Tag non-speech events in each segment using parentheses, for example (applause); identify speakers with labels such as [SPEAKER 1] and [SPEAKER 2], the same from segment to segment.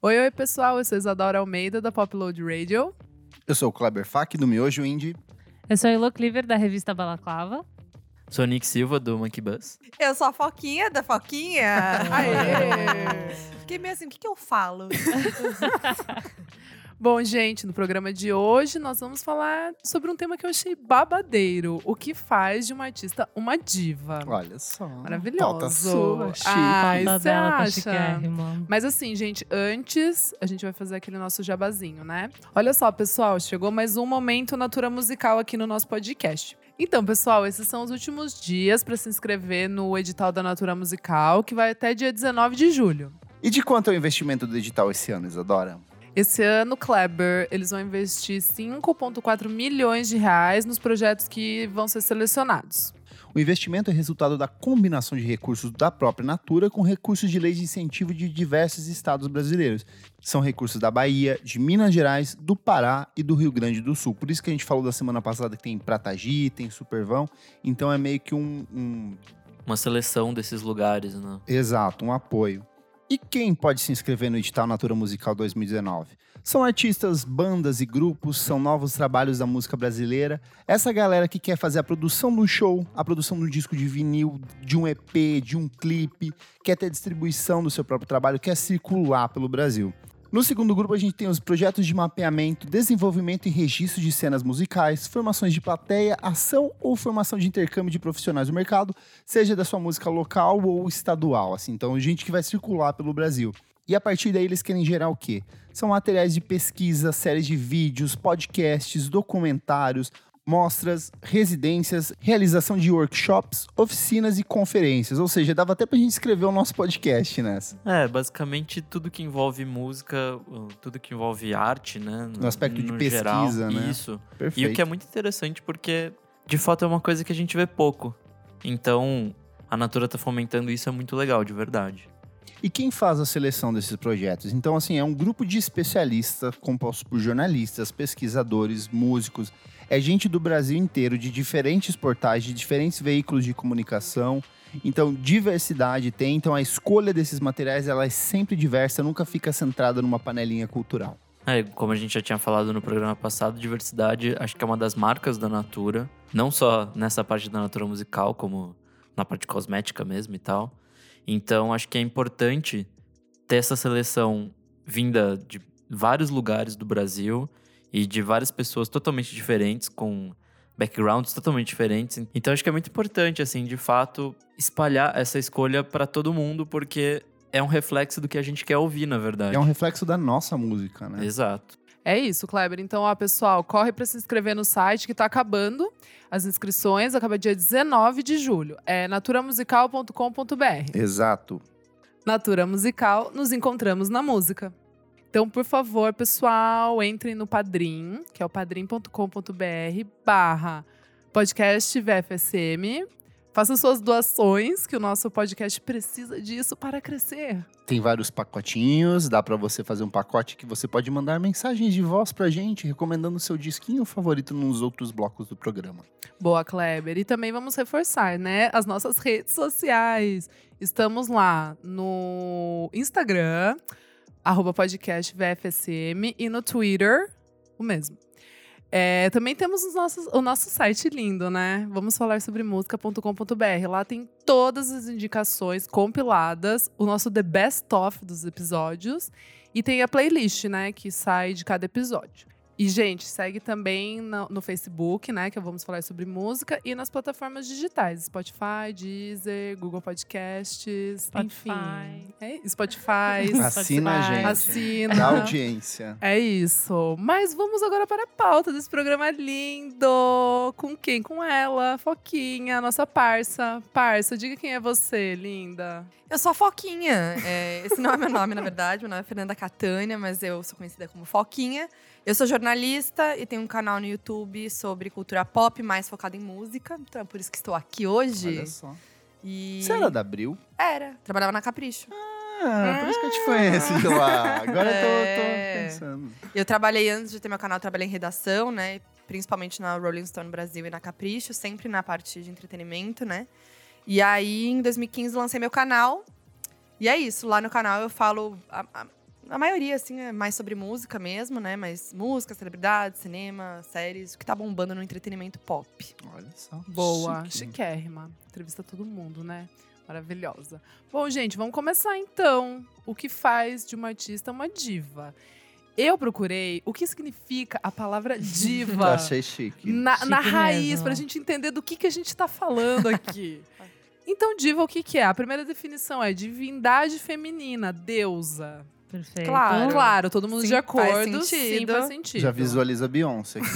[SPEAKER 1] Oi, oi, pessoal. Eu sou Isadora Almeida, da Popload Radio.
[SPEAKER 2] Eu sou o Kleber Fak, do Miojo Indie.
[SPEAKER 3] Eu sou a Elo Cleaver, da revista Balaclava.
[SPEAKER 4] Sou Nick Silva, do Monkey Bus.
[SPEAKER 5] Eu sou a Foquinha
[SPEAKER 2] (laughs)
[SPEAKER 5] da Foquinha.
[SPEAKER 1] Aê!
[SPEAKER 5] Fiquei meio assim, o que, que eu
[SPEAKER 2] (laughs)
[SPEAKER 5] falo?
[SPEAKER 1] (laughs) Bom, gente, no programa de hoje nós vamos falar sobre um tema que eu achei babadeiro: o que faz de uma artista uma diva.
[SPEAKER 2] Olha só.
[SPEAKER 1] Maravilhoso.
[SPEAKER 2] Pauta sua, chique.
[SPEAKER 5] Ah,
[SPEAKER 1] Ai,
[SPEAKER 3] Falta
[SPEAKER 1] você
[SPEAKER 3] dela tá
[SPEAKER 1] acha?
[SPEAKER 3] chiquérrima.
[SPEAKER 1] Mas assim, gente, antes a gente vai fazer aquele nosso jabazinho, né? Olha só, pessoal, chegou mais um momento Natura Musical aqui no nosso podcast. Então, pessoal, esses são os últimos dias para se inscrever no edital da Natura Musical, que vai até dia 19 de julho.
[SPEAKER 2] E de quanto é o investimento do edital esse ano, Isadora?
[SPEAKER 1] Esse ano, Kleber, eles vão investir 5,4 milhões de reais nos projetos que vão ser selecionados.
[SPEAKER 2] O investimento é resultado da combinação de recursos da própria Natura com recursos de leis de incentivo de diversos estados brasileiros. São recursos da Bahia, de Minas Gerais, do Pará e do Rio Grande do Sul. Por isso que a gente falou da semana passada que tem Pratagi, tem Supervão. Então é meio que um- um
[SPEAKER 4] Uma seleção desses lugares, né?
[SPEAKER 2] Exato, um apoio. E quem pode se inscrever no edital Natura Musical 2019? São artistas, bandas e grupos, são novos trabalhos da música brasileira. Essa galera que quer fazer a produção do show, a produção do disco de vinil, de um EP, de um clipe, quer ter distribuição do seu próprio trabalho, quer circular pelo Brasil. No segundo grupo, a gente tem os projetos de mapeamento, desenvolvimento e registro de cenas musicais, formações de plateia, ação ou formação de intercâmbio de profissionais do mercado seja da sua música local ou estadual, assim, então gente que vai circular pelo Brasil. E a partir daí eles querem gerar o quê? São materiais de pesquisa, séries de vídeos, podcasts, documentários, mostras, residências, realização de workshops, oficinas e conferências. Ou seja, dava até pra gente escrever o nosso podcast nessa.
[SPEAKER 4] É, basicamente tudo que envolve música, uh, tudo que envolve arte, né?
[SPEAKER 2] No aspecto de
[SPEAKER 4] no
[SPEAKER 2] pesquisa,
[SPEAKER 4] geral,
[SPEAKER 2] né?
[SPEAKER 4] Isso.
[SPEAKER 2] Perfeito.
[SPEAKER 4] E o que é muito interessante porque, de fato, é uma coisa que a gente vê pouco. Então, a Natura tá fomentando isso, é muito legal, de verdade.
[SPEAKER 2] E quem faz a seleção desses projetos? Então, assim, é um grupo de especialistas composto por jornalistas, pesquisadores, músicos, é gente do Brasil inteiro, de diferentes portais, de diferentes veículos de comunicação. Então, diversidade tem. Então, a escolha desses materiais ela é sempre diversa, nunca fica centrada numa panelinha cultural.
[SPEAKER 4] É, como a gente já tinha falado no programa passado, diversidade acho que é uma das marcas da Natura. Não só nessa parte da Natura musical, como na parte cosmética mesmo e tal. Então acho que é importante ter essa seleção vinda de vários lugares do Brasil e de várias pessoas totalmente diferentes, com backgrounds totalmente diferentes. Então acho que é muito importante, assim, de fato, espalhar essa escolha para todo mundo, porque é um reflexo do que a gente quer ouvir, na verdade.
[SPEAKER 2] É um reflexo da nossa música, né?
[SPEAKER 4] Exato.
[SPEAKER 1] É isso, Kleber. Então, ó, pessoal, corre para se inscrever no site que tá acabando. As inscrições acaba dia 19 de julho. É naturamusical.com.br.
[SPEAKER 2] Exato.
[SPEAKER 1] Natura Musical, nos encontramos na música. Então, por favor, pessoal, entrem no Padrim, que é o padrim.com.br barra podcast VFSM. Façam suas doações, que o nosso podcast precisa disso para crescer.
[SPEAKER 2] Tem vários pacotinhos, dá pra você fazer um pacote que você pode mandar mensagens de voz pra gente, recomendando seu disquinho favorito nos outros blocos do programa.
[SPEAKER 1] Boa, Kleber. E também vamos reforçar, né? As nossas redes sociais. Estamos lá no Instagram, arroba podcast VFSM, e no Twitter, o mesmo. É, também temos os nossos- o nosso site lindo, né? Vamos falar sobre música.com.br. Lá tem todas as indicações compiladas, o nosso The Best Of dos episódios. E tem a playlist, né? Que sai de cada episódio. E, gente, segue também na- no, Facebook, né? Que vamos falar sobre música. E nas plataformas digitais: Spotify, Deezer, Google Podcasts,
[SPEAKER 3] Spotify.
[SPEAKER 1] enfim. É,
[SPEAKER 2] (laughs)
[SPEAKER 1] Spotify.
[SPEAKER 2] Assina a
[SPEAKER 3] Spotify.
[SPEAKER 2] gente.
[SPEAKER 1] Assina.
[SPEAKER 2] Da audiência.
[SPEAKER 1] É isso. Mas vamos agora para a pauta desse programa lindo. Com quem? Com ela, Foquinha, nossa parça. Parça, diga quem é você, linda.
[SPEAKER 5] Eu sou a Foquinha. É, esse não é meu nome, na verdade. Meu nome é Fernanda Catânia, mas eu sou conhecida como Foquinha. Eu sou jornalista e tenho um canal no YouTube sobre cultura pop, mais focado em música. Então é por isso que estou aqui hoje.
[SPEAKER 2] (laughs) Olha só.
[SPEAKER 5] E...
[SPEAKER 2] Você era da Abril?
[SPEAKER 5] Era. Trabalhava na Capricho.
[SPEAKER 2] Ah, por isso que eu te conheço de lá. Agora eu tô, tô
[SPEAKER 5] É.
[SPEAKER 2] pensando.
[SPEAKER 5] Eu trabalhei antes de ter meu canal, eu trabalhei em redação, né? Principalmente na Rolling Stone Brasil e na Capricho, sempre na parte de entretenimento, né? E aí, em 2015, lancei meu canal. E é isso, lá no canal eu falo a, a- A maioria, assim, é mais sobre música mesmo, né? Mas música, celebridade, cinema, séries, o que tá bombando no
[SPEAKER 1] (laughs)
[SPEAKER 5] entretenimento pop.
[SPEAKER 2] Olha só.
[SPEAKER 1] Boa,
[SPEAKER 2] Chique.
[SPEAKER 1] chiquérrima. Entrevista todo mundo, né? Maravilhosa. Bom, gente, vamos começar então. O que faz de uma artista uma diva? Eu procurei o que significa a palavra
[SPEAKER 2] Eu
[SPEAKER 1] diva
[SPEAKER 2] achei chique.
[SPEAKER 1] na, na
[SPEAKER 3] Chique
[SPEAKER 1] raiz,
[SPEAKER 3] mesmo.
[SPEAKER 1] pra gente entender do que, que a gente tá falando
[SPEAKER 5] (laughs)
[SPEAKER 1] aqui. Então, diva, o que, que é? A primeira definição é divindade feminina, deusa.
[SPEAKER 3] Perfeito.
[SPEAKER 5] Claro.
[SPEAKER 1] Claro, todo mundo
[SPEAKER 5] É, então,
[SPEAKER 1] de
[SPEAKER 5] Sim, faz
[SPEAKER 1] acordo. Sim,
[SPEAKER 5] sentido.
[SPEAKER 1] faz sentido.
[SPEAKER 2] Já visualiza a Beyoncé (laughs) aqui.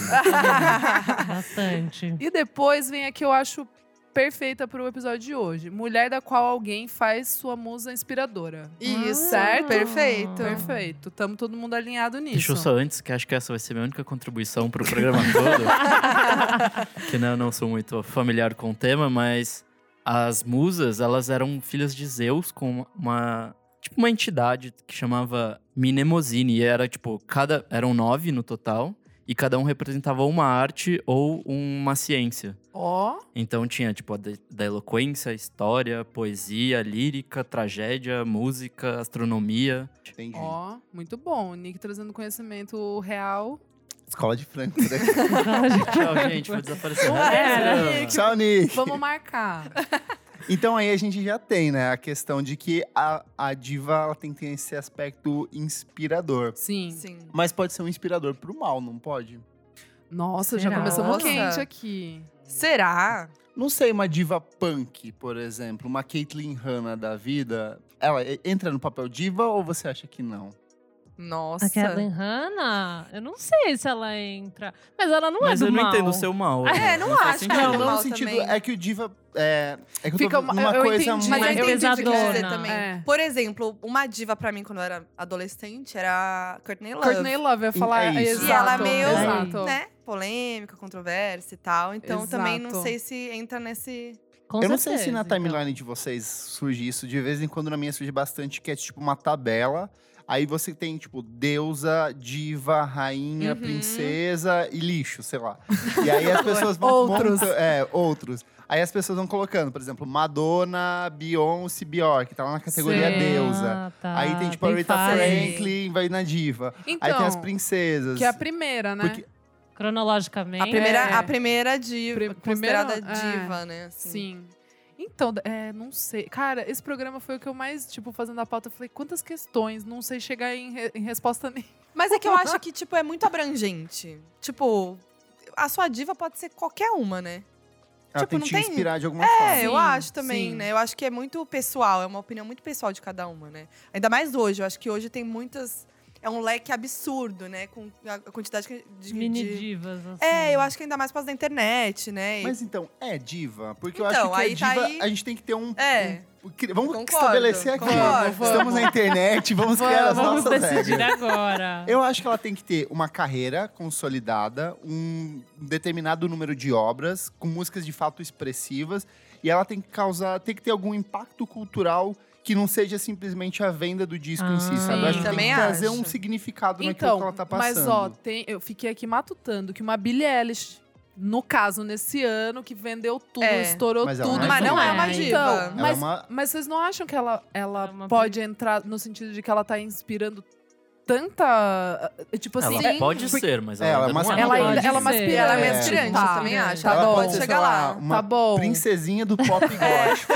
[SPEAKER 3] Bastante.
[SPEAKER 1] E depois vem a que eu acho perfeita pro episódio de hoje. Mulher da qual alguém faz sua musa inspiradora.
[SPEAKER 5] Isso,
[SPEAKER 1] certo?
[SPEAKER 5] perfeito.
[SPEAKER 1] Perfeito. Tamo todo mundo alinhado nisso.
[SPEAKER 4] Deixa eu só antes, que acho que essa vai ser minha única contribuição pro programa (laughs) todo. que né, eu não sou muito familiar com o tema, mas as musas, elas eram filhas de Zeus com uma. Tipo, uma entidade que chamava Minemosine. E era, tipo, cada. Eram nove no total. E cada um representava uma arte ou uma ciência.
[SPEAKER 1] Ó,
[SPEAKER 4] Então tinha, tipo, a de- da eloquência, história, poesia, lírica, tragédia, música, astronomia.
[SPEAKER 2] Entendi.
[SPEAKER 1] ó, muito bom. O Nick trazendo conhecimento real.
[SPEAKER 2] Escola de (laughs) Frankfurt. né?
[SPEAKER 4] (laughs) Tchau, gente, vou desaparecer.
[SPEAKER 1] Era.
[SPEAKER 2] Tchau, Nick.
[SPEAKER 1] Vamos
[SPEAKER 5] (laughs)
[SPEAKER 1] marcar.
[SPEAKER 2] Então aí a gente já tem, né, a questão de que a, a diva ela tem que ter esse aspecto inspirador.
[SPEAKER 1] Sim.
[SPEAKER 5] Sim.
[SPEAKER 2] Mas pode ser um inspirador pro mal, não pode?
[SPEAKER 1] Nossa, já
[SPEAKER 3] Será?
[SPEAKER 1] começamos
[SPEAKER 5] Nossa.
[SPEAKER 1] quente aqui.
[SPEAKER 5] Será?
[SPEAKER 2] Não sei, uma diva punk, por exemplo, uma Caitlyn Hanna da vida, ela e- entra no papel diva ou você acha que não?
[SPEAKER 5] Nossa.
[SPEAKER 3] A Kathleen Hanna, eu não sei se ela entra. Mas ela não
[SPEAKER 4] Mas
[SPEAKER 3] é do
[SPEAKER 4] eu não
[SPEAKER 3] mal.
[SPEAKER 4] entendo o seu mal. assim.
[SPEAKER 5] É, não
[SPEAKER 4] faz
[SPEAKER 5] acho
[SPEAKER 4] sentido.
[SPEAKER 5] que ela
[SPEAKER 2] não,
[SPEAKER 5] mal
[SPEAKER 2] no sentido
[SPEAKER 5] também.
[SPEAKER 2] é que o diva é, é que eu tô
[SPEAKER 1] Fica uma-
[SPEAKER 2] numa
[SPEAKER 1] eu
[SPEAKER 2] coisa
[SPEAKER 1] entendi,
[SPEAKER 5] Mas eu
[SPEAKER 1] Mas
[SPEAKER 2] muito
[SPEAKER 5] entendi o que quer dizer
[SPEAKER 3] pesadona.
[SPEAKER 5] também.
[SPEAKER 1] É.
[SPEAKER 5] Por exemplo, uma diva pra mim quando eu era adolescente era a Courtney Love.
[SPEAKER 1] Courtney Love ia falar.
[SPEAKER 2] É isso.
[SPEAKER 1] exato,
[SPEAKER 5] E ela é meio,
[SPEAKER 1] Exato.
[SPEAKER 5] né, polêmica, controversa e tal. Então também não
[SPEAKER 1] Exato.
[SPEAKER 5] sei se entra nesse...
[SPEAKER 3] Com
[SPEAKER 2] Eu não sei
[SPEAKER 3] certeza,
[SPEAKER 2] se na
[SPEAKER 3] então.
[SPEAKER 2] timeline é de vocês surge isso. De vez em quando na minha surge bastante, que é tipo uma tabela. Aí você tem, tipo, deusa, diva, rainha,
[SPEAKER 5] Uhum.
[SPEAKER 2] princesa e lixo, sei lá. E aí as pessoas vão.
[SPEAKER 1] Outros.
[SPEAKER 2] monta- é, outros. Aí as pessoas vão colocando, por exemplo, Madonna, Beyoncé, Bjork, tá lá na categoria
[SPEAKER 1] Sim.
[SPEAKER 2] deusa.
[SPEAKER 3] Ah, tá.
[SPEAKER 2] Aí tem, tipo, a Rita
[SPEAKER 3] fase.
[SPEAKER 5] Frank.
[SPEAKER 2] Franklin, vai na diva.
[SPEAKER 1] Então,
[SPEAKER 2] aí tem as princesas.
[SPEAKER 1] que é a primeira, né?
[SPEAKER 2] Porque-
[SPEAKER 3] Cronologicamente.
[SPEAKER 5] A primeira,
[SPEAKER 1] É.
[SPEAKER 5] a primeira diva,
[SPEAKER 1] Pri-
[SPEAKER 5] considerada
[SPEAKER 1] primeira- é.
[SPEAKER 5] diva, né? assim.
[SPEAKER 1] Sim. Então, é, não sei. Cara, esse programa foi o que eu mais, tipo, fazendo a pauta, eu falei, quantas questões? Não sei chegar em, re- em resposta nenhuma.
[SPEAKER 5] Mas é que eu acho que, tipo, é muito abrangente. Tipo, a sua diva pode ser qualquer uma, né?
[SPEAKER 2] ela
[SPEAKER 5] tipo,
[SPEAKER 2] tem
[SPEAKER 5] não
[SPEAKER 2] que te
[SPEAKER 5] tem-
[SPEAKER 2] inspirar de alguma
[SPEAKER 5] É,
[SPEAKER 2] forma.
[SPEAKER 5] eu
[SPEAKER 1] Sim,
[SPEAKER 5] acho também,
[SPEAKER 1] sim.
[SPEAKER 5] né? Eu acho que é muito pessoal, é uma opinião muito pessoal de cada uma, né? Ainda mais hoje, eu acho que hoje tem muitas. É um leque absurdo, né? Com a quantidade que- de.
[SPEAKER 3] Mini
[SPEAKER 5] de-
[SPEAKER 3] divas, assim.
[SPEAKER 5] É, eu acho que ainda mais por causa da internet, né? E-
[SPEAKER 2] Mas então, é diva? Porque eu
[SPEAKER 5] Então,
[SPEAKER 2] acho que é
[SPEAKER 5] aí tá
[SPEAKER 2] diva,
[SPEAKER 5] aí-
[SPEAKER 2] a gente tem que ter um.
[SPEAKER 5] É.
[SPEAKER 2] um- cri- vamos
[SPEAKER 5] Concordo,
[SPEAKER 2] estabelecer aqui.
[SPEAKER 5] concordo.
[SPEAKER 2] Estamos na internet, vamos criar as
[SPEAKER 3] Vamos
[SPEAKER 2] nossas
[SPEAKER 3] decidir
[SPEAKER 2] regras.
[SPEAKER 3] agora.
[SPEAKER 2] Eu acho que ela tem que ter uma carreira consolidada, um determinado número de obras, com músicas de fato expressivas, e ela tem que causar, tem que ter algum impacto cultural que não seja simplesmente a venda do disco em si,
[SPEAKER 3] Ah,
[SPEAKER 2] sabe?
[SPEAKER 3] sim.
[SPEAKER 2] Eu acho que tem que
[SPEAKER 5] Também
[SPEAKER 2] trazer
[SPEAKER 5] acho.
[SPEAKER 2] um significado naquilo
[SPEAKER 1] Então,
[SPEAKER 2] que ela tá passando.
[SPEAKER 1] mas ó, tem, eu fiquei aqui matutando que uma Billie Eilish, no caso, nesse ano, que vendeu tudo,
[SPEAKER 5] É.
[SPEAKER 1] estourou
[SPEAKER 2] Mas ela
[SPEAKER 1] tudo.
[SPEAKER 2] não é Mas não
[SPEAKER 3] diva. é uma
[SPEAKER 5] diva.
[SPEAKER 1] Então,
[SPEAKER 5] Ela
[SPEAKER 2] Ela
[SPEAKER 1] mas,
[SPEAKER 2] é uma...
[SPEAKER 1] mas vocês não acham que ela, ela
[SPEAKER 3] É uma
[SPEAKER 1] pode entrar no sentido de que ela tá inspirando tanta... eh, Tipo assim...
[SPEAKER 4] Ela
[SPEAKER 1] é-
[SPEAKER 4] pode ser, mas ela,
[SPEAKER 2] Ela é
[SPEAKER 4] ainda
[SPEAKER 2] uma
[SPEAKER 4] não é.
[SPEAKER 1] ela, ainda-
[SPEAKER 3] Pode
[SPEAKER 1] ela é uma
[SPEAKER 3] ser.
[SPEAKER 1] aspirante.
[SPEAKER 5] Ela é uma
[SPEAKER 2] É,
[SPEAKER 5] aspirante,
[SPEAKER 1] tá.
[SPEAKER 5] eu também acho.
[SPEAKER 1] Tá
[SPEAKER 5] ela
[SPEAKER 1] bom.
[SPEAKER 5] pode chegar lá.
[SPEAKER 2] uma
[SPEAKER 1] Tá bom.
[SPEAKER 2] princesinha do pop gótico.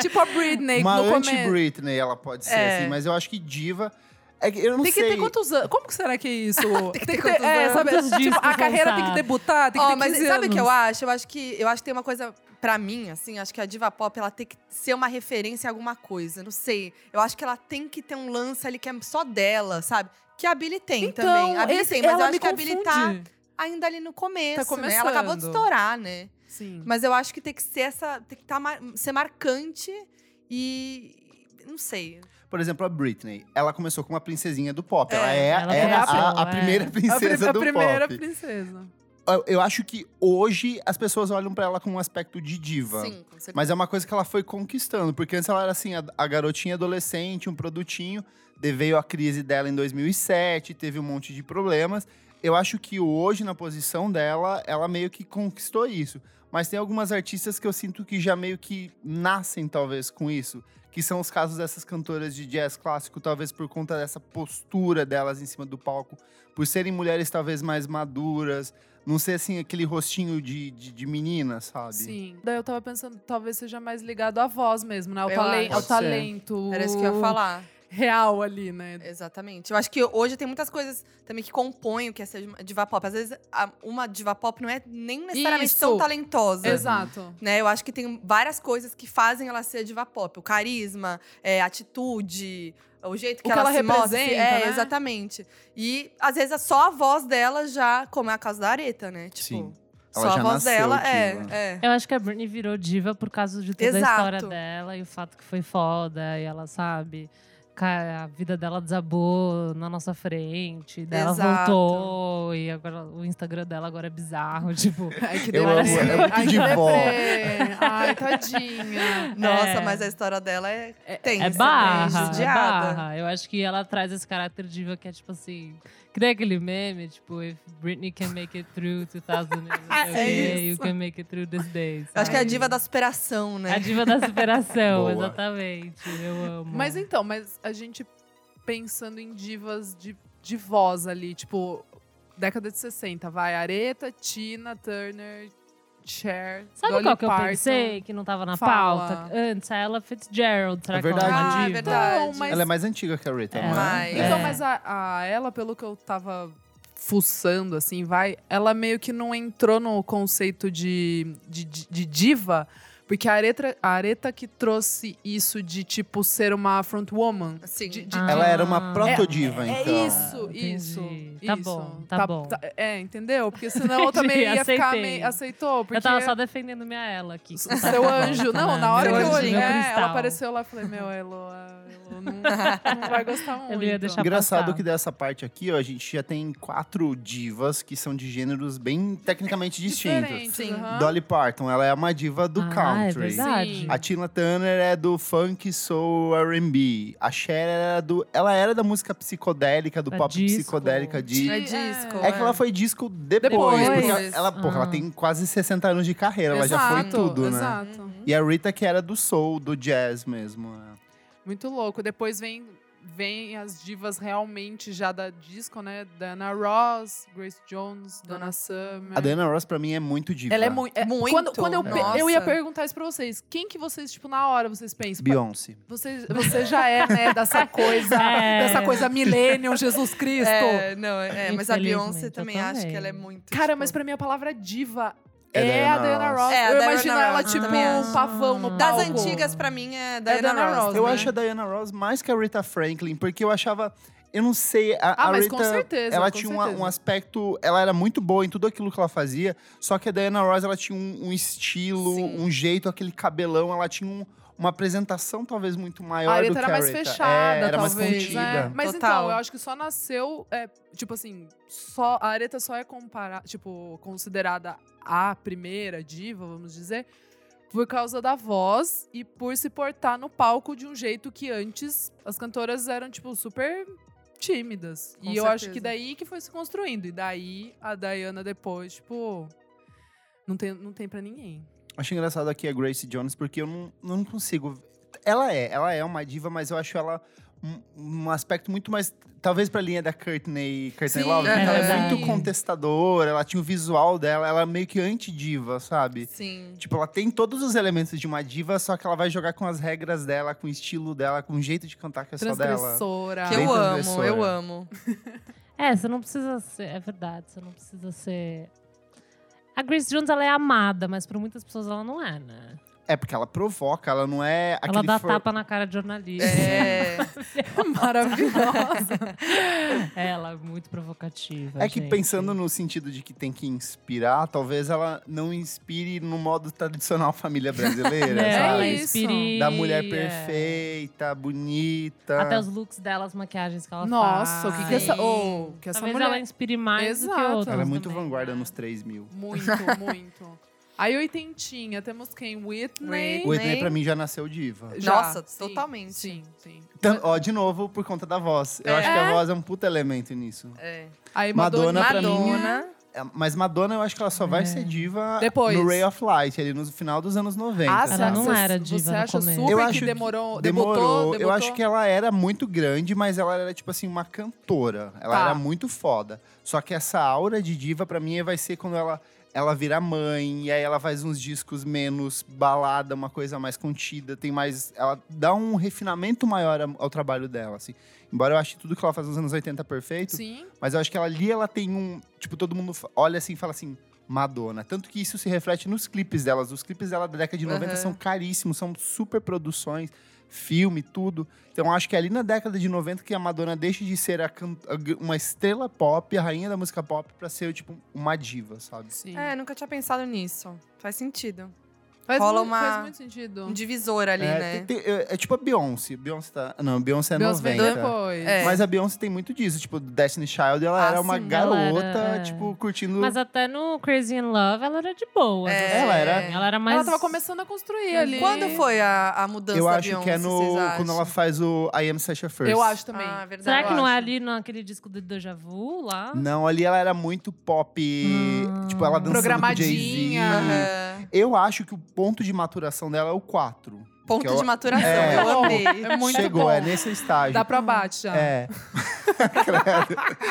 [SPEAKER 1] Tipo a Britney
[SPEAKER 2] uma
[SPEAKER 1] no começo.
[SPEAKER 2] anti-Britney ela pode ser,
[SPEAKER 5] É.
[SPEAKER 2] assim, mas eu acho que diva. É que eu não
[SPEAKER 1] Tem que
[SPEAKER 2] sei.
[SPEAKER 1] ter quantos anos? Como que será que é isso?
[SPEAKER 5] (laughs)
[SPEAKER 1] tem
[SPEAKER 5] que ter quantos
[SPEAKER 1] é,
[SPEAKER 5] anos?
[SPEAKER 1] sabe,
[SPEAKER 3] Quantos
[SPEAKER 1] tipo,
[SPEAKER 3] discos
[SPEAKER 1] a
[SPEAKER 3] vão
[SPEAKER 1] carreira tem
[SPEAKER 3] lançar?
[SPEAKER 1] que debutar, tem que
[SPEAKER 5] Ó,
[SPEAKER 1] ter 15
[SPEAKER 5] mas sabe o que eu
[SPEAKER 1] anos.
[SPEAKER 5] acho? Eu acho que eu acho que tem uma coisa pra mim, assim, acho que a diva pop ela tem que ser uma referência a alguma coisa, não sei. Eu acho que ela tem que ter um lance ali que é só dela, sabe? Que a Billy tem também. A Billie
[SPEAKER 1] Então, esse-
[SPEAKER 5] tem, mas eu
[SPEAKER 1] ela
[SPEAKER 5] acho
[SPEAKER 1] me
[SPEAKER 5] que a Billy tá
[SPEAKER 1] confunde.
[SPEAKER 5] ainda ali no começo,
[SPEAKER 1] Tá
[SPEAKER 5] né? Ela acabou de
[SPEAKER 1] começando.
[SPEAKER 5] estourar, né?
[SPEAKER 1] Sim.
[SPEAKER 5] Mas eu acho que tem que ser essa, tem que tá, mar- ser marcante e não sei.
[SPEAKER 2] Por exemplo, a Britney. Ela começou como uma princesinha do pop. Ela é,
[SPEAKER 3] Ela
[SPEAKER 2] era
[SPEAKER 1] começou,
[SPEAKER 2] a, a
[SPEAKER 3] é.
[SPEAKER 2] primeira
[SPEAKER 1] A pri-
[SPEAKER 2] princesa
[SPEAKER 1] a,
[SPEAKER 2] do
[SPEAKER 1] primeira
[SPEAKER 2] pop.
[SPEAKER 1] princesa.
[SPEAKER 2] Eu- Eu acho que hoje as pessoas olham pra ela com um aspecto de diva.
[SPEAKER 5] Sim, com certeza.
[SPEAKER 2] Mas é uma coisa que ela foi conquistando, porque antes ela era assim, a, a garotinha adolescente, um produtinho. de- Veio a crise dela em 2007, teve um monte de problemas. Eu acho que hoje, na posição dela, ela meio que conquistou isso. Mas tem algumas artistas que eu sinto que já meio que nascem, talvez, com isso. que são os casos dessas cantoras de jazz clássico, talvez por conta dessa postura delas em cima do palco, por serem mulheres talvez mais maduras, não ser assim aquele rostinho de, de, de menina, sabe?
[SPEAKER 1] Sim. Daí eu tava pensando, talvez seja mais ligado à voz mesmo, né? Ao,
[SPEAKER 5] Eu
[SPEAKER 1] talen-
[SPEAKER 5] acho. É.
[SPEAKER 1] ao
[SPEAKER 2] Pode ser.
[SPEAKER 1] talento.
[SPEAKER 5] Era isso que eu ia falar.
[SPEAKER 1] Real ali, né?
[SPEAKER 5] Exatamente. Eu acho que hoje tem muitas coisas também que compõem o que é ser diva pop. Às vezes, a- uma diva pop não é nem necessariamente
[SPEAKER 1] Isso.
[SPEAKER 5] tão
[SPEAKER 2] É.
[SPEAKER 5] talentosa.
[SPEAKER 1] Exato.
[SPEAKER 5] Né, eu acho que tem várias coisas que fazem ela ser diva pop. O carisma, é, a atitude, o jeito que,
[SPEAKER 1] que
[SPEAKER 5] ela,
[SPEAKER 1] ela
[SPEAKER 5] se mostra. assim,
[SPEAKER 1] representa,
[SPEAKER 5] é,
[SPEAKER 1] né?
[SPEAKER 5] exatamente. E às vezes é só a voz dela já, como é a casa da Areta, né? Tipo,
[SPEAKER 2] Sim.
[SPEAKER 5] só a voz dela é, é.
[SPEAKER 3] Eu acho que a Britney virou diva por causa de toda
[SPEAKER 5] Exato.
[SPEAKER 3] a história dela e o fato que foi foda e ela sabe. Cara, a vida dela desabou na nossa frente, daí ela
[SPEAKER 5] Exato.
[SPEAKER 3] voltou e agora o Instagram dela agora é bizarro, (laughs) tipo.
[SPEAKER 1] Ai, que
[SPEAKER 2] Eu amo,
[SPEAKER 1] deprê.
[SPEAKER 2] é muito
[SPEAKER 1] Ai, que
[SPEAKER 2] de vó.
[SPEAKER 1] deprê. Ai,
[SPEAKER 2] (laughs)
[SPEAKER 1] tadinha.
[SPEAKER 5] Nossa,
[SPEAKER 3] É.
[SPEAKER 5] mas a história dela é tensa,
[SPEAKER 3] É
[SPEAKER 5] né?
[SPEAKER 3] barra, é
[SPEAKER 5] Judiada.
[SPEAKER 3] barra. Eu acho que ela traz esse caráter diva que é tipo assim. Que nem aquele meme, tipo, if Britney can make it through 2000,
[SPEAKER 5] (laughs) É
[SPEAKER 3] you can make it through this day.
[SPEAKER 5] Eu acho que é a
[SPEAKER 3] sabe?
[SPEAKER 5] diva da superação, né?
[SPEAKER 3] É A diva da superação,
[SPEAKER 2] Boa.
[SPEAKER 3] exatamente. Eu amo.
[SPEAKER 1] Mas então, mas a gente pensando em divas de, de voz ali, tipo, década de 60, vai Areta, Tina, Turner, Cher,
[SPEAKER 3] Sabe
[SPEAKER 1] Dolly
[SPEAKER 3] qual que
[SPEAKER 1] Parton.
[SPEAKER 3] eu pensei que não tava na
[SPEAKER 1] Fala.
[SPEAKER 3] pauta? Antes, a Ella Fitzgerald. Será
[SPEAKER 2] É
[SPEAKER 3] que ela é
[SPEAKER 2] verdade.
[SPEAKER 3] uma
[SPEAKER 5] Ah, é
[SPEAKER 3] diva?
[SPEAKER 5] verdade.
[SPEAKER 1] Não, mas,
[SPEAKER 2] Ela é mais antiga que a Rita,
[SPEAKER 3] É.
[SPEAKER 2] não é?
[SPEAKER 5] Mas-
[SPEAKER 1] Então,
[SPEAKER 3] É.
[SPEAKER 1] mas a, a ela, pelo que eu tava fuçando, assim, vai, ela meio que não entrou no conceito de, de, de- de diva, porque a Areta, a Areta que trouxe isso de, tipo, ser uma frontwoman.
[SPEAKER 5] Assim,
[SPEAKER 1] De- de-
[SPEAKER 3] Ah,
[SPEAKER 2] Ela era uma protodiva,
[SPEAKER 1] É
[SPEAKER 2] então.
[SPEAKER 1] isso,
[SPEAKER 3] entendi.
[SPEAKER 1] isso.
[SPEAKER 3] Tá
[SPEAKER 1] isso.
[SPEAKER 3] bom, tá bom.
[SPEAKER 1] é, entendeu? Porque senão eu também
[SPEAKER 3] Entendi,
[SPEAKER 1] ia ficar
[SPEAKER 3] aceitei.
[SPEAKER 1] meio. Aceitou? Porque
[SPEAKER 3] É, Eu tava só defendendo minha Ella aqui. Tá,
[SPEAKER 1] seu anjo. Não, na hora
[SPEAKER 3] Meu
[SPEAKER 1] que eu
[SPEAKER 3] anjo,
[SPEAKER 1] olhei,
[SPEAKER 3] meu
[SPEAKER 1] é,
[SPEAKER 3] cristal.
[SPEAKER 1] ela apareceu lá eu falei: Meu, a Elo, a Elo não, não vai gostar
[SPEAKER 3] (laughs)
[SPEAKER 1] muito.
[SPEAKER 3] Ele ia deixar- Tá
[SPEAKER 2] Engraçado
[SPEAKER 3] passado.
[SPEAKER 2] que dessa parte aqui, ó, a gente já tem quatro divas que são de gêneros bem tecnicamente distintos.
[SPEAKER 1] Diferente,
[SPEAKER 5] Sim.
[SPEAKER 1] aham.
[SPEAKER 2] Dolly Parton, ela é uma diva do
[SPEAKER 3] ah, É
[SPEAKER 2] country.
[SPEAKER 3] verdade.
[SPEAKER 1] Sim.
[SPEAKER 2] a Tina Turner é do funk soul R&B. A Cher era do, ela era da música psicodélica, do
[SPEAKER 3] Da
[SPEAKER 2] pop
[SPEAKER 3] disco.
[SPEAKER 2] psicodélica de
[SPEAKER 5] é
[SPEAKER 1] É.
[SPEAKER 5] disco.
[SPEAKER 2] É que ela foi disco depois,
[SPEAKER 1] Depois.
[SPEAKER 2] porque ela, porra, ela
[SPEAKER 3] Ah.
[SPEAKER 2] tem quase 60 anos de carreira, ela já foi em
[SPEAKER 1] Exato,
[SPEAKER 2] tudo, né?
[SPEAKER 1] Exato.
[SPEAKER 5] Uhum.
[SPEAKER 2] E a Rita que era do soul, do jazz mesmo. né?
[SPEAKER 1] Muito louco. Depois vem, vem as divas realmente já da disco, né? Dana Ross, Grace Jones, Donna Summer.
[SPEAKER 2] A Diana Ross pra mim é muito diva.
[SPEAKER 1] Ela é muito. é-
[SPEAKER 5] Muito,
[SPEAKER 1] Quando, quando eu, pe-
[SPEAKER 5] nossa.
[SPEAKER 1] eu ia perguntar isso pra vocês. Quem que vocês, tipo, na hora vocês pensam?
[SPEAKER 2] Beyoncé.
[SPEAKER 1] Você, você já é, né,
[SPEAKER 5] (laughs)
[SPEAKER 1] dessa coisa,
[SPEAKER 3] É.
[SPEAKER 1] dessa coisa millennium, Jesus Cristo.
[SPEAKER 5] É, não, é, mas a
[SPEAKER 3] Infelizmente,
[SPEAKER 5] Beyoncé
[SPEAKER 3] eu
[SPEAKER 5] também acho
[SPEAKER 3] também.
[SPEAKER 5] que ela é muito.
[SPEAKER 1] Cara,
[SPEAKER 5] tipo,
[SPEAKER 1] mas pra mim a palavra diva
[SPEAKER 2] É
[SPEAKER 1] é,
[SPEAKER 2] Diana
[SPEAKER 1] a Diana
[SPEAKER 2] Ross.
[SPEAKER 1] Ross.
[SPEAKER 5] É, a
[SPEAKER 1] eu
[SPEAKER 5] Diana
[SPEAKER 1] imagino ela,
[SPEAKER 5] Ross,
[SPEAKER 1] tipo,
[SPEAKER 5] também acho. Uhum.
[SPEAKER 1] um pavão no
[SPEAKER 5] Das
[SPEAKER 1] palco.
[SPEAKER 5] antigas, pra mim, é Diana,
[SPEAKER 1] Diana
[SPEAKER 5] Ross.
[SPEAKER 1] Ross,
[SPEAKER 5] né?
[SPEAKER 2] Eu
[SPEAKER 1] né?
[SPEAKER 2] acho a Diana Ross mais que a Rita Franklin, porque eu achava. Eu não sei. A,
[SPEAKER 1] Ah,
[SPEAKER 2] a
[SPEAKER 1] mas
[SPEAKER 2] Rita,
[SPEAKER 1] com certeza.
[SPEAKER 2] ela
[SPEAKER 1] com
[SPEAKER 2] tinha uma-
[SPEAKER 1] certeza.
[SPEAKER 2] um aspecto. Ela era muito boa em tudo aquilo que ela fazia. Só que a Diana Ross, ela tinha um, um estilo,
[SPEAKER 5] Sim.
[SPEAKER 2] um jeito, aquele cabelão. Ela tinha um- uma apresentação talvez muito maior
[SPEAKER 1] a
[SPEAKER 2] do
[SPEAKER 1] Areta
[SPEAKER 2] que
[SPEAKER 1] era
[SPEAKER 2] a
[SPEAKER 1] mais
[SPEAKER 2] Rita.
[SPEAKER 1] fechada,
[SPEAKER 2] É, era
[SPEAKER 1] talvez.
[SPEAKER 2] mais
[SPEAKER 1] é.
[SPEAKER 2] contida.
[SPEAKER 1] Mas
[SPEAKER 5] Total.
[SPEAKER 1] então, eu acho que só nasceu. é, tipo assim, só, a Areta só é comparada, tipo, considerada a primeira diva, vamos dizer, por causa da voz e por se portar no palco de um jeito que antes as cantoras eram, tipo, super tímidas.
[SPEAKER 5] Com
[SPEAKER 1] e eu acho
[SPEAKER 5] certeza.
[SPEAKER 1] que daí que foi se construindo. E daí a Diana depois, tipo. Não tem, não tem pra ninguém.
[SPEAKER 2] Acho engraçado aqui a Grace Jones, porque eu não, eu não consigo. Ela é, ela é uma diva, mas eu acho ela um, um aspecto muito mais. Talvez pra linha da Courtney, Courtney
[SPEAKER 5] Sim,
[SPEAKER 2] Love,
[SPEAKER 5] é
[SPEAKER 2] porque ela é
[SPEAKER 3] verdade.
[SPEAKER 2] muito contestadora, ela tinha o visual dela, ela é meio que anti-diva, sabe?
[SPEAKER 5] Sim.
[SPEAKER 2] Tipo, ela tem todos os elementos de uma diva, só que ela vai jogar com as regras dela, com o estilo dela, com o jeito de cantar que é só dela.
[SPEAKER 1] Transgressora.
[SPEAKER 5] Que
[SPEAKER 2] Bem
[SPEAKER 5] eu amo,
[SPEAKER 2] transgressora.
[SPEAKER 5] eu amo.
[SPEAKER 3] É, você não precisa ser. É verdade, você não precisa ser. A Grace Jones, ela é amada, mas pra muitas pessoas ela não é, né?
[SPEAKER 2] É porque ela provoca, ela não é aquele
[SPEAKER 3] ela dá
[SPEAKER 2] for-
[SPEAKER 3] tapa na cara de jornalista.
[SPEAKER 5] É.
[SPEAKER 1] (laughs) Maravilhosa.
[SPEAKER 3] Ela é muito provocativa.
[SPEAKER 2] É que
[SPEAKER 3] gente.
[SPEAKER 2] pensando no sentido de que tem que inspirar, talvez ela não inspire no modo tradicional (laughs) família brasileira,
[SPEAKER 3] Né? Ela
[SPEAKER 2] sabe?
[SPEAKER 1] isso.
[SPEAKER 3] inspira-
[SPEAKER 2] Da mulher
[SPEAKER 3] é.
[SPEAKER 2] perfeita, bonita.
[SPEAKER 3] Até os looks dela, as maquiagens que ela faz.
[SPEAKER 1] Nossa, o que, que essa.
[SPEAKER 5] Sim.
[SPEAKER 1] Oh, que essa
[SPEAKER 3] Talvez
[SPEAKER 1] mulher.
[SPEAKER 3] ela inspire mais do que
[SPEAKER 1] Exato.
[SPEAKER 3] outras
[SPEAKER 2] Ela é muito
[SPEAKER 3] também,
[SPEAKER 2] vanguarda
[SPEAKER 3] né?
[SPEAKER 2] nos 3 mil.
[SPEAKER 1] (laughs) Muito, muito. Aí, oitentinha, temos quem? Whitney.
[SPEAKER 5] Whitney.
[SPEAKER 2] O Whitney, pra mim, já nasceu diva.
[SPEAKER 1] Já,
[SPEAKER 5] Nossa, totalmente.
[SPEAKER 1] Sim, sim.
[SPEAKER 2] Tam- ó, de novo, por conta da voz. Eu
[SPEAKER 5] É.
[SPEAKER 2] acho que a voz é um puta elemento nisso.
[SPEAKER 5] É.
[SPEAKER 1] Aí,
[SPEAKER 2] Madonna,
[SPEAKER 1] Madonna,
[SPEAKER 2] pra mim,
[SPEAKER 5] Madonna.
[SPEAKER 2] É, Mas Madonna, eu acho que ela só
[SPEAKER 3] É.
[SPEAKER 2] vai ser diva
[SPEAKER 1] Depois.
[SPEAKER 2] no Ray of Light, ali no final dos anos 90.
[SPEAKER 1] Ah,
[SPEAKER 3] Ela
[SPEAKER 1] será que
[SPEAKER 3] não
[SPEAKER 1] você-
[SPEAKER 3] era diva
[SPEAKER 1] Você
[SPEAKER 3] no
[SPEAKER 1] acha
[SPEAKER 3] começo.
[SPEAKER 1] super
[SPEAKER 2] é Eu
[SPEAKER 1] que
[SPEAKER 2] acho que
[SPEAKER 1] demorou,
[SPEAKER 2] Demorou.
[SPEAKER 1] debutou,
[SPEAKER 2] Eu
[SPEAKER 1] debutou?
[SPEAKER 2] acho que é ela era muito grande, mas ela era, tipo assim, uma cantora. Ela
[SPEAKER 1] Tá.
[SPEAKER 2] era muito foda. Só que essa aura de diva, pra mim, vai ser quando ela, ela vira mãe, e aí ela faz uns discos menos balada, uma coisa mais contida, tem mais. Ela dá um refinamento maior a- ao trabalho dela, assim. Embora eu ache tudo que ela faz nos anos 80 perfeito,
[SPEAKER 1] Sim.
[SPEAKER 2] mas eu acho que ela ali ela tem um. Tipo, todo mundo fa- olha assim e fala assim. Madonna. Tanto que isso se reflete nos clipes delas. Os clipes dela da década de 90
[SPEAKER 5] Aham.
[SPEAKER 2] são caríssimos, são super produções, filme, tudo. Então eu acho que é ali na década de 90 que a Madonna deixa de ser a can- a gr- uma estrela pop, a rainha da música pop, pra ser, tipo, uma diva, sabe?
[SPEAKER 1] Sim.
[SPEAKER 5] É, nunca tinha pensado nisso. Faz sentido.
[SPEAKER 1] faz,
[SPEAKER 5] rola
[SPEAKER 1] muito, faz
[SPEAKER 5] uma-
[SPEAKER 1] muito sentido.
[SPEAKER 5] Um divisor ali,
[SPEAKER 2] é,
[SPEAKER 5] né?
[SPEAKER 2] tem- tem- é- é tipo a Beyoncé. Beyoncé tá. Não, Beyoncé é
[SPEAKER 1] Beyoncé vem
[SPEAKER 2] 90.
[SPEAKER 1] depois.
[SPEAKER 5] É.
[SPEAKER 2] Mas a Beyoncé tem muito disso. Tipo, Destiny Child, ela
[SPEAKER 5] Ah,
[SPEAKER 2] era uma
[SPEAKER 5] sim,
[SPEAKER 2] garota,
[SPEAKER 3] ela era, é.
[SPEAKER 2] tipo, curtindo.
[SPEAKER 3] Mas até no Crazy in Love, ela era de boa.
[SPEAKER 5] É.
[SPEAKER 3] assim.
[SPEAKER 2] Ela era-
[SPEAKER 3] Ela era mais...
[SPEAKER 1] Ela tava começando a construir ali.
[SPEAKER 5] Quando foi a, a mudança
[SPEAKER 2] Eu
[SPEAKER 5] da
[SPEAKER 2] acho que é
[SPEAKER 5] Beyoncé,
[SPEAKER 2] no
[SPEAKER 5] vocês acham?
[SPEAKER 2] quando ela faz o I Am Sasha First.
[SPEAKER 1] Eu acho também.
[SPEAKER 5] Ah, verdade.
[SPEAKER 3] Será que
[SPEAKER 1] eu
[SPEAKER 3] não é
[SPEAKER 1] acho.
[SPEAKER 3] ali naquele disco do Deja Vu, lá?
[SPEAKER 2] Não, ali ela era muito pop,
[SPEAKER 3] Hum.
[SPEAKER 2] tipo ela
[SPEAKER 1] Ah,
[SPEAKER 2] dançando com Jay-Z.
[SPEAKER 1] Programadinha.
[SPEAKER 5] Aham.
[SPEAKER 2] Eu acho que o ponto de maturação dela é o 4.
[SPEAKER 5] Ponto
[SPEAKER 2] Que eu-
[SPEAKER 5] de maturação,
[SPEAKER 2] É.
[SPEAKER 5] eu amei.
[SPEAKER 1] É muito
[SPEAKER 2] Chegou,
[SPEAKER 1] bom.
[SPEAKER 2] é nesse estágio.
[SPEAKER 1] Dá pra
[SPEAKER 5] hum.
[SPEAKER 1] baixo já.
[SPEAKER 5] (laughs)
[SPEAKER 2] É.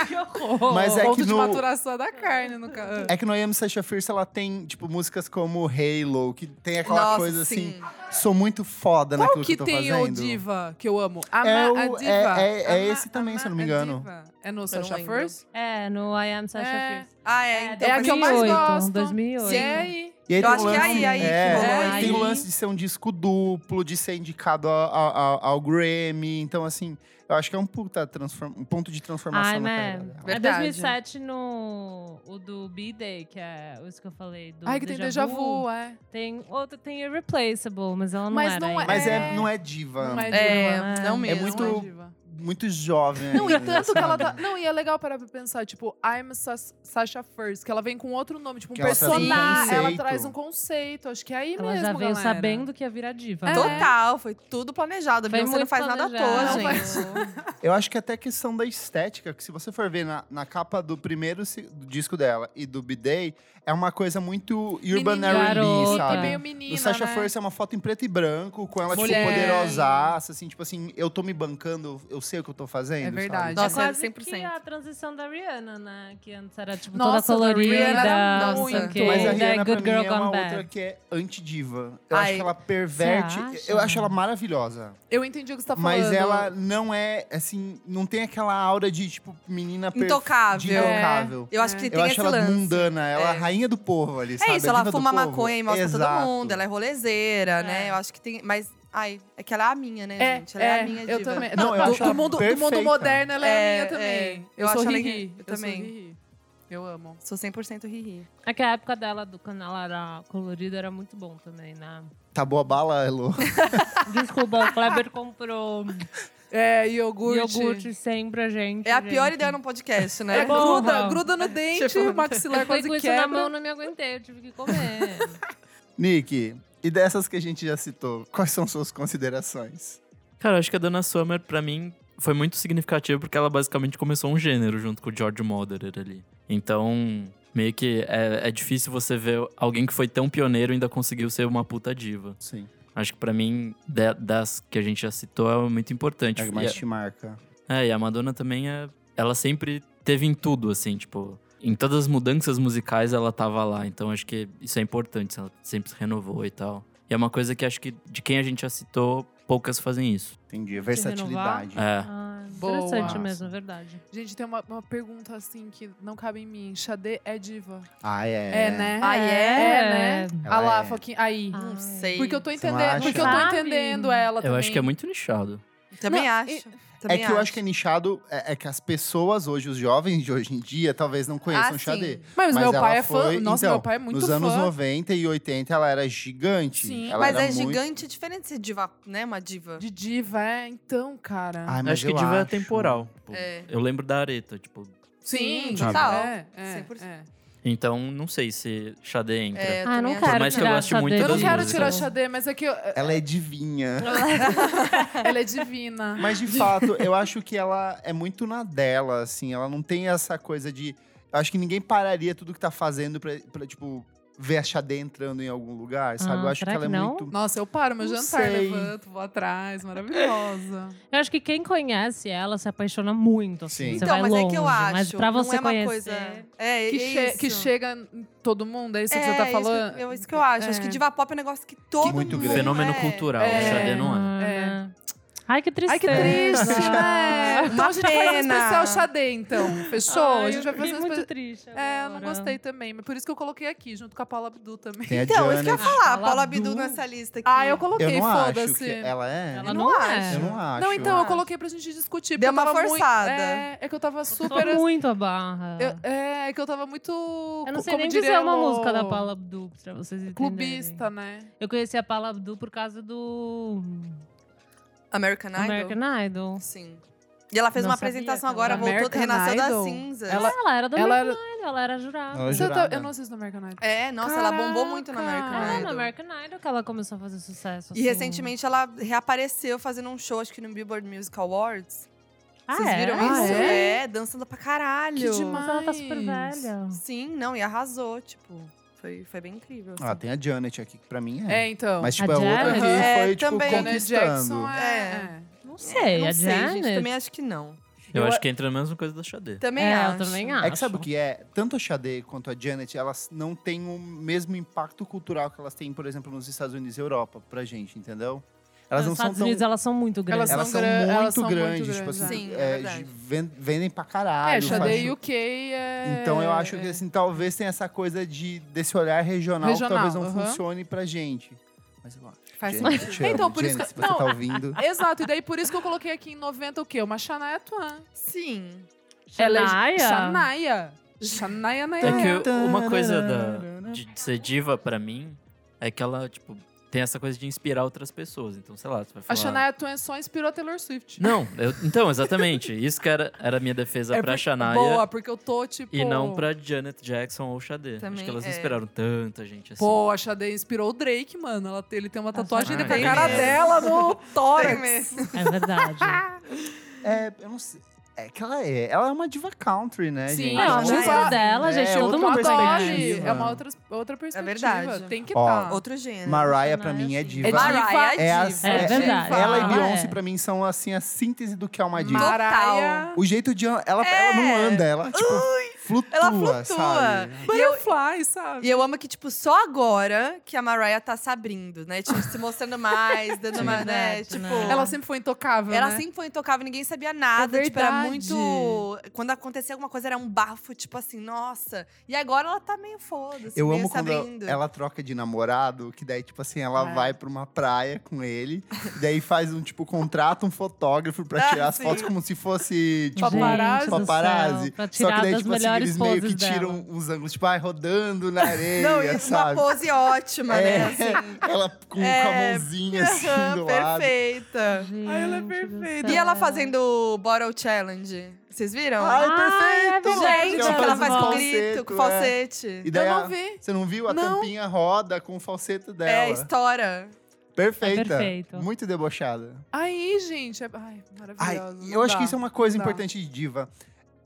[SPEAKER 1] Que horror.
[SPEAKER 2] Mas é
[SPEAKER 1] Ponto
[SPEAKER 2] que
[SPEAKER 1] de
[SPEAKER 2] no-
[SPEAKER 1] maturação da carne no ca-
[SPEAKER 2] É que no I Am Sasha Fierce ela tem, tipo, músicas como Halo, que tem aquela
[SPEAKER 5] Nossa,
[SPEAKER 2] coisa assim,
[SPEAKER 5] sim.
[SPEAKER 2] sou muito foda
[SPEAKER 1] Qual
[SPEAKER 2] naquilo
[SPEAKER 1] que
[SPEAKER 2] que eu tô
[SPEAKER 1] tem o
[SPEAKER 2] fazendo.
[SPEAKER 1] diva que eu amo? Ama
[SPEAKER 2] É
[SPEAKER 1] a
[SPEAKER 2] o-
[SPEAKER 1] diva.
[SPEAKER 2] é- é- é
[SPEAKER 1] Ama-
[SPEAKER 2] esse também, se eu não me
[SPEAKER 1] Ama a
[SPEAKER 2] engano.
[SPEAKER 1] Diva. É no
[SPEAKER 5] não
[SPEAKER 1] Sasha
[SPEAKER 5] lembro.
[SPEAKER 1] First?
[SPEAKER 3] É, no I Am Sasha
[SPEAKER 1] É.
[SPEAKER 3] Fierce.
[SPEAKER 5] Ah, é, então
[SPEAKER 1] é a
[SPEAKER 5] foi
[SPEAKER 1] que eu mais
[SPEAKER 5] 2008.
[SPEAKER 1] gosto.
[SPEAKER 3] 2008.
[SPEAKER 1] Se é aí.
[SPEAKER 2] E aí
[SPEAKER 5] Eu
[SPEAKER 2] tem
[SPEAKER 5] acho
[SPEAKER 2] o
[SPEAKER 5] que é
[SPEAKER 2] lance,
[SPEAKER 5] aí, aí que
[SPEAKER 2] é,
[SPEAKER 5] rolou
[SPEAKER 2] Tem
[SPEAKER 3] isso.
[SPEAKER 2] o lance de ser um disco duplo, de ser indicado a- a- a- ao Grammy. Então, assim, eu acho que é um, puta transform- um ponto de transformação
[SPEAKER 3] Ai,
[SPEAKER 2] na
[SPEAKER 3] mas
[SPEAKER 2] carreira dela.
[SPEAKER 3] é
[SPEAKER 5] Verdade.
[SPEAKER 3] 2007 no o do B-Day, que é isso que eu falei do
[SPEAKER 1] Ai, que tem déjà vu, é.
[SPEAKER 3] Tem outro tem Irreplaceable, mas ela não
[SPEAKER 1] Mas
[SPEAKER 3] era.
[SPEAKER 1] não
[SPEAKER 3] ainda.
[SPEAKER 2] Mas
[SPEAKER 1] É.
[SPEAKER 2] é, não é diva.
[SPEAKER 1] Não é diva.
[SPEAKER 5] É,
[SPEAKER 1] né?
[SPEAKER 5] não
[SPEAKER 2] É
[SPEAKER 5] mesmo.
[SPEAKER 2] muito-
[SPEAKER 1] Não é diva.
[SPEAKER 2] Muito jovem.
[SPEAKER 1] Não, e
[SPEAKER 2] ainda,
[SPEAKER 1] tanto que ela
[SPEAKER 2] sabe?
[SPEAKER 1] tá. Não, e é legal parar pra pensar, tipo, I'm Sas- Sasha First, que ela vem com outro nome, tipo, um
[SPEAKER 2] Que ela traz
[SPEAKER 5] um
[SPEAKER 1] personagem. Ela
[SPEAKER 2] conceito.
[SPEAKER 1] traz um conceito. Acho que é aí
[SPEAKER 3] ela
[SPEAKER 1] mesmo.
[SPEAKER 3] já veio
[SPEAKER 1] galera.
[SPEAKER 3] sabendo que ia virar diva.
[SPEAKER 1] É.
[SPEAKER 3] né?
[SPEAKER 5] Total, foi tudo planejado. A
[SPEAKER 3] Foi
[SPEAKER 5] Beyoncé não
[SPEAKER 3] muito
[SPEAKER 5] faz nada à toa,
[SPEAKER 3] planejado.
[SPEAKER 5] gente.
[SPEAKER 3] (laughs)
[SPEAKER 2] Eu acho que até a questão da estética, que se você for ver na, na capa do primeiro si- do disco dela e do B-Day, é uma coisa muito urban
[SPEAKER 1] Menininha,
[SPEAKER 2] R&B,
[SPEAKER 3] Garota.
[SPEAKER 1] E meio
[SPEAKER 2] sabe?
[SPEAKER 1] menina.
[SPEAKER 2] O Sasha
[SPEAKER 1] né?
[SPEAKER 2] First é uma foto em preto e branco, com ela,
[SPEAKER 1] Mulher.
[SPEAKER 2] tipo, poderosaça, assim, tipo assim, eu tô me bancando, eu sei o que eu tô fazendo,
[SPEAKER 1] É verdade.
[SPEAKER 2] Tá
[SPEAKER 5] Nossa,
[SPEAKER 3] Quase
[SPEAKER 5] 100%.
[SPEAKER 3] que a transição da Rihanna, né? Que antes era, tipo,
[SPEAKER 1] Nossa,
[SPEAKER 3] toda colorida.
[SPEAKER 1] Rihanna era
[SPEAKER 3] não sei o
[SPEAKER 1] muito.
[SPEAKER 3] quê,
[SPEAKER 2] Mas a
[SPEAKER 3] da
[SPEAKER 2] Rihanna, pra
[SPEAKER 3] Good
[SPEAKER 2] mim,
[SPEAKER 3] Girl
[SPEAKER 2] é uma
[SPEAKER 3] Gone
[SPEAKER 2] outra
[SPEAKER 3] Bad.
[SPEAKER 2] que é antidiva. Eu
[SPEAKER 5] Ai,
[SPEAKER 2] acho que ela perverte.
[SPEAKER 3] você acha?
[SPEAKER 2] Eu acho ela maravilhosa.
[SPEAKER 1] Eu entendi o que você tá falando.
[SPEAKER 2] Mas ela não é, assim, não tem aquela aura de, tipo, menina perfe- de
[SPEAKER 5] Intocável.
[SPEAKER 2] Intocável.
[SPEAKER 5] Eu acho que tem
[SPEAKER 2] eu
[SPEAKER 5] esse
[SPEAKER 2] acho ela
[SPEAKER 5] lance.
[SPEAKER 2] mundana, ela é a
[SPEAKER 5] É.
[SPEAKER 2] rainha do povo ali, sabe?
[SPEAKER 5] É isso,
[SPEAKER 2] A
[SPEAKER 5] ela
[SPEAKER 2] diva do
[SPEAKER 5] fuma
[SPEAKER 2] povo.
[SPEAKER 5] maconha e mostra pra
[SPEAKER 2] Exato.
[SPEAKER 5] todo mundo, ela é rolezeira, né?
[SPEAKER 3] É.
[SPEAKER 5] Eu acho que tem. Mas, ai, é que ela é a minha, né,
[SPEAKER 1] É,
[SPEAKER 5] gente? Ela é,
[SPEAKER 1] é,
[SPEAKER 5] a minha diva.
[SPEAKER 1] eu também.
[SPEAKER 2] Não, eu
[SPEAKER 1] do,
[SPEAKER 2] acho
[SPEAKER 1] do
[SPEAKER 2] ela
[SPEAKER 1] mundo, do
[SPEAKER 2] perfeita.
[SPEAKER 1] mundo moderno, ela é,
[SPEAKER 5] É,
[SPEAKER 1] a minha também.
[SPEAKER 5] é. Eu acho
[SPEAKER 1] sou
[SPEAKER 5] ela
[SPEAKER 1] Riri.
[SPEAKER 5] engra- eu
[SPEAKER 1] sou
[SPEAKER 5] também.
[SPEAKER 1] Riri. Eu amo.
[SPEAKER 5] Sou 100% riri.
[SPEAKER 3] É que a época dela, do quando ela era colorida, era muito bom também, né?
[SPEAKER 2] Tá boa bala, Elo.
[SPEAKER 5] (laughs)
[SPEAKER 3] Desculpa, o Kleber comprou
[SPEAKER 1] É, iogurte.
[SPEAKER 3] iogurte sem pra gente.
[SPEAKER 5] É a
[SPEAKER 3] gente.
[SPEAKER 5] pior ideia num podcast,
[SPEAKER 1] É,
[SPEAKER 5] né?
[SPEAKER 3] Porra.
[SPEAKER 1] gruda, gruda (laughs) no dente,
[SPEAKER 5] Tipo,
[SPEAKER 1] o maxilar
[SPEAKER 3] Eu fui
[SPEAKER 1] quase
[SPEAKER 3] com isso
[SPEAKER 1] quebra.
[SPEAKER 3] na mão, não me aguentei, eu tive que comer.
[SPEAKER 2] Nick, e dessas que a gente já citou, quais são suas considerações?
[SPEAKER 4] Cara, acho que a Dana Summer, pra mim, foi muito significativa porque ela basicamente começou um gênero junto com o George Moderer ali. Então, meio que é, é difícil você ver alguém que foi tão pioneiro e ainda conseguiu ser uma puta diva.
[SPEAKER 2] Sim.
[SPEAKER 4] Acho que pra mim, de- das que a gente já citou, é muito importante.
[SPEAKER 2] É que
[SPEAKER 4] E
[SPEAKER 2] mais
[SPEAKER 4] a-
[SPEAKER 2] te marca.
[SPEAKER 4] é, e a Madonna também é. Ela sempre teve em tudo, assim, tipo. Em todas as mudanças musicais ela tava lá. Então acho que isso é importante. Ela sempre se renovou e tal. E é uma coisa que acho que de quem a gente já citou, poucas fazem isso.
[SPEAKER 2] Entendi. A versatilidade.
[SPEAKER 4] É.
[SPEAKER 3] Ah,
[SPEAKER 1] Boa.
[SPEAKER 3] interessante mesmo, é verdade.
[SPEAKER 1] Gente, tem uma, uma pergunta assim que não cabe em mim. Xadê é diva.
[SPEAKER 2] Ah, é.
[SPEAKER 1] É, né?
[SPEAKER 5] Ah, é?
[SPEAKER 1] É, né?
[SPEAKER 2] Ela
[SPEAKER 1] Ah lá,
[SPEAKER 2] é.
[SPEAKER 1] Foquinha. Aí.
[SPEAKER 3] Ah.
[SPEAKER 5] Não sei.
[SPEAKER 1] Porque eu tô
[SPEAKER 2] Você não
[SPEAKER 1] entendendo.
[SPEAKER 2] acha?
[SPEAKER 1] Porque eu tô
[SPEAKER 3] Sabe?
[SPEAKER 1] entendendo ela
[SPEAKER 4] Eu
[SPEAKER 1] também.
[SPEAKER 4] acho que é muito nichado.
[SPEAKER 5] Também
[SPEAKER 1] Não,
[SPEAKER 5] acho.
[SPEAKER 1] e-
[SPEAKER 2] É
[SPEAKER 5] também
[SPEAKER 2] que eu acho que é nichado, é, é que as pessoas hoje, os jovens de hoje em dia, talvez não conheçam
[SPEAKER 5] Ah,
[SPEAKER 2] Xadê.
[SPEAKER 5] sim.
[SPEAKER 1] Mas, meu
[SPEAKER 2] ela
[SPEAKER 1] pai é
[SPEAKER 2] foi-
[SPEAKER 1] fã. Nossa,
[SPEAKER 2] então,
[SPEAKER 1] meu pai é muito
[SPEAKER 2] Nos
[SPEAKER 1] fã.
[SPEAKER 2] anos 90 e 80 ela era gigante.
[SPEAKER 1] Sim.
[SPEAKER 2] Ela
[SPEAKER 5] Mas
[SPEAKER 2] era
[SPEAKER 5] é
[SPEAKER 2] muito-
[SPEAKER 5] gigante, é diferente de ser diva, né? Uma diva.
[SPEAKER 1] De diva, é. Então, cara.
[SPEAKER 2] Ai, mas
[SPEAKER 4] acho que
[SPEAKER 2] eu
[SPEAKER 4] diva é
[SPEAKER 2] acho.
[SPEAKER 4] temporal. Tipo,
[SPEAKER 5] É.
[SPEAKER 4] Eu lembro da areta, tipo.
[SPEAKER 1] Sim,
[SPEAKER 5] Sim,
[SPEAKER 1] sabe?
[SPEAKER 5] total.
[SPEAKER 1] É, é,
[SPEAKER 5] 100%.
[SPEAKER 1] é.
[SPEAKER 4] Então, não sei se Xadê entra.
[SPEAKER 5] É, eu
[SPEAKER 3] Ah,
[SPEAKER 5] também
[SPEAKER 3] não
[SPEAKER 5] acho.
[SPEAKER 3] quero
[SPEAKER 4] Por mais que eu
[SPEAKER 3] tirar
[SPEAKER 4] goste muito
[SPEAKER 1] Eu não
[SPEAKER 4] Todas
[SPEAKER 1] quero
[SPEAKER 4] músicas.
[SPEAKER 1] tirar Xadê, mas é que eu-
[SPEAKER 2] Ela é divinha.
[SPEAKER 1] (laughs) ela é divina.
[SPEAKER 2] Mas de fato, eu acho que ela é muito na dela, assim. Ela não tem essa coisa de Eu acho que ninguém pararia tudo que tá fazendo pra, pra, tipo, ver a Xadê entrando em algum lugar, sabe?
[SPEAKER 3] Ah,
[SPEAKER 2] eu acho que
[SPEAKER 3] será
[SPEAKER 2] ela
[SPEAKER 3] que
[SPEAKER 2] é
[SPEAKER 3] não?
[SPEAKER 2] muito.
[SPEAKER 1] Nossa, eu paro meu
[SPEAKER 2] Não
[SPEAKER 1] jantar,
[SPEAKER 2] sei.
[SPEAKER 1] levanto, vou atrás, maravilhosa.
[SPEAKER 3] Eu acho que quem conhece ela se apaixona muito. Assim,
[SPEAKER 2] Sim.
[SPEAKER 3] Você
[SPEAKER 5] então,
[SPEAKER 3] vai
[SPEAKER 5] mas
[SPEAKER 3] longe,
[SPEAKER 5] é que eu acho.
[SPEAKER 3] Mas pra você
[SPEAKER 5] não é uma
[SPEAKER 3] conhecer.
[SPEAKER 5] coisa. É,
[SPEAKER 1] que,
[SPEAKER 5] é
[SPEAKER 1] che-
[SPEAKER 5] isso.
[SPEAKER 1] que chega em todo mundo, é isso que
[SPEAKER 5] É,
[SPEAKER 1] você tá
[SPEAKER 5] isso
[SPEAKER 1] falando?
[SPEAKER 5] que eu- isso que eu acho. Acho que
[SPEAKER 1] É.
[SPEAKER 5] diva pop é um negócio que todo
[SPEAKER 2] Muito
[SPEAKER 5] mundo.
[SPEAKER 2] grande.
[SPEAKER 4] Fenômeno
[SPEAKER 5] é.
[SPEAKER 4] cultural.
[SPEAKER 1] É.
[SPEAKER 4] O Xadê não é.
[SPEAKER 3] Ah,
[SPEAKER 1] É.
[SPEAKER 3] né? Ai, que tristeza.
[SPEAKER 1] Ai, que
[SPEAKER 3] (laughs)
[SPEAKER 1] triste, né? Então
[SPEAKER 5] tá
[SPEAKER 1] a gente vai fazer um
[SPEAKER 5] pena.
[SPEAKER 1] especial Xadê, então. Fechou?
[SPEAKER 3] Ai,
[SPEAKER 1] a gente vai
[SPEAKER 3] eu
[SPEAKER 1] fazer
[SPEAKER 3] fiquei
[SPEAKER 1] um
[SPEAKER 3] muito
[SPEAKER 1] especial.
[SPEAKER 3] triste
[SPEAKER 1] É, eu não
[SPEAKER 3] agora.
[SPEAKER 1] gostei também. Mas por isso que eu coloquei aqui, junto com a Paula Abdu também.
[SPEAKER 2] Tem a
[SPEAKER 5] Então, isso
[SPEAKER 2] Janet.
[SPEAKER 5] que eu ia
[SPEAKER 3] Ah,
[SPEAKER 5] falar.
[SPEAKER 3] Fala
[SPEAKER 5] Paula Abdu
[SPEAKER 3] do-
[SPEAKER 5] nessa lista aqui.
[SPEAKER 1] Ah, eu
[SPEAKER 2] (laughs) Eu
[SPEAKER 1] coloquei,
[SPEAKER 2] não acho
[SPEAKER 1] foda-se.
[SPEAKER 2] que ela é.
[SPEAKER 3] Ela não,
[SPEAKER 5] Eu não
[SPEAKER 3] é.
[SPEAKER 2] Eu não acho.
[SPEAKER 1] Não, então, eu
[SPEAKER 5] acho.
[SPEAKER 1] coloquei pra gente discutir.
[SPEAKER 5] Deu
[SPEAKER 1] porque eu
[SPEAKER 5] uma
[SPEAKER 1] tava muito-
[SPEAKER 5] forçada.
[SPEAKER 1] É, é que eu tava
[SPEAKER 3] Forçou
[SPEAKER 1] super...
[SPEAKER 3] muito
[SPEAKER 5] assim.
[SPEAKER 3] a barra. Eu,
[SPEAKER 1] Eu- é, é que eu tava muito...
[SPEAKER 3] não sei
[SPEAKER 1] como
[SPEAKER 3] nem
[SPEAKER 1] diria
[SPEAKER 3] dizer uma
[SPEAKER 1] o-
[SPEAKER 3] música da Paula Abdu, pra vocês entenderem.
[SPEAKER 1] Clubista, né?
[SPEAKER 3] Eu conheci a Paula Abdu por causa do
[SPEAKER 5] American Idol?
[SPEAKER 3] American Idol.
[SPEAKER 5] Sim. E ela fez
[SPEAKER 3] Não
[SPEAKER 5] uma
[SPEAKER 3] sabia
[SPEAKER 5] apresentação
[SPEAKER 3] que
[SPEAKER 5] agora,
[SPEAKER 3] ela-
[SPEAKER 5] voltou,
[SPEAKER 1] American
[SPEAKER 5] renasceu
[SPEAKER 1] Idol?
[SPEAKER 5] das cinzas.
[SPEAKER 1] Ela-
[SPEAKER 3] Ah, ela era do
[SPEAKER 1] ela
[SPEAKER 3] American Idol, ela era jurada.
[SPEAKER 2] Ela é
[SPEAKER 1] Você tá-
[SPEAKER 2] jurada.
[SPEAKER 1] eu não assisto American Idol.
[SPEAKER 5] É, nossa, ela bombou muito no American
[SPEAKER 1] Caraca.
[SPEAKER 3] Ela
[SPEAKER 5] Idol.
[SPEAKER 3] no American Idol que ela começou a fazer sucesso.
[SPEAKER 5] E
[SPEAKER 3] assim.
[SPEAKER 5] recentemente ela reapareceu fazendo um show, acho que no Billboard Music Awards.
[SPEAKER 3] Ah,
[SPEAKER 5] Vocês
[SPEAKER 3] é?
[SPEAKER 5] viram
[SPEAKER 1] Ah,
[SPEAKER 5] isso?
[SPEAKER 1] é?
[SPEAKER 5] dançando pra caralho.
[SPEAKER 1] Que demais.
[SPEAKER 3] Mas ela tá super
[SPEAKER 1] Mas-
[SPEAKER 3] velha.
[SPEAKER 5] Sim, não, e arrasou, tipo. Foi, foi bem incrível. assim.
[SPEAKER 2] Ah, tem a Janet aqui, que pra mim é.
[SPEAKER 1] É, então.
[SPEAKER 2] Mas, tipo,
[SPEAKER 3] A
[SPEAKER 2] é outra que
[SPEAKER 3] Janet?
[SPEAKER 5] É,
[SPEAKER 2] foi, tipo,
[SPEAKER 5] também.
[SPEAKER 1] Janet né? Jackson
[SPEAKER 2] conquistando.
[SPEAKER 1] é... é.
[SPEAKER 5] Não
[SPEAKER 3] É,
[SPEAKER 5] não
[SPEAKER 3] a
[SPEAKER 5] sei, gente.
[SPEAKER 3] Janet.
[SPEAKER 5] Também acho que não.
[SPEAKER 4] Eu,
[SPEAKER 1] Eu
[SPEAKER 4] acho
[SPEAKER 1] a-
[SPEAKER 4] que entra na mesma coisa da Xadê.
[SPEAKER 5] Também
[SPEAKER 3] é,
[SPEAKER 5] acho.
[SPEAKER 3] eu também acho.
[SPEAKER 2] É que sabe o que é? Tanto a Xadê quanto a Janet, elas não têm o mesmo impacto cultural que elas têm, por exemplo, nos Estados Unidos e Europa, pra gente, entendeu? Elas
[SPEAKER 3] Nos
[SPEAKER 2] não são
[SPEAKER 3] Estados
[SPEAKER 2] tão...
[SPEAKER 3] Unidos elas são muito
[SPEAKER 1] Elas
[SPEAKER 3] grandes.
[SPEAKER 2] Elas
[SPEAKER 1] são
[SPEAKER 2] são,
[SPEAKER 1] gran-
[SPEAKER 2] muito,
[SPEAKER 1] elas são muito
[SPEAKER 2] grandes, tipo
[SPEAKER 1] grandes,
[SPEAKER 2] assim,
[SPEAKER 5] Sim,
[SPEAKER 2] é,
[SPEAKER 5] é verdade.
[SPEAKER 2] ven- vendem pra caralho.
[SPEAKER 1] É,
[SPEAKER 2] faz-
[SPEAKER 1] Xadê UK é...
[SPEAKER 2] Então eu acho que assim, talvez tenha essa coisa de, desse olhar regional,
[SPEAKER 1] Regional,
[SPEAKER 2] que talvez não
[SPEAKER 1] aham.
[SPEAKER 2] funcione pra gente. Mas eu acho.
[SPEAKER 5] Faz
[SPEAKER 2] Jenny,
[SPEAKER 5] sentido.
[SPEAKER 2] eu te amo.
[SPEAKER 1] Então, por isso
[SPEAKER 2] Jenny,
[SPEAKER 1] que-
[SPEAKER 2] se você
[SPEAKER 1] não,
[SPEAKER 2] tá ouvindo.
[SPEAKER 1] Exato, e daí por isso que eu coloquei aqui em 90 o quê? Uma Shania Twain.
[SPEAKER 5] Sim.
[SPEAKER 1] Ela é
[SPEAKER 3] Shania.
[SPEAKER 1] Shania. Shania Nair.
[SPEAKER 4] É que eu- uma coisa da- de, de ser diva pra mim é que ela, tipo, tem essa coisa de inspirar outras pessoas. Então, sei lá, você vai
[SPEAKER 1] A
[SPEAKER 4] falar...
[SPEAKER 1] Shania Twain só inspirou a Taylor Swift.
[SPEAKER 4] Não, eu- então, exatamente. Isso que era, era a minha defesa
[SPEAKER 1] É
[SPEAKER 4] pra
[SPEAKER 1] porque-
[SPEAKER 4] Shania
[SPEAKER 1] Boa, porque eu tô, tipo...
[SPEAKER 4] e não pra Janet Jackson ou Xadê. Acho
[SPEAKER 5] Também
[SPEAKER 4] que elas
[SPEAKER 5] é.
[SPEAKER 4] inspiraram tanta gente assim.
[SPEAKER 1] Pô, a Xadê inspirou o Drake, mano. Ela, ele tem uma tatuagem
[SPEAKER 4] Shania
[SPEAKER 1] com a
[SPEAKER 4] Twain.
[SPEAKER 1] cara
[SPEAKER 4] Tem
[SPEAKER 1] dela no
[SPEAKER 5] Tem
[SPEAKER 1] tórax.
[SPEAKER 5] mesmo.
[SPEAKER 3] É verdade.
[SPEAKER 2] É, eu não sei. É que ela é. Ela é uma diva country, né,
[SPEAKER 1] Sim,
[SPEAKER 2] gente?
[SPEAKER 3] É, a
[SPEAKER 5] Shania.
[SPEAKER 3] música dela,
[SPEAKER 2] É,
[SPEAKER 3] gente, todo
[SPEAKER 2] outra
[SPEAKER 3] mundo
[SPEAKER 1] Adore.
[SPEAKER 3] conhece.
[SPEAKER 2] perspectiva.
[SPEAKER 1] É uma outra, outra perspectiva.
[SPEAKER 5] verdade.
[SPEAKER 1] Tem que
[SPEAKER 2] Ó,
[SPEAKER 1] tá.
[SPEAKER 5] Ah. Outro gênero.
[SPEAKER 2] Mariah,
[SPEAKER 3] Shania,
[SPEAKER 2] pra mim, é
[SPEAKER 3] sim.
[SPEAKER 2] diva.
[SPEAKER 1] É diva.
[SPEAKER 5] Mariah
[SPEAKER 2] É, a-
[SPEAKER 5] diva.
[SPEAKER 3] É
[SPEAKER 2] é-
[SPEAKER 3] verdade.
[SPEAKER 2] Ela e
[SPEAKER 3] Ah,
[SPEAKER 2] Beyoncé,
[SPEAKER 3] é.
[SPEAKER 2] pra mim, são assim a síntese do que é uma diva.
[SPEAKER 1] Mariah.
[SPEAKER 2] O jeito de. an- Ela, ela não anda, ela tipo, flutua,
[SPEAKER 5] ela flutua.
[SPEAKER 2] sabe?
[SPEAKER 1] Butterfly, sabe?
[SPEAKER 5] E eu amo que, tipo, só agora que a Mariah tá se abrindo, né? Tipo, se mostrando mais, dando
[SPEAKER 2] Sim.
[SPEAKER 5] uma, né?
[SPEAKER 3] Verdade,
[SPEAKER 5] Tipo,
[SPEAKER 3] né?
[SPEAKER 1] Ela sempre foi intocável,
[SPEAKER 5] Ela
[SPEAKER 1] né?
[SPEAKER 5] sempre foi intocável, ninguém sabia nada. tipo, era
[SPEAKER 1] verdade.
[SPEAKER 5] muito. Quando acontecia alguma coisa, era um bafo, tipo assim, nossa. E agora ela tá meio foda-se.
[SPEAKER 2] Eu
[SPEAKER 5] meio
[SPEAKER 2] amo
[SPEAKER 5] se
[SPEAKER 2] quando
[SPEAKER 5] abrindo.
[SPEAKER 2] ela, ela troca de namorado, que daí, tipo assim, ela
[SPEAKER 3] É.
[SPEAKER 2] vai pra uma praia com ele, e daí faz um, tipo, contrata um fotógrafo pra
[SPEAKER 5] Ah,
[SPEAKER 2] tirar as
[SPEAKER 5] sim.
[SPEAKER 2] fotos como se fosse, tipo,
[SPEAKER 1] Paparazzi.
[SPEAKER 2] um paparazzi.
[SPEAKER 3] Pra
[SPEAKER 2] Só
[SPEAKER 3] tirar
[SPEAKER 2] que daí,
[SPEAKER 3] das
[SPEAKER 2] tipo assim,
[SPEAKER 3] melhores
[SPEAKER 2] eles meio que
[SPEAKER 3] poses dela.
[SPEAKER 2] tiram uns ângulos, tipo, ai, rodando na areia,
[SPEAKER 5] Não, e uma
[SPEAKER 2] é, sabe?
[SPEAKER 5] pose ótima, né?
[SPEAKER 2] É. (laughs)
[SPEAKER 5] Assim.
[SPEAKER 2] Ela com, com a
[SPEAKER 5] É.
[SPEAKER 2] mãozinha assim
[SPEAKER 5] Aham, (laughs)
[SPEAKER 2] do lado.
[SPEAKER 5] perfeita.
[SPEAKER 1] Ai, ela é
[SPEAKER 3] Gente do
[SPEAKER 1] perfeita.
[SPEAKER 3] céu.
[SPEAKER 5] E ela fazendo o Bottle Challenge. Vocês viram?
[SPEAKER 2] Ai,
[SPEAKER 3] Ah,
[SPEAKER 2] perfeito!
[SPEAKER 3] é verdade,
[SPEAKER 5] Gente,
[SPEAKER 2] Porque
[SPEAKER 5] que ela
[SPEAKER 3] faz
[SPEAKER 5] faz
[SPEAKER 2] um
[SPEAKER 5] com grito,
[SPEAKER 2] falseto,
[SPEAKER 5] com
[SPEAKER 2] é.
[SPEAKER 5] falsete.
[SPEAKER 2] E daí
[SPEAKER 1] eu
[SPEAKER 2] a-
[SPEAKER 1] não vi.
[SPEAKER 2] Você não viu? A
[SPEAKER 1] Não.
[SPEAKER 2] tampinha roda com o falseto dela.
[SPEAKER 5] É, estoura.
[SPEAKER 2] Perfeita.
[SPEAKER 3] É perfeito.
[SPEAKER 2] Muito debochada.
[SPEAKER 1] Aí, gente. É... Ai,
[SPEAKER 2] Ai,
[SPEAKER 1] maravilhosa. não
[SPEAKER 2] eu acho
[SPEAKER 1] dá.
[SPEAKER 2] que isso é uma coisa
[SPEAKER 1] não dá.
[SPEAKER 2] importante de diva.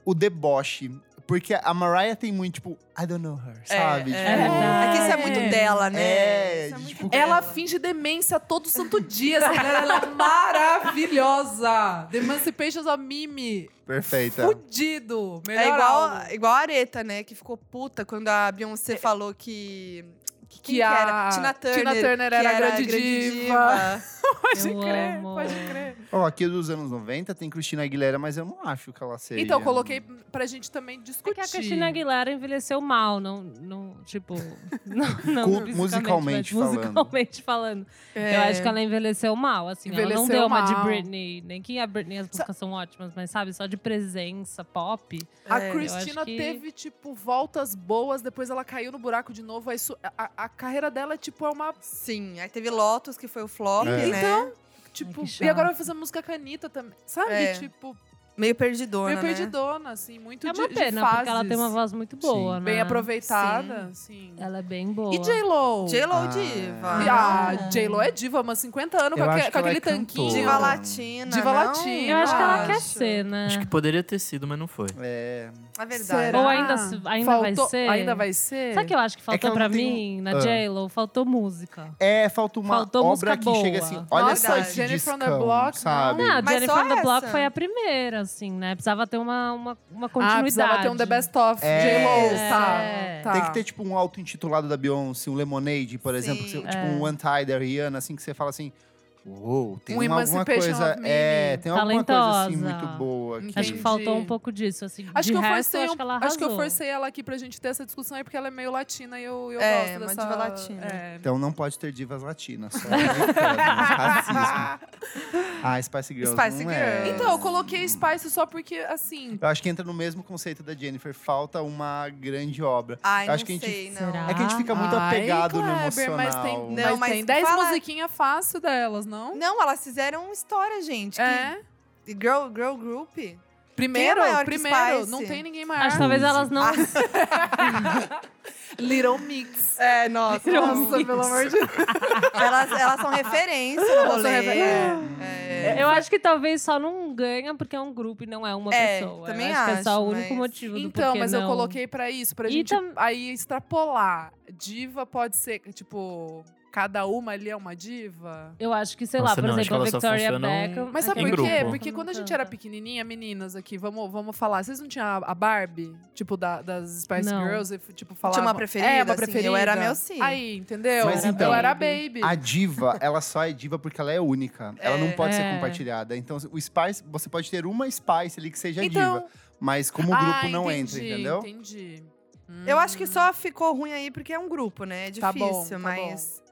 [SPEAKER 2] O deboche. Porque a Mariah tem muito, tipo, I don't know her, sabe?
[SPEAKER 5] É,
[SPEAKER 2] Tipo,
[SPEAKER 5] é. é que isso é muito dela, né?
[SPEAKER 2] É,
[SPEAKER 5] Isso
[SPEAKER 2] tipo,
[SPEAKER 1] Ela finge demência todo santo dia. Essa mulher ela é maravilhosa. The Emancipations of Mimi.
[SPEAKER 2] Perfeita.
[SPEAKER 1] Fudido. Melhor
[SPEAKER 5] É igual,
[SPEAKER 1] álbum. É.
[SPEAKER 5] igual a Areta, né? Que ficou puta quando a Beyoncé falou que. Que, quem
[SPEAKER 1] que a
[SPEAKER 5] era? Tina Turner.
[SPEAKER 1] Tina Turner
[SPEAKER 5] que
[SPEAKER 1] era a grande diva. Pode
[SPEAKER 3] Eu
[SPEAKER 1] crer,
[SPEAKER 3] amo.
[SPEAKER 1] pode crer.
[SPEAKER 2] Ó, aqui dos anos 90 tem Cristina Aguilera, mas eu não acho que ela seja.
[SPEAKER 1] Então, coloquei pra gente também discutir.
[SPEAKER 3] Porque É a Cristina Aguilera envelheceu mal, não, não tipo, (laughs) não, não
[SPEAKER 2] Cu-
[SPEAKER 3] fisicamente,
[SPEAKER 2] musicalmente
[SPEAKER 3] mas
[SPEAKER 2] falando.
[SPEAKER 3] musicalmente falando.
[SPEAKER 5] É.
[SPEAKER 3] Eu acho que ela envelheceu mal, assim, ela
[SPEAKER 1] Envelheceu
[SPEAKER 3] não deu uma de
[SPEAKER 1] mal.
[SPEAKER 3] Britney, nem que a Britney as músicas são ótimas, mas sabe, só de presença pop.
[SPEAKER 1] A
[SPEAKER 5] É, eu
[SPEAKER 1] Christina
[SPEAKER 3] acho que-
[SPEAKER 1] teve, tipo, voltas boas, depois ela caiu no buraco de novo. aí su- a, a carreira dela é, tipo, é uma.
[SPEAKER 5] Sim, aí teve Lotus, que foi o flop,
[SPEAKER 2] É.
[SPEAKER 5] né?
[SPEAKER 1] Então, Tipo,
[SPEAKER 3] que
[SPEAKER 1] e agora vai
[SPEAKER 3] chato.
[SPEAKER 1] fazer música canita também. Sabe?
[SPEAKER 5] É.
[SPEAKER 1] Tipo,
[SPEAKER 5] Meio perdidona,
[SPEAKER 1] Meio
[SPEAKER 5] né?
[SPEAKER 1] perdidona, assim, muito
[SPEAKER 3] É
[SPEAKER 1] de,
[SPEAKER 3] uma
[SPEAKER 1] de
[SPEAKER 3] pena,
[SPEAKER 1] fases.
[SPEAKER 3] porque ela tem uma voz muito boa, né?
[SPEAKER 1] Bem aproveitada, sim.
[SPEAKER 3] Ela é bem boa. Ah.
[SPEAKER 1] E J-Lo?
[SPEAKER 5] J-Lo
[SPEAKER 2] Ah.
[SPEAKER 5] diva.
[SPEAKER 1] E A J-Lo é diva, há umas 50 anos, com,
[SPEAKER 2] Eu
[SPEAKER 1] aque-
[SPEAKER 2] acho que
[SPEAKER 1] com
[SPEAKER 2] ela é
[SPEAKER 1] aquele tanquinho.
[SPEAKER 2] cantora.
[SPEAKER 5] Diva latina,
[SPEAKER 1] Diva é
[SPEAKER 5] não?
[SPEAKER 1] latina.
[SPEAKER 3] Eu acho que ela quer
[SPEAKER 5] Acho.
[SPEAKER 3] ser, né?
[SPEAKER 4] Acho que poderia ter sido, mas não foi.
[SPEAKER 2] É,
[SPEAKER 5] Na verdade.
[SPEAKER 1] Será?
[SPEAKER 3] Ou é- ainda se- ainda vai
[SPEAKER 1] Faltou-
[SPEAKER 3] ser?
[SPEAKER 1] Ainda vai ser?
[SPEAKER 3] Sabe o que é eu acho que faltou
[SPEAKER 2] eu
[SPEAKER 3] pra
[SPEAKER 2] não tenho-
[SPEAKER 3] mim, na
[SPEAKER 2] Ah.
[SPEAKER 3] J-Lo? Faltou música.
[SPEAKER 2] é falta uma
[SPEAKER 3] Faltou música
[SPEAKER 2] obra que
[SPEAKER 3] boa.
[SPEAKER 2] chega assim, olha
[SPEAKER 1] Nossa,
[SPEAKER 2] só esse
[SPEAKER 1] Jennifer on the
[SPEAKER 2] discão,
[SPEAKER 1] Block,
[SPEAKER 2] sabe?
[SPEAKER 1] não.
[SPEAKER 3] Não, a
[SPEAKER 5] Mas
[SPEAKER 3] Jennifer
[SPEAKER 5] só
[SPEAKER 3] on the Block
[SPEAKER 5] essa?
[SPEAKER 3] foi a primeira, assim, né? Precisava ter uma, uma, uma
[SPEAKER 1] Ah,
[SPEAKER 3] continuidade.
[SPEAKER 1] precisava ter um The Best Of
[SPEAKER 2] É.
[SPEAKER 1] J-Lo,
[SPEAKER 2] É.
[SPEAKER 1] tá, tá.
[SPEAKER 2] Tem que ter, tipo, um auto-intitulado da Beyoncé, um Lemonade, por
[SPEAKER 5] Sim.
[SPEAKER 2] exemplo. que você-
[SPEAKER 3] É.
[SPEAKER 2] Tipo, um One Tie da Rihanna, assim, que você fala assim... Uou, tem
[SPEAKER 1] Um
[SPEAKER 2] uma, alguma
[SPEAKER 1] Emancipation
[SPEAKER 2] coisa...
[SPEAKER 1] of Mimi.
[SPEAKER 2] É, tem alguma coisa, assim,
[SPEAKER 3] Talentosa.
[SPEAKER 2] muito boa aqui.
[SPEAKER 3] Acho
[SPEAKER 1] Entendi.
[SPEAKER 3] que faltou um pouco disso, assim.
[SPEAKER 1] Acho
[SPEAKER 3] De
[SPEAKER 1] que, eu
[SPEAKER 3] resto,
[SPEAKER 1] forcei,
[SPEAKER 3] acho
[SPEAKER 1] um-
[SPEAKER 3] que ela
[SPEAKER 1] acho que eu
[SPEAKER 3] arrasou.
[SPEAKER 1] forcei ela aqui pra gente ter essa discussão aí, porque ela é meio latina e eu, eu
[SPEAKER 5] É,
[SPEAKER 1] gosto
[SPEAKER 5] uma
[SPEAKER 1] dessa...
[SPEAKER 5] diva latina.
[SPEAKER 1] É.
[SPEAKER 2] Então não pode ter divas latinas, só. né? Racismo. Ah, Spice Girls
[SPEAKER 5] Spice
[SPEAKER 2] não
[SPEAKER 5] Girls.
[SPEAKER 2] é.
[SPEAKER 1] Então, eu coloquei Spice só porque, assim...
[SPEAKER 2] Eu acho que entra no mesmo conceito da Jennifer. Falta uma grande obra.
[SPEAKER 5] Ai,
[SPEAKER 2] Eu acho
[SPEAKER 5] não
[SPEAKER 2] que a gente-
[SPEAKER 5] sei, não.
[SPEAKER 3] Será?
[SPEAKER 2] É que a gente fica muito
[SPEAKER 1] Ai,
[SPEAKER 2] apegado no
[SPEAKER 1] Kleber,
[SPEAKER 2] emocional.
[SPEAKER 1] Mas tem,
[SPEAKER 5] Não,
[SPEAKER 1] mas
[SPEAKER 5] mas
[SPEAKER 1] tem 10
[SPEAKER 5] fala-
[SPEAKER 1] musiquinhas fácil delas, não?
[SPEAKER 5] Não, elas fizeram história, gente. que-
[SPEAKER 1] É.
[SPEAKER 5] Girl, girl group.
[SPEAKER 1] Primeiro,
[SPEAKER 5] maior que
[SPEAKER 1] primeiro,
[SPEAKER 5] Spice?
[SPEAKER 1] não tem ninguém maior.
[SPEAKER 3] Acho que talvez elas não.
[SPEAKER 1] Little Mix.
[SPEAKER 5] É, nossa.
[SPEAKER 1] Nossa, pelo amor
[SPEAKER 5] (laughs)
[SPEAKER 1] de Deus.
[SPEAKER 5] elas, elas são referência no
[SPEAKER 1] Elas são
[SPEAKER 5] rolê.
[SPEAKER 1] refer-
[SPEAKER 5] É.
[SPEAKER 3] Eu acho que talvez só não ganha porque é um grupo e não é uma
[SPEAKER 5] É,
[SPEAKER 3] pessoa.
[SPEAKER 5] também
[SPEAKER 3] eu acho, que é só
[SPEAKER 5] acho,
[SPEAKER 3] o único
[SPEAKER 5] mas-
[SPEAKER 3] motivo do
[SPEAKER 1] Então,
[SPEAKER 3] porquê
[SPEAKER 1] mas eu
[SPEAKER 3] não.
[SPEAKER 1] coloquei pra isso, pra
[SPEAKER 3] E
[SPEAKER 1] gente
[SPEAKER 3] tam-
[SPEAKER 1] aí extrapolar. Diva pode ser, tipo, cada uma ali é uma diva?
[SPEAKER 3] Eu acho que, sei
[SPEAKER 4] Nossa,
[SPEAKER 3] lá, por
[SPEAKER 4] não, acho
[SPEAKER 3] exemplo, a
[SPEAKER 4] que ela só
[SPEAKER 3] Victoria
[SPEAKER 4] funciona um-
[SPEAKER 3] Beckham.
[SPEAKER 1] Mas
[SPEAKER 4] É
[SPEAKER 1] sabe
[SPEAKER 4] que
[SPEAKER 1] por
[SPEAKER 4] em
[SPEAKER 1] quê?
[SPEAKER 4] grupo.
[SPEAKER 1] Porque quando a gente
[SPEAKER 3] Não
[SPEAKER 1] era
[SPEAKER 3] canta.
[SPEAKER 1] pequenininha, meninas aqui, vamos, vamos falar. Vocês não tinham a- a Barbie, tipo, da- das Spice
[SPEAKER 3] Não.
[SPEAKER 1] Girls? E, tipo, falava,
[SPEAKER 5] uma preferida,
[SPEAKER 1] É, uma
[SPEAKER 5] assim,
[SPEAKER 1] preferida.
[SPEAKER 5] eu era Mel C.
[SPEAKER 1] Aí, entendeu?
[SPEAKER 2] Mas
[SPEAKER 1] eu
[SPEAKER 2] então-
[SPEAKER 1] era a Baby.
[SPEAKER 2] A diva, ela só é diva porque ela é única. Ela não pode
[SPEAKER 3] É.
[SPEAKER 2] ser compartilhada. Então, o Spice, você pode ter uma Spice ali que seja diva.
[SPEAKER 1] então,
[SPEAKER 2] Mas como um grupo
[SPEAKER 1] ah,
[SPEAKER 2] não
[SPEAKER 1] entendi,
[SPEAKER 2] entra, entendeu?
[SPEAKER 1] entendi.
[SPEAKER 5] Eu
[SPEAKER 1] Hum,
[SPEAKER 5] acho que só ficou ruim aí porque é um grupo, né? É
[SPEAKER 1] Tá bom,
[SPEAKER 5] difícil,
[SPEAKER 1] tá
[SPEAKER 5] mas.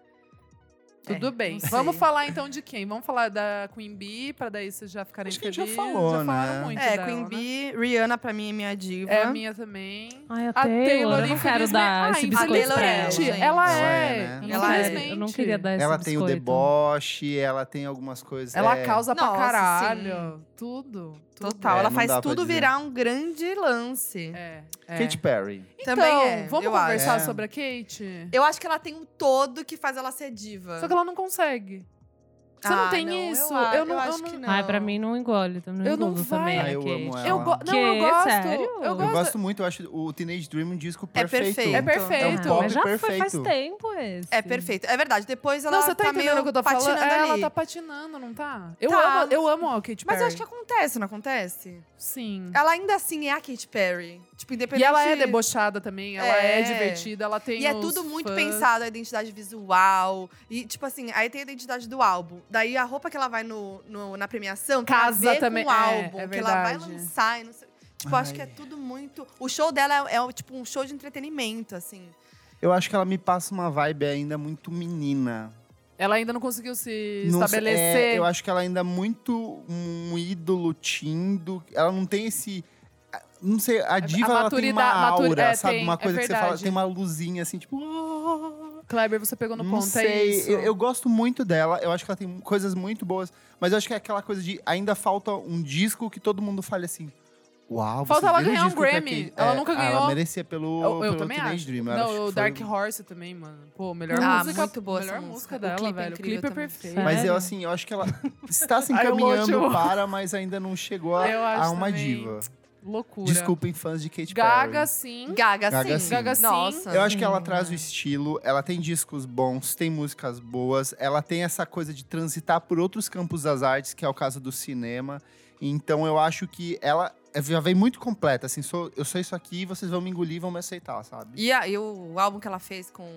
[SPEAKER 1] Tudo
[SPEAKER 5] É,
[SPEAKER 1] bem.
[SPEAKER 5] não sei.
[SPEAKER 1] Vamos falar então de quem? Vamos falar da Queen Bee, pra daí vocês já ficarem
[SPEAKER 2] Acho que a gente já
[SPEAKER 1] felizes.
[SPEAKER 2] falou,
[SPEAKER 1] já falaram
[SPEAKER 2] né?
[SPEAKER 1] muito
[SPEAKER 5] É,
[SPEAKER 1] dela,
[SPEAKER 5] Queen
[SPEAKER 1] né?
[SPEAKER 5] Bee, Rihanna pra mim é minha diva.
[SPEAKER 1] É a minha também.
[SPEAKER 3] Ai, a,
[SPEAKER 1] A
[SPEAKER 3] Taylor,
[SPEAKER 1] Taylor,
[SPEAKER 3] eu não quero
[SPEAKER 1] infelizmente-
[SPEAKER 3] dar
[SPEAKER 1] Ah,
[SPEAKER 3] esse biscoito
[SPEAKER 5] Taylor
[SPEAKER 3] pra
[SPEAKER 5] é,
[SPEAKER 3] ela.
[SPEAKER 1] infelizmente,
[SPEAKER 5] gente.
[SPEAKER 1] ela
[SPEAKER 2] Não
[SPEAKER 1] é.
[SPEAKER 2] é, né?
[SPEAKER 3] Eu não
[SPEAKER 5] Ela
[SPEAKER 3] quero-
[SPEAKER 1] infelizmente.
[SPEAKER 3] Eu não queria dar esse
[SPEAKER 2] Ela tem
[SPEAKER 3] biscoito.
[SPEAKER 2] o deboche, ela tem algumas coisas.
[SPEAKER 1] Ela
[SPEAKER 2] é,
[SPEAKER 1] causa pra
[SPEAKER 5] Nossa,
[SPEAKER 1] caralho. Tudo, tudo.
[SPEAKER 5] Total.
[SPEAKER 2] É,
[SPEAKER 5] ela
[SPEAKER 2] não
[SPEAKER 5] faz
[SPEAKER 2] dá pra
[SPEAKER 5] tudo
[SPEAKER 2] dizer.
[SPEAKER 5] virar um grande lance.
[SPEAKER 1] É, é.
[SPEAKER 2] Katy Perry.
[SPEAKER 1] Então,
[SPEAKER 5] Também é,
[SPEAKER 1] vamos
[SPEAKER 5] eu
[SPEAKER 1] conversar
[SPEAKER 2] acho.
[SPEAKER 1] sobre a Kate?
[SPEAKER 5] Eu acho que ela tem um todo que faz ela ser diva.
[SPEAKER 1] É. Só que ela não consegue. Você
[SPEAKER 5] Ah,
[SPEAKER 1] não tem
[SPEAKER 5] eu
[SPEAKER 1] isso?
[SPEAKER 5] a-
[SPEAKER 1] não,
[SPEAKER 5] acho
[SPEAKER 1] não-
[SPEAKER 5] que não.
[SPEAKER 3] Ai, pra mim não engole. Eu não
[SPEAKER 1] Eu não
[SPEAKER 3] engulo
[SPEAKER 1] vai.
[SPEAKER 3] também.
[SPEAKER 1] Ah,
[SPEAKER 3] a
[SPEAKER 2] eu amo ela.
[SPEAKER 3] Kate.
[SPEAKER 1] Eu go- Não, eu
[SPEAKER 3] Que?
[SPEAKER 1] gosto.
[SPEAKER 3] Sério?
[SPEAKER 1] Eu
[SPEAKER 2] Eu
[SPEAKER 1] gosto.
[SPEAKER 2] gosto muito, eu acho o Teenage Dream um disco
[SPEAKER 5] É
[SPEAKER 2] perfeito.
[SPEAKER 5] perfeito.
[SPEAKER 1] É perfeito.
[SPEAKER 2] É um pop
[SPEAKER 3] mas já foi faz
[SPEAKER 2] perfeito.
[SPEAKER 3] tempo esse.
[SPEAKER 5] É perfeito. É verdade. Depois ela
[SPEAKER 1] Não, você tá, entendendo
[SPEAKER 5] meio
[SPEAKER 1] o que eu tô
[SPEAKER 5] patinando
[SPEAKER 1] falando? É, Ela
[SPEAKER 5] ali.
[SPEAKER 1] tá patinando, não tá? Eu
[SPEAKER 5] Tá.
[SPEAKER 1] amo, eu amo a Kate Perry.
[SPEAKER 5] Mas eu acho que acontece, não acontece?
[SPEAKER 1] Sim.
[SPEAKER 5] Ela ainda assim é a Katy Perry. Tipo, independente.
[SPEAKER 1] E ela é debochada também, ela é,
[SPEAKER 5] É.
[SPEAKER 1] divertida, ela tem
[SPEAKER 5] E é
[SPEAKER 1] os
[SPEAKER 5] tudo muito
[SPEAKER 1] fãs.
[SPEAKER 5] pensado, a identidade visual. E, tipo assim, aí tem a identidade do álbum. Daí a roupa que ela vai no, no- na premiação tem a
[SPEAKER 1] Casa
[SPEAKER 5] ver
[SPEAKER 1] também,
[SPEAKER 5] com o
[SPEAKER 1] é,
[SPEAKER 5] álbum.
[SPEAKER 1] é
[SPEAKER 5] que ela vai
[SPEAKER 1] verdade.
[SPEAKER 5] lançar e não sei. Tipo, acho que é
[SPEAKER 2] Ai.
[SPEAKER 5] tudo muito. O show dela é, é, tipo um show de entretenimento, assim.
[SPEAKER 2] Eu acho que ela me passa uma vibe ainda muito menina.
[SPEAKER 1] Ela ainda não conseguiu se
[SPEAKER 2] Não sei-
[SPEAKER 1] estabelecer.
[SPEAKER 2] é, eu acho que ela ainda é muito um ídolo tindo. Ela não tem esse. Não sei, a diva ela tem uma
[SPEAKER 1] maturida- matur-
[SPEAKER 2] aura,
[SPEAKER 1] é,
[SPEAKER 2] sabe?
[SPEAKER 1] tem,
[SPEAKER 2] uma
[SPEAKER 1] é
[SPEAKER 2] coisa que você
[SPEAKER 1] verdade.
[SPEAKER 2] fala, tem uma luzinha assim, tipo. "Ah".
[SPEAKER 1] Kleber, você pegou no
[SPEAKER 2] não
[SPEAKER 1] ponto, é
[SPEAKER 2] sei.
[SPEAKER 1] isso?
[SPEAKER 2] eu, eu gosto muito dela, eu acho que ela tem coisas muito boas, mas eu acho que é aquela coisa de ainda falta um disco que todo mundo fale assim. Uau,
[SPEAKER 1] Falta
[SPEAKER 2] vocês
[SPEAKER 1] ela
[SPEAKER 2] viram o
[SPEAKER 1] ganhar um
[SPEAKER 2] disco que a
[SPEAKER 1] Grammy.
[SPEAKER 2] Kate-"
[SPEAKER 1] Ela nunca ganhou.
[SPEAKER 2] ah, Ela merecia pelo,
[SPEAKER 1] Eu- eu
[SPEAKER 2] pelo
[SPEAKER 1] também
[SPEAKER 2] Teenage
[SPEAKER 1] acho.
[SPEAKER 2] Dream. eu acho que
[SPEAKER 1] Não, o
[SPEAKER 2] foi-
[SPEAKER 1] Dark Horse também, mano. Pô, melhor
[SPEAKER 5] Ah,
[SPEAKER 1] música.
[SPEAKER 5] muito boa essa
[SPEAKER 1] melhor
[SPEAKER 5] música.
[SPEAKER 1] música
[SPEAKER 5] O
[SPEAKER 1] dela,
[SPEAKER 5] clipe é
[SPEAKER 1] velho. o
[SPEAKER 5] incrível
[SPEAKER 1] clipe é
[SPEAKER 5] também.
[SPEAKER 1] perfeito.
[SPEAKER 3] Sério?
[SPEAKER 2] Mas eu, assim, eu acho que ela está
[SPEAKER 1] (laughs)
[SPEAKER 2] se
[SPEAKER 1] Ai, eu vou te
[SPEAKER 2] encaminhando
[SPEAKER 1] amar.
[SPEAKER 2] para, mas ainda não chegou a,
[SPEAKER 1] Eu
[SPEAKER 2] a
[SPEAKER 1] acho
[SPEAKER 2] uma
[SPEAKER 1] também.
[SPEAKER 2] diva.
[SPEAKER 1] Loucura.
[SPEAKER 2] Desculpem, fãs de Kate
[SPEAKER 1] Gaga,
[SPEAKER 2] Perry.
[SPEAKER 1] sim.
[SPEAKER 5] Gaga,
[SPEAKER 2] Gaga,
[SPEAKER 5] sim.
[SPEAKER 2] sim. Gaga,
[SPEAKER 1] Hum? sim.
[SPEAKER 5] Nossa.
[SPEAKER 2] Eu acho que ela
[SPEAKER 3] Sim,
[SPEAKER 2] traz
[SPEAKER 3] é.
[SPEAKER 2] o estilo, ela tem discos bons, tem músicas boas, ela tem essa coisa de transitar por outros campos das artes, que é o caso do cinema. Então eu acho que ela é, já vem muito completa, assim, sou, eu sou isso aqui, vocês vão me engolir, vão me aceitar, sabe?
[SPEAKER 5] E, a- e o álbum que ela fez com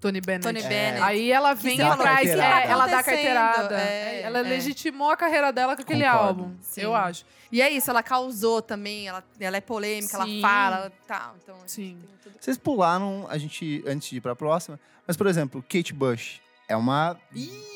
[SPEAKER 1] Tony Bennett.
[SPEAKER 5] Tony
[SPEAKER 2] É.
[SPEAKER 5] Bennett.
[SPEAKER 1] Aí ela
[SPEAKER 5] Que
[SPEAKER 1] vem
[SPEAKER 5] você
[SPEAKER 1] e
[SPEAKER 5] falou,
[SPEAKER 1] traz,
[SPEAKER 2] o
[SPEAKER 1] é,
[SPEAKER 2] que tá
[SPEAKER 1] ela dá a
[SPEAKER 5] acontecendo?
[SPEAKER 1] carteirada.
[SPEAKER 5] É,
[SPEAKER 1] ela
[SPEAKER 5] é.
[SPEAKER 1] legitimou a carreira dela com aquele
[SPEAKER 2] Concordo.
[SPEAKER 1] álbum,
[SPEAKER 5] Sim.
[SPEAKER 1] eu acho.
[SPEAKER 5] E é isso, ela causou também, ela, ela é polêmica,
[SPEAKER 1] Sim.
[SPEAKER 5] ela fala, ela- tá, então acho que
[SPEAKER 1] Sim.
[SPEAKER 5] tem tudo.
[SPEAKER 2] Vocês pularam, a gente, antes de ir pra próxima, mas, por exemplo, Kate Bush é uma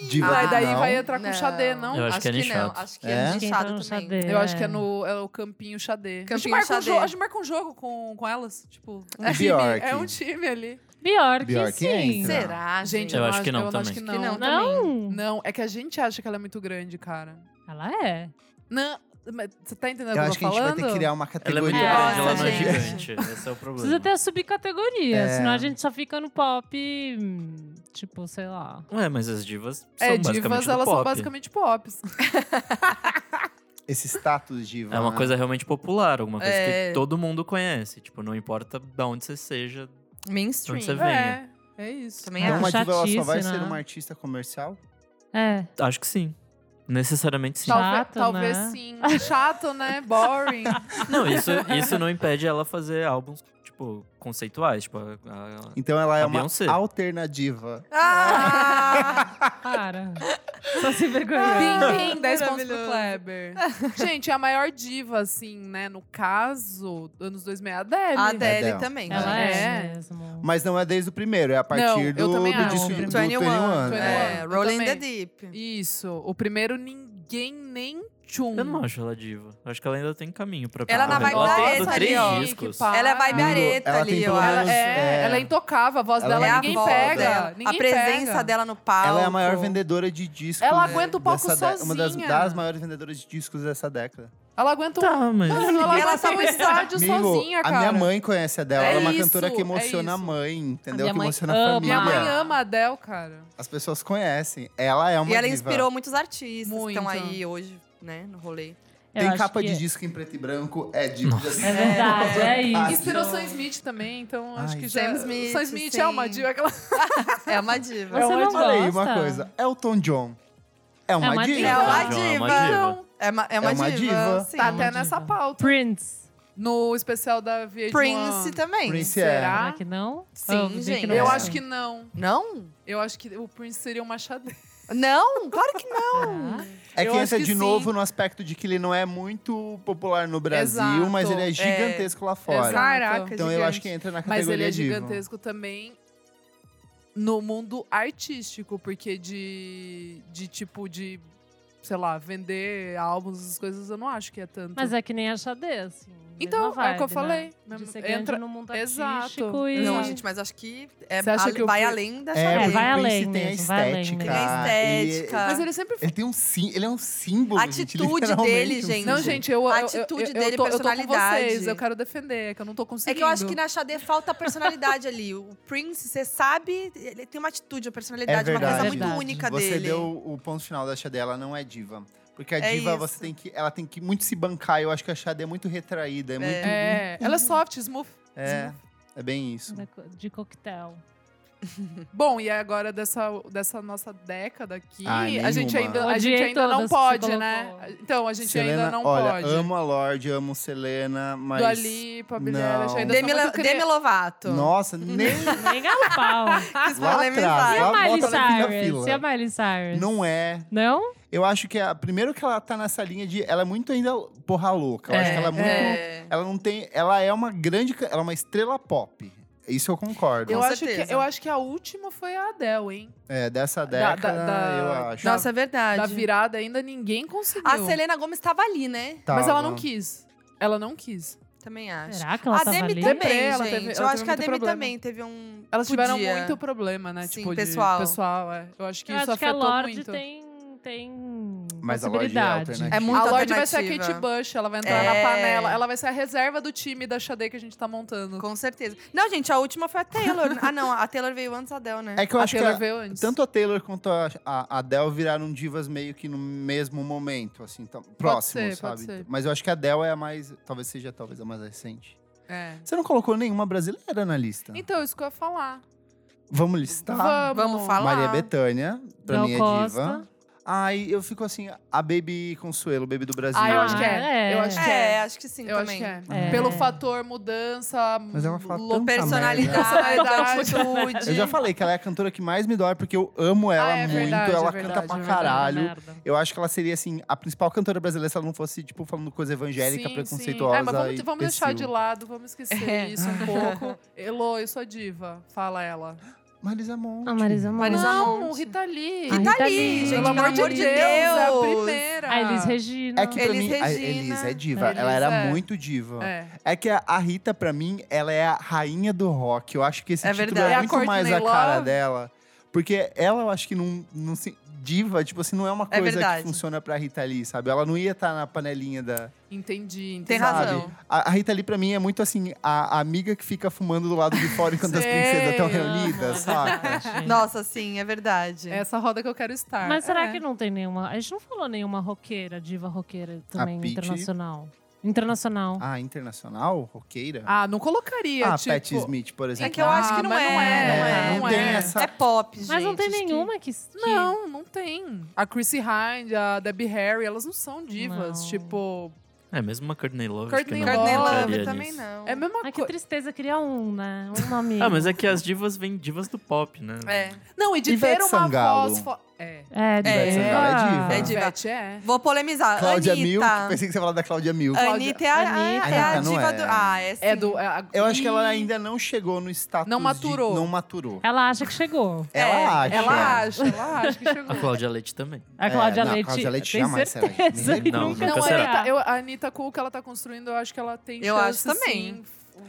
[SPEAKER 2] diva
[SPEAKER 1] Ah,
[SPEAKER 2] que
[SPEAKER 1] daí
[SPEAKER 2] não-
[SPEAKER 1] vai entrar com Xadê, não?
[SPEAKER 4] Eu acho que é
[SPEAKER 5] não,
[SPEAKER 4] nichado.
[SPEAKER 5] acho que
[SPEAKER 2] É?
[SPEAKER 5] é,
[SPEAKER 3] Acho que
[SPEAKER 1] tá
[SPEAKER 3] entra
[SPEAKER 5] nichado
[SPEAKER 3] tá no
[SPEAKER 5] também.
[SPEAKER 3] xadê,
[SPEAKER 1] Eu acho que é no é o Campinho Xadê. a, gente
[SPEAKER 5] Campinho
[SPEAKER 1] marca um
[SPEAKER 5] Xadê.
[SPEAKER 1] jogo- a gente marca um jogo com, com elas. Tipo, um
[SPEAKER 2] Um
[SPEAKER 1] time.
[SPEAKER 2] Bjork.
[SPEAKER 1] É um time ali.
[SPEAKER 3] Bjork,
[SPEAKER 2] Bjork
[SPEAKER 3] sim.
[SPEAKER 2] entra.
[SPEAKER 5] Será,
[SPEAKER 1] Gente,
[SPEAKER 5] gente?
[SPEAKER 4] Eu
[SPEAKER 1] não
[SPEAKER 4] acho que não
[SPEAKER 1] eu
[SPEAKER 4] também.
[SPEAKER 1] acho que não.
[SPEAKER 5] Ah, Que não.
[SPEAKER 1] não.
[SPEAKER 3] Não?
[SPEAKER 1] é que a gente acha que ela é muito grande, cara.
[SPEAKER 3] Ela é.
[SPEAKER 1] Não, Mas Você tá entendendo o que
[SPEAKER 2] Eu
[SPEAKER 1] eu
[SPEAKER 2] acho
[SPEAKER 1] tô
[SPEAKER 2] que a gente vai
[SPEAKER 1] falando?
[SPEAKER 2] ter que criar uma
[SPEAKER 4] Ela é muito
[SPEAKER 2] categoria.
[SPEAKER 4] grande,
[SPEAKER 5] Nossa,
[SPEAKER 4] ela não é
[SPEAKER 5] gente.
[SPEAKER 4] gigante. Esse é o problema.
[SPEAKER 3] Precisa ter a subcategoria,
[SPEAKER 2] É.
[SPEAKER 3] senão a gente só fica no pop, hum, tipo, sei lá.
[SPEAKER 4] Ué, mas as divas são
[SPEAKER 1] É,
[SPEAKER 4] basicamente
[SPEAKER 1] divas,
[SPEAKER 4] do
[SPEAKER 1] elas
[SPEAKER 4] pop.
[SPEAKER 1] são basicamente pops.
[SPEAKER 2] Esse status né? de
[SPEAKER 4] É
[SPEAKER 1] Ah.
[SPEAKER 4] uma coisa realmente popular, alguma coisa
[SPEAKER 5] É.
[SPEAKER 4] que todo mundo conhece. Tipo, não importa de onde você seja.
[SPEAKER 5] Mainstream.
[SPEAKER 4] Onde você vê?
[SPEAKER 1] É,
[SPEAKER 4] Venha.
[SPEAKER 1] é isso.
[SPEAKER 5] Também
[SPEAKER 2] Então,
[SPEAKER 5] acho.
[SPEAKER 2] uma (laughs) diva ela só
[SPEAKER 3] Chatice,
[SPEAKER 2] vai
[SPEAKER 3] né?
[SPEAKER 2] ser uma artista comercial?
[SPEAKER 3] É.
[SPEAKER 4] Acho que sim. Necessariamente sim.
[SPEAKER 1] Talve-
[SPEAKER 3] Chato,
[SPEAKER 1] talvez
[SPEAKER 3] né?
[SPEAKER 1] sim. Chato, né? Boring.
[SPEAKER 4] (laughs) Não, isso, isso não impede ela fazer álbuns, tipo, conceituais. Tipo, a- a-
[SPEAKER 2] Então ela é
[SPEAKER 4] A
[SPEAKER 2] uma
[SPEAKER 4] Beyoncé.
[SPEAKER 2] alternativa.
[SPEAKER 5] Ah!
[SPEAKER 3] Para. Só se vergonha.
[SPEAKER 1] Bim, bim, 10 pontos pro
[SPEAKER 5] Maravilhoso.
[SPEAKER 1] Kleber. Ah, (laughs) Gente, a maior diva, assim, né? No caso, anos 2000 é a Adele.
[SPEAKER 5] A
[SPEAKER 2] Adele.
[SPEAKER 5] Ah, Adele também.
[SPEAKER 3] Ela
[SPEAKER 5] né?
[SPEAKER 3] é,
[SPEAKER 1] É.
[SPEAKER 3] mesmo.
[SPEAKER 2] Mas não é desde o primeiro, é a
[SPEAKER 1] Não,
[SPEAKER 2] partir
[SPEAKER 1] eu
[SPEAKER 2] do, do,
[SPEAKER 1] também acho.
[SPEAKER 2] disco- do
[SPEAKER 5] 21,
[SPEAKER 2] 21, né?
[SPEAKER 5] é,
[SPEAKER 1] Eu
[SPEAKER 5] Rolling
[SPEAKER 1] também.
[SPEAKER 5] the Deep.
[SPEAKER 1] Isso. O primeiro, ninguém nem tchum.
[SPEAKER 4] Eu não acho ela diva. Acho que ela ainda tem caminho pra
[SPEAKER 5] Ela na
[SPEAKER 4] ela
[SPEAKER 5] vibe da
[SPEAKER 4] tem
[SPEAKER 5] Aretha
[SPEAKER 4] três
[SPEAKER 5] ali, ó.
[SPEAKER 4] discos.
[SPEAKER 1] Que pa-
[SPEAKER 5] Ela é vibe
[SPEAKER 1] Ah.
[SPEAKER 5] areta
[SPEAKER 2] Ela tem
[SPEAKER 5] ali, eu
[SPEAKER 2] pelo
[SPEAKER 5] acho.
[SPEAKER 1] Ela
[SPEAKER 2] menos-
[SPEAKER 1] é,
[SPEAKER 2] É.
[SPEAKER 1] ela é intocável, a voz
[SPEAKER 2] Ela
[SPEAKER 1] dela
[SPEAKER 5] é a
[SPEAKER 1] ninguém
[SPEAKER 5] voz
[SPEAKER 1] pega.
[SPEAKER 5] dela.
[SPEAKER 1] Ninguém
[SPEAKER 5] a presença
[SPEAKER 1] pega.
[SPEAKER 5] dela no palco.
[SPEAKER 2] Ela é a maior vendedora de discos.
[SPEAKER 1] Ela
[SPEAKER 2] né,
[SPEAKER 1] aguenta o palco
[SPEAKER 2] dessa dé- Uma das,
[SPEAKER 1] sozinha.
[SPEAKER 2] das maiores vendedoras de discos dessa década.
[SPEAKER 1] Ela aguenta um.
[SPEAKER 4] Tá, mas.
[SPEAKER 1] Mano, ela
[SPEAKER 5] Ela
[SPEAKER 1] aguenta
[SPEAKER 5] tá
[SPEAKER 1] um
[SPEAKER 5] muito-
[SPEAKER 1] estádio
[SPEAKER 2] Amigo,
[SPEAKER 1] sozinha, cara.
[SPEAKER 2] A minha mãe conhece a dela.
[SPEAKER 1] É
[SPEAKER 2] ela é uma
[SPEAKER 1] isso,
[SPEAKER 2] cantora
[SPEAKER 1] é
[SPEAKER 2] que emociona a
[SPEAKER 1] isso.
[SPEAKER 2] mãe, entendeu?
[SPEAKER 3] minha
[SPEAKER 2] Que
[SPEAKER 3] mãe
[SPEAKER 2] emociona
[SPEAKER 3] ama.
[SPEAKER 2] a
[SPEAKER 1] Minha
[SPEAKER 2] família.
[SPEAKER 1] mãe ama a Adele, cara.
[SPEAKER 2] As pessoas conhecem. Ela é uma
[SPEAKER 5] E ela
[SPEAKER 2] diva.
[SPEAKER 5] inspirou muitos artistas
[SPEAKER 1] Muito.
[SPEAKER 5] que estão aí hoje, né, no rolê.
[SPEAKER 3] Eu
[SPEAKER 2] Tem
[SPEAKER 3] acho
[SPEAKER 2] capa
[SPEAKER 3] que
[SPEAKER 2] de
[SPEAKER 3] é.
[SPEAKER 2] disco em preto e branco, é diva.
[SPEAKER 3] É verdade, é
[SPEAKER 2] Ah,
[SPEAKER 1] E
[SPEAKER 3] isso.
[SPEAKER 1] Inspirou Sam Smith também, então acho
[SPEAKER 2] Ai,
[SPEAKER 1] que já.
[SPEAKER 5] Sam Smith,
[SPEAKER 1] Sam Smith
[SPEAKER 5] sim.
[SPEAKER 1] é uma diva. Aquela...
[SPEAKER 5] É uma diva.
[SPEAKER 3] Você não
[SPEAKER 2] Olha aí
[SPEAKER 3] gosta?
[SPEAKER 2] uma coisa. Elton John. É uma,
[SPEAKER 3] uma
[SPEAKER 2] diva.
[SPEAKER 5] É uma
[SPEAKER 4] João, é uma
[SPEAKER 5] diva.
[SPEAKER 4] diva.
[SPEAKER 5] É uma, é uma,
[SPEAKER 2] É uma diva.
[SPEAKER 5] sim.
[SPEAKER 1] Tá
[SPEAKER 3] É uma
[SPEAKER 1] até nessa
[SPEAKER 3] diva.
[SPEAKER 1] pauta.
[SPEAKER 3] Prince.
[SPEAKER 1] No especial da VH1.
[SPEAKER 5] Prince também.
[SPEAKER 2] Prince é.
[SPEAKER 1] Será?
[SPEAKER 3] Será Ah, que não?
[SPEAKER 5] Sim,
[SPEAKER 3] Eu vi que
[SPEAKER 5] gente.
[SPEAKER 3] não
[SPEAKER 1] Eu
[SPEAKER 3] é.
[SPEAKER 1] acho que não.
[SPEAKER 5] Não?
[SPEAKER 1] Eu acho que o Prince seria um uma chadeira.
[SPEAKER 5] Não, claro que não.
[SPEAKER 3] Será?
[SPEAKER 2] É
[SPEAKER 1] Eu
[SPEAKER 2] que
[SPEAKER 1] acho
[SPEAKER 2] entra
[SPEAKER 1] que
[SPEAKER 2] de
[SPEAKER 1] sim.
[SPEAKER 2] novo no aspecto de que ele não é muito popular no Brasil,
[SPEAKER 1] Exato.
[SPEAKER 2] mas ele é gigantesco lá fora.
[SPEAKER 1] Exato. é
[SPEAKER 5] Caraca,
[SPEAKER 2] Então eu
[SPEAKER 5] gigante.
[SPEAKER 2] acho que entra na categoria
[SPEAKER 1] Mas ele é
[SPEAKER 2] diva.
[SPEAKER 1] gigantesco também no mundo artístico, porque de, de tipo de, sei lá, vender álbuns, essas coisas, eu não acho que é tanto.
[SPEAKER 3] Mas é que nem a Xadê, assim.
[SPEAKER 1] então,
[SPEAKER 3] mesma
[SPEAKER 1] é o que eu
[SPEAKER 3] vibe,
[SPEAKER 1] falei.
[SPEAKER 3] Né? De
[SPEAKER 1] Mesmo-
[SPEAKER 3] ser grande
[SPEAKER 1] entra-
[SPEAKER 3] no mundo
[SPEAKER 1] Exato.
[SPEAKER 3] artístico e...
[SPEAKER 5] Não,
[SPEAKER 1] Exato.
[SPEAKER 5] gente, mas acho que, é,
[SPEAKER 1] Você acha
[SPEAKER 5] ale-
[SPEAKER 1] que o
[SPEAKER 5] vai
[SPEAKER 1] Pri-
[SPEAKER 5] além da
[SPEAKER 2] É,
[SPEAKER 5] Chanel.
[SPEAKER 3] vai
[SPEAKER 2] porque o Prince
[SPEAKER 3] além
[SPEAKER 2] tem a
[SPEAKER 3] mesmo, vai além
[SPEAKER 2] estética.
[SPEAKER 3] mesmo.
[SPEAKER 5] Tem a estética.
[SPEAKER 2] e-
[SPEAKER 1] Mas ele sempre foi.
[SPEAKER 2] Ele tem um sim, ele é um símbolo.
[SPEAKER 5] A
[SPEAKER 2] gente,
[SPEAKER 5] atitude
[SPEAKER 2] literalmente
[SPEAKER 5] dele,
[SPEAKER 2] um
[SPEAKER 5] gente.
[SPEAKER 1] Não,
[SPEAKER 2] símbolo.
[SPEAKER 1] gente, eu,
[SPEAKER 5] A
[SPEAKER 1] eu- eu-
[SPEAKER 5] atitude
[SPEAKER 1] eu- eu
[SPEAKER 5] dele,
[SPEAKER 1] tô, eu tô com vocês,
[SPEAKER 5] personalidade.
[SPEAKER 1] eu quero defender, é que eu não tô
[SPEAKER 5] É
[SPEAKER 1] conseguindo.
[SPEAKER 5] que eu acho que na Xadê falta personalidade ali. O Prince, você sabe, ele tem uma atitude, uma personalidade,
[SPEAKER 2] É
[SPEAKER 5] uma coisa
[SPEAKER 2] verdade.
[SPEAKER 5] muito
[SPEAKER 3] Verdade.
[SPEAKER 5] única
[SPEAKER 2] Você
[SPEAKER 5] dele.
[SPEAKER 2] deu o ponto final da Xadé, ela não é diva. Porque a
[SPEAKER 5] É
[SPEAKER 2] diva,
[SPEAKER 5] isso.
[SPEAKER 2] você tem que, ela tem que muito se bancar. Eu acho que a Xadé é muito retraída. É, muito.
[SPEAKER 1] É, ela é soft, smooth.
[SPEAKER 2] É, é bem isso.
[SPEAKER 3] da co- De coquetel.
[SPEAKER 1] Bom, e agora dessa, dessa nossa década aqui,
[SPEAKER 2] Ai,
[SPEAKER 1] a gente
[SPEAKER 2] nenhuma.
[SPEAKER 1] ainda, a gente
[SPEAKER 3] Odiei
[SPEAKER 1] ainda não
[SPEAKER 3] todas que você
[SPEAKER 1] pode, né?
[SPEAKER 3] colocou.
[SPEAKER 1] Então, a gente ainda não
[SPEAKER 2] olha,
[SPEAKER 1] pode.
[SPEAKER 2] amo a Lorde, amo Selena, mas.
[SPEAKER 1] Do Ali, Billie
[SPEAKER 2] Não.
[SPEAKER 1] Eilish, ainda
[SPEAKER 5] Demi,
[SPEAKER 1] sou
[SPEAKER 5] Lo-
[SPEAKER 1] muito cri-
[SPEAKER 5] Demi Lovato.
[SPEAKER 1] (laughs)
[SPEAKER 2] Nossa, nem
[SPEAKER 3] Nem a pau.
[SPEAKER 5] Quis
[SPEAKER 2] Lá
[SPEAKER 5] polemizar.
[SPEAKER 2] atrás,
[SPEAKER 3] E a
[SPEAKER 2] Ela
[SPEAKER 3] Miley
[SPEAKER 2] volta na fila,
[SPEAKER 3] Cyrus?
[SPEAKER 2] fila.
[SPEAKER 3] E a Miley Cyrus?
[SPEAKER 2] não é.
[SPEAKER 3] Não?
[SPEAKER 2] Eu acho que a primeiro que ela tá nessa linha de ela é muito ainda porra louca. Eu acho que ela é muito,
[SPEAKER 5] É.
[SPEAKER 2] ela não tem, ela é uma grande, ca- ela é uma estrela pop. Isso eu concordo.
[SPEAKER 1] Eu
[SPEAKER 5] Com
[SPEAKER 1] acho, que,
[SPEAKER 5] certeza.
[SPEAKER 1] eu acho que a última foi a Adele, hein?
[SPEAKER 2] É, dessa
[SPEAKER 1] Da- da-
[SPEAKER 2] década,
[SPEAKER 1] da-
[SPEAKER 2] eu acho.
[SPEAKER 5] Nossa, é
[SPEAKER 1] Da
[SPEAKER 5] verdade.
[SPEAKER 1] virada ainda ninguém conseguiu.
[SPEAKER 5] A Selena Gomes estava ali, né?
[SPEAKER 2] Tava.
[SPEAKER 1] Mas ela não quis. Ela não quis.
[SPEAKER 5] Também acho.
[SPEAKER 3] Será que ela
[SPEAKER 5] A
[SPEAKER 3] tava
[SPEAKER 5] Demi
[SPEAKER 3] ali?
[SPEAKER 5] também,
[SPEAKER 1] Depre, ela
[SPEAKER 5] gente.
[SPEAKER 1] teve-
[SPEAKER 5] eu
[SPEAKER 1] ela teve
[SPEAKER 5] acho que a
[SPEAKER 1] muito
[SPEAKER 5] Demi
[SPEAKER 1] problema.
[SPEAKER 5] também teve um...
[SPEAKER 1] Elas tiveram
[SPEAKER 5] Podia.
[SPEAKER 1] muito problema, né?
[SPEAKER 5] Sim,
[SPEAKER 1] tipo, de-
[SPEAKER 5] pessoal.
[SPEAKER 1] pessoal, é. Eu acho que
[SPEAKER 3] Eu
[SPEAKER 1] isso
[SPEAKER 3] acho que a
[SPEAKER 1] afetou
[SPEAKER 3] Lorde
[SPEAKER 1] muito.
[SPEAKER 3] tem, tem
[SPEAKER 2] Mas a Lorde é
[SPEAKER 3] possibilidade.
[SPEAKER 2] alternativa.
[SPEAKER 5] É muito
[SPEAKER 1] a Lorde vai ser a
[SPEAKER 5] alternativa.
[SPEAKER 1] Kate Bush, ela vai entrar
[SPEAKER 5] É.
[SPEAKER 1] na panela. Ela vai ser a reserva do time da Xadê que a gente tá montando.
[SPEAKER 5] Com certeza. Não, gente, a última foi a Taylor. ah, não, a Taylor veio antes da Adele, né?
[SPEAKER 2] É que eu
[SPEAKER 1] a
[SPEAKER 2] acho que
[SPEAKER 1] Taylor
[SPEAKER 2] a-
[SPEAKER 1] veio antes.
[SPEAKER 2] tanto a Taylor quanto a, a Adele viraram divas meio que no mesmo momento, assim, tão, próximo,
[SPEAKER 1] ser, pode
[SPEAKER 2] sabe?
[SPEAKER 1] ser.
[SPEAKER 2] Mas eu acho que a Adele é a mais, talvez seja talvez a mais recente.
[SPEAKER 1] É.
[SPEAKER 2] Você não colocou nenhuma brasileira na lista?
[SPEAKER 1] Então, isso que eu ia falar.
[SPEAKER 2] Vamos listar?
[SPEAKER 5] Vamos falar.
[SPEAKER 2] Tá. Maria Bethânia, pra
[SPEAKER 3] Gal
[SPEAKER 2] mim é
[SPEAKER 3] Costa.
[SPEAKER 2] diva. Ai, eu fico assim, a Baby Consuelo, Baby do Brasil. né?
[SPEAKER 1] Ah, eu acho que
[SPEAKER 3] Ah,
[SPEAKER 1] é.
[SPEAKER 3] é.
[SPEAKER 1] Eu acho que
[SPEAKER 5] É,
[SPEAKER 1] é.
[SPEAKER 5] acho que sim
[SPEAKER 1] Eu acho
[SPEAKER 5] também.
[SPEAKER 1] que é.
[SPEAKER 3] É.
[SPEAKER 1] Pelo fator mudança,
[SPEAKER 2] Mas ela fala
[SPEAKER 1] lo-
[SPEAKER 2] tanta
[SPEAKER 5] Personalidade,
[SPEAKER 2] merda.
[SPEAKER 1] Personalidade.
[SPEAKER 5] atitude.
[SPEAKER 2] Eu já falei que ela é a cantora que mais me dói, porque eu amo ela
[SPEAKER 1] Ah, é
[SPEAKER 2] muito,
[SPEAKER 1] verdade,
[SPEAKER 2] ela
[SPEAKER 1] é verdade,
[SPEAKER 2] canta pra
[SPEAKER 1] é verdade,
[SPEAKER 2] caralho.
[SPEAKER 3] Merda.
[SPEAKER 2] Eu acho que ela seria, assim, a principal cantora brasileira se ela não fosse, tipo, falando coisa evangélica,
[SPEAKER 1] Sim,
[SPEAKER 2] preconceituosa.
[SPEAKER 1] sim. É, mas vamos,
[SPEAKER 2] e
[SPEAKER 1] vamos deixar de
[SPEAKER 2] imbecil.
[SPEAKER 1] lado, vamos esquecer
[SPEAKER 5] É.
[SPEAKER 1] isso um pouco. Elo, eu sou diva, fala ela.
[SPEAKER 2] Marisa Monte.
[SPEAKER 3] A Marisa é Monte.
[SPEAKER 5] Marisa
[SPEAKER 1] não,
[SPEAKER 5] Monte.
[SPEAKER 1] Rita Lee.
[SPEAKER 3] Ah,
[SPEAKER 5] E tá
[SPEAKER 3] Rita
[SPEAKER 5] ali,
[SPEAKER 3] Lee,
[SPEAKER 5] gente,
[SPEAKER 1] Pelo amor de Deus, é a primeira.
[SPEAKER 3] A Elis Regina.
[SPEAKER 2] É que pra
[SPEAKER 5] Elis
[SPEAKER 2] mim, a
[SPEAKER 5] Regina.
[SPEAKER 2] Elis é diva.
[SPEAKER 1] Elis
[SPEAKER 2] ela era
[SPEAKER 1] é.
[SPEAKER 2] muito diva. É.
[SPEAKER 1] É.
[SPEAKER 2] que a, a Rita, pra mim, ela é a rainha do rock. Eu acho que esse
[SPEAKER 5] É
[SPEAKER 2] título
[SPEAKER 5] verdade.
[SPEAKER 2] é
[SPEAKER 1] É a
[SPEAKER 2] muito mais a
[SPEAKER 1] Courtney
[SPEAKER 2] cara
[SPEAKER 1] Love.
[SPEAKER 2] dela. Porque ela, eu acho que não, não se diva, tipo assim, não é uma
[SPEAKER 5] É
[SPEAKER 2] coisa que
[SPEAKER 5] verdade.
[SPEAKER 2] funciona pra Rita Lee, sabe? Ela não ia estar na panelinha da.
[SPEAKER 1] Entendi, entendi.
[SPEAKER 5] Tem razão.
[SPEAKER 2] A, a Rita Lee, pra mim, é muito assim, a, a amiga que fica fumando do lado de fora enquanto as
[SPEAKER 1] Sei,
[SPEAKER 2] princesas estão
[SPEAKER 3] é
[SPEAKER 1] amo,
[SPEAKER 5] (laughs)
[SPEAKER 2] reunidas, sabe?
[SPEAKER 5] Nossa, sim, é verdade.
[SPEAKER 1] É essa roda que eu quero estar.
[SPEAKER 3] Mas será
[SPEAKER 1] É.
[SPEAKER 3] que não tem nenhuma. A gente não falou nenhuma roqueira, diva roqueira também
[SPEAKER 2] Pitty?
[SPEAKER 3] internacional. Internacional.
[SPEAKER 2] Ah, internacional? Roqueira?
[SPEAKER 1] Ah, não colocaria,
[SPEAKER 2] Ah,
[SPEAKER 1] tipo...
[SPEAKER 2] Patti Smith, por
[SPEAKER 5] É
[SPEAKER 2] exemplo.
[SPEAKER 5] que eu
[SPEAKER 1] Ah,
[SPEAKER 5] acho que não
[SPEAKER 1] mas
[SPEAKER 5] é.
[SPEAKER 1] não é,
[SPEAKER 2] não é, não tem essa-
[SPEAKER 5] É pop, gente.
[SPEAKER 3] Mas não tem
[SPEAKER 5] acho que-
[SPEAKER 3] nenhuma que. que-
[SPEAKER 1] Não, não tem. A Chrissy Hind, a Debbie Harry, elas não são divas.
[SPEAKER 3] Não.
[SPEAKER 1] Tipo,
[SPEAKER 4] É, mesmo uma Courtney Love.
[SPEAKER 1] Courtney
[SPEAKER 4] acho que
[SPEAKER 5] Courtney
[SPEAKER 4] não entraria
[SPEAKER 5] Love também
[SPEAKER 4] nisso.
[SPEAKER 5] não.
[SPEAKER 1] é a mesma
[SPEAKER 3] Ai, que
[SPEAKER 1] coisa.
[SPEAKER 3] tristeza, queria um, né? Um nome.
[SPEAKER 4] Ah, mas é que as divas vêm divas do pop, né?
[SPEAKER 5] É.
[SPEAKER 1] Não, e de
[SPEAKER 2] Ivete
[SPEAKER 1] ter uma
[SPEAKER 2] Sangalo.
[SPEAKER 1] voz... fo- É.
[SPEAKER 3] É,
[SPEAKER 5] Ivete
[SPEAKER 2] Sangalo é diva.
[SPEAKER 1] A
[SPEAKER 5] É diva.
[SPEAKER 1] Ivete é.
[SPEAKER 5] Vou polemizar.
[SPEAKER 2] Cláudia
[SPEAKER 5] Anitta.
[SPEAKER 2] Milk, (laughs) pensei que você ia falar da Cláudia Milk.
[SPEAKER 5] Anitta é a,
[SPEAKER 3] Anitta.
[SPEAKER 5] é a
[SPEAKER 2] Anitta não
[SPEAKER 5] diva
[SPEAKER 2] é.
[SPEAKER 5] do. Ah, é sim.
[SPEAKER 1] É do... é a-
[SPEAKER 2] Eu acho que ela ainda não chegou no status
[SPEAKER 1] Não maturou.
[SPEAKER 2] de- não maturou.
[SPEAKER 3] Ela acha que chegou.
[SPEAKER 2] Ela
[SPEAKER 5] É,
[SPEAKER 2] acha.
[SPEAKER 1] Ela acha, ela acha (laughs) que chegou.
[SPEAKER 4] A Cláudia Leite também.
[SPEAKER 3] A Cláudia
[SPEAKER 2] não, a
[SPEAKER 3] Leite.
[SPEAKER 2] Cláudia Leite
[SPEAKER 3] tem
[SPEAKER 2] jamais será
[SPEAKER 3] certeza
[SPEAKER 2] isso.
[SPEAKER 3] que
[SPEAKER 4] Não,
[SPEAKER 3] nunca
[SPEAKER 4] nunca
[SPEAKER 1] Não, é a
[SPEAKER 4] será.
[SPEAKER 3] será.
[SPEAKER 1] Anitta, eu, a Anitta Cool que ela tá construindo, eu acho que ela tem
[SPEAKER 5] Eu
[SPEAKER 1] chance,
[SPEAKER 5] acho também.
[SPEAKER 1] sim,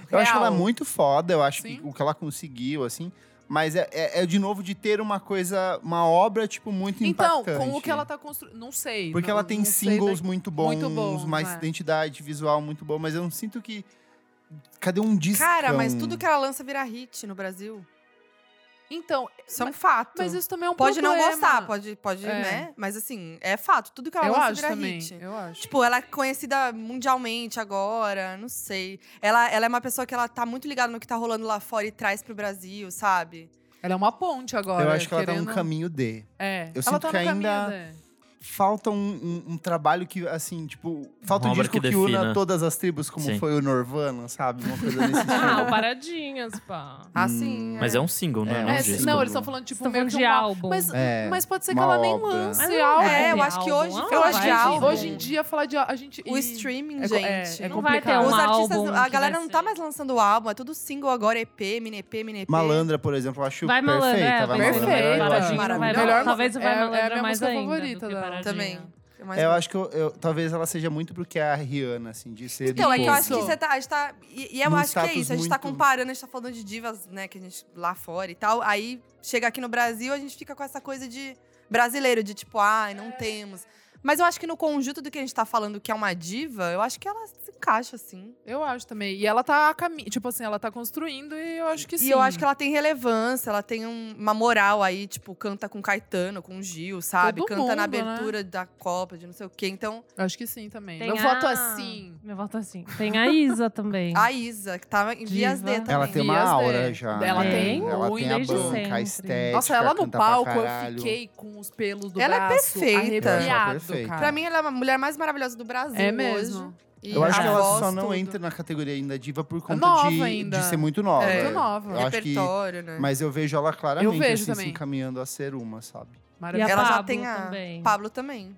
[SPEAKER 2] Eu acho que ela é
[SPEAKER 1] real.
[SPEAKER 2] muito foda, eu acho
[SPEAKER 1] Sim.
[SPEAKER 2] que o que ela conseguiu, assim. Mas é, é- é, de novo de ter uma coisa, uma obra, tipo, muito
[SPEAKER 1] Então,
[SPEAKER 2] impactante.
[SPEAKER 1] com o que ela tá construindo... Não sei.
[SPEAKER 2] Porque
[SPEAKER 1] não-
[SPEAKER 2] ela tem
[SPEAKER 1] não sei né?
[SPEAKER 2] singles muito bons,
[SPEAKER 1] muito bom,
[SPEAKER 2] mais
[SPEAKER 1] é.
[SPEAKER 2] identidade visual muito boa, mas eu não sinto que. Cadê um disco?
[SPEAKER 5] Cara, mas tudo que ela lança vira hit no Brasil.
[SPEAKER 1] Então,
[SPEAKER 5] Isso é um fato.
[SPEAKER 1] mas isso também é um
[SPEAKER 5] pode
[SPEAKER 1] problema.
[SPEAKER 5] não gostar, pode, pode
[SPEAKER 1] É.
[SPEAKER 5] né? Mas assim, é fato. Tudo que ela
[SPEAKER 1] Eu
[SPEAKER 5] lança
[SPEAKER 1] acho
[SPEAKER 5] vira
[SPEAKER 1] também,
[SPEAKER 5] hit.
[SPEAKER 1] eu acho.
[SPEAKER 5] Tipo, ela é conhecida mundialmente agora, não sei. Ela, ela é uma pessoa que ela tá muito ligada no que tá rolando lá fora e traz pro Brasil, sabe?
[SPEAKER 1] Ela é uma ponte agora.
[SPEAKER 2] Eu acho que ela tá
[SPEAKER 1] querendo...
[SPEAKER 2] no caminho de.
[SPEAKER 1] É.
[SPEAKER 2] Eu
[SPEAKER 1] ela tá
[SPEAKER 2] sinto que
[SPEAKER 1] no caminho
[SPEAKER 2] ainda-
[SPEAKER 1] dela.
[SPEAKER 2] Falta um, um- um trabalho que, assim, tipo. Falta um
[SPEAKER 4] Uma obra
[SPEAKER 2] disco que,
[SPEAKER 4] que
[SPEAKER 2] una
[SPEAKER 4] defina.
[SPEAKER 2] todas as tribos, como
[SPEAKER 4] Sim.
[SPEAKER 2] foi o Norvana, sabe? Uma coisa
[SPEAKER 3] (laughs)
[SPEAKER 2] nesse
[SPEAKER 3] (laughs) Ah, o
[SPEAKER 2] estilo.
[SPEAKER 3] Paradinhas, pá.
[SPEAKER 5] Assim.
[SPEAKER 4] Mas é um single,
[SPEAKER 2] É,
[SPEAKER 4] né?
[SPEAKER 2] um
[SPEAKER 1] Ah, É,
[SPEAKER 4] um
[SPEAKER 1] se-
[SPEAKER 4] disco.
[SPEAKER 1] não, eles estão falando, tipo,
[SPEAKER 3] Tão
[SPEAKER 1] meio
[SPEAKER 3] falando
[SPEAKER 1] que
[SPEAKER 3] de
[SPEAKER 1] uma-
[SPEAKER 3] álbum.
[SPEAKER 1] Mas,
[SPEAKER 2] É,
[SPEAKER 1] mas pode ser que
[SPEAKER 2] uma
[SPEAKER 1] ela nem
[SPEAKER 2] obra.
[SPEAKER 1] lance
[SPEAKER 3] Mas não
[SPEAKER 1] álbum.
[SPEAKER 3] vai
[SPEAKER 5] É, eu
[SPEAKER 3] ter
[SPEAKER 5] acho que
[SPEAKER 3] álbum,
[SPEAKER 5] hoje-
[SPEAKER 3] não
[SPEAKER 1] Eu
[SPEAKER 5] Não
[SPEAKER 1] acho
[SPEAKER 3] vai
[SPEAKER 1] que
[SPEAKER 5] ter
[SPEAKER 3] ter
[SPEAKER 5] álbum.
[SPEAKER 1] hoje em dia falar de. A gente.
[SPEAKER 5] O
[SPEAKER 1] e-
[SPEAKER 5] streaming,
[SPEAKER 1] é co- é,
[SPEAKER 5] gente.
[SPEAKER 1] é
[SPEAKER 3] Não vai ter
[SPEAKER 1] complicado.
[SPEAKER 3] um
[SPEAKER 5] Os artistas,
[SPEAKER 3] álbum
[SPEAKER 5] a
[SPEAKER 3] que
[SPEAKER 5] galera
[SPEAKER 3] vai
[SPEAKER 5] não tá
[SPEAKER 3] ser-
[SPEAKER 5] mais lançando álbum, é tudo single agora, EP, mini EP, mini EP.
[SPEAKER 2] Malandra, por exemplo, eu acho
[SPEAKER 3] Vai
[SPEAKER 2] perfeita.
[SPEAKER 3] malandra, é,
[SPEAKER 2] vai
[SPEAKER 3] vai ser
[SPEAKER 2] malandra.
[SPEAKER 1] Perfeita.
[SPEAKER 3] Paradinha, vai
[SPEAKER 5] Maravilhosa.
[SPEAKER 3] malandra.
[SPEAKER 5] Melhor-
[SPEAKER 3] Talvez o
[SPEAKER 1] é-
[SPEAKER 3] Vai
[SPEAKER 1] é a
[SPEAKER 3] Malandra
[SPEAKER 1] minha
[SPEAKER 3] mais
[SPEAKER 1] música
[SPEAKER 3] ainda
[SPEAKER 1] favorita
[SPEAKER 3] do que
[SPEAKER 1] dela.
[SPEAKER 3] Paradinha.
[SPEAKER 5] Também. mais um
[SPEAKER 2] É, eu
[SPEAKER 5] uma.
[SPEAKER 2] acho que eu, eu- talvez ela seja muito pro que é a Rihanna, assim, de ser.
[SPEAKER 5] Então,
[SPEAKER 2] do
[SPEAKER 5] é que eu acho que
[SPEAKER 1] Isso.
[SPEAKER 5] você tá. A gente tá e, e eu
[SPEAKER 2] Num
[SPEAKER 5] acho que é
[SPEAKER 2] status
[SPEAKER 5] isso. A gente tá
[SPEAKER 2] muito-
[SPEAKER 5] comparando, a gente tá falando de divas, né, que a gente lá fora e tal. Aí chega aqui no Brasil, a gente fica com essa coisa de brasileiro, de tipo, ai, não temos. Mas eu acho que no conjunto do que a gente tá falando que é uma diva, eu acho que ela se encaixa, assim.
[SPEAKER 1] Eu acho também. E ela tá a caminho. Tipo assim, ela tá construindo e eu acho que sim.
[SPEAKER 5] E eu acho que ela tem relevância, ela tem um- uma moral aí, tipo, canta com Caetano, com Gil, sabe?
[SPEAKER 1] Todo
[SPEAKER 5] canta na
[SPEAKER 1] mundo, né?
[SPEAKER 5] abertura da Copa, de não sei o quê. Então,
[SPEAKER 1] Eu acho que sim também.
[SPEAKER 3] Tem
[SPEAKER 1] Eu
[SPEAKER 3] a-
[SPEAKER 1] voto assim.
[SPEAKER 3] Meu voto assim. Tem a Isa também.
[SPEAKER 5] a Isa, que tava em vias
[SPEAKER 3] Diva.
[SPEAKER 5] D também.
[SPEAKER 2] Ela tem uma
[SPEAKER 1] Vias
[SPEAKER 2] aura
[SPEAKER 1] de-
[SPEAKER 2] já.
[SPEAKER 1] Ela
[SPEAKER 2] né?
[SPEAKER 1] tem
[SPEAKER 2] Ela
[SPEAKER 1] muito
[SPEAKER 2] tem a
[SPEAKER 1] desde
[SPEAKER 2] banca, a
[SPEAKER 3] um sempre.
[SPEAKER 2] estética.
[SPEAKER 1] Nossa, ela no
[SPEAKER 2] canta pra
[SPEAKER 1] palco, eu
[SPEAKER 2] caralho.
[SPEAKER 1] fiquei com os pelos do
[SPEAKER 5] Ela é
[SPEAKER 1] braço
[SPEAKER 5] perfeita.
[SPEAKER 2] Ela é
[SPEAKER 1] arrepiado,
[SPEAKER 2] perfeita.
[SPEAKER 1] cara.
[SPEAKER 5] Pra mim, ela é a mulher mais maravilhosa do Brasil
[SPEAKER 1] é mesmo.
[SPEAKER 5] hoje. E
[SPEAKER 2] Eu acho
[SPEAKER 5] a
[SPEAKER 2] que ela
[SPEAKER 5] voz,
[SPEAKER 2] só não
[SPEAKER 5] tudo.
[SPEAKER 2] entra na categoria ainda diva por conta
[SPEAKER 1] nova
[SPEAKER 2] de,
[SPEAKER 1] ainda.
[SPEAKER 2] de ser muito nova.
[SPEAKER 5] É.
[SPEAKER 1] Muito nova.
[SPEAKER 2] Eu acho que-
[SPEAKER 5] repertório, né?
[SPEAKER 2] Mas eu vejo ela claramente
[SPEAKER 1] vejo
[SPEAKER 2] assim, se
[SPEAKER 1] também.
[SPEAKER 2] encaminhando a ser uma, sabe?
[SPEAKER 3] E a
[SPEAKER 1] Maravilhosa.
[SPEAKER 5] Ela já
[SPEAKER 3] Pablo
[SPEAKER 5] tem a-
[SPEAKER 3] também.
[SPEAKER 5] Pablo também.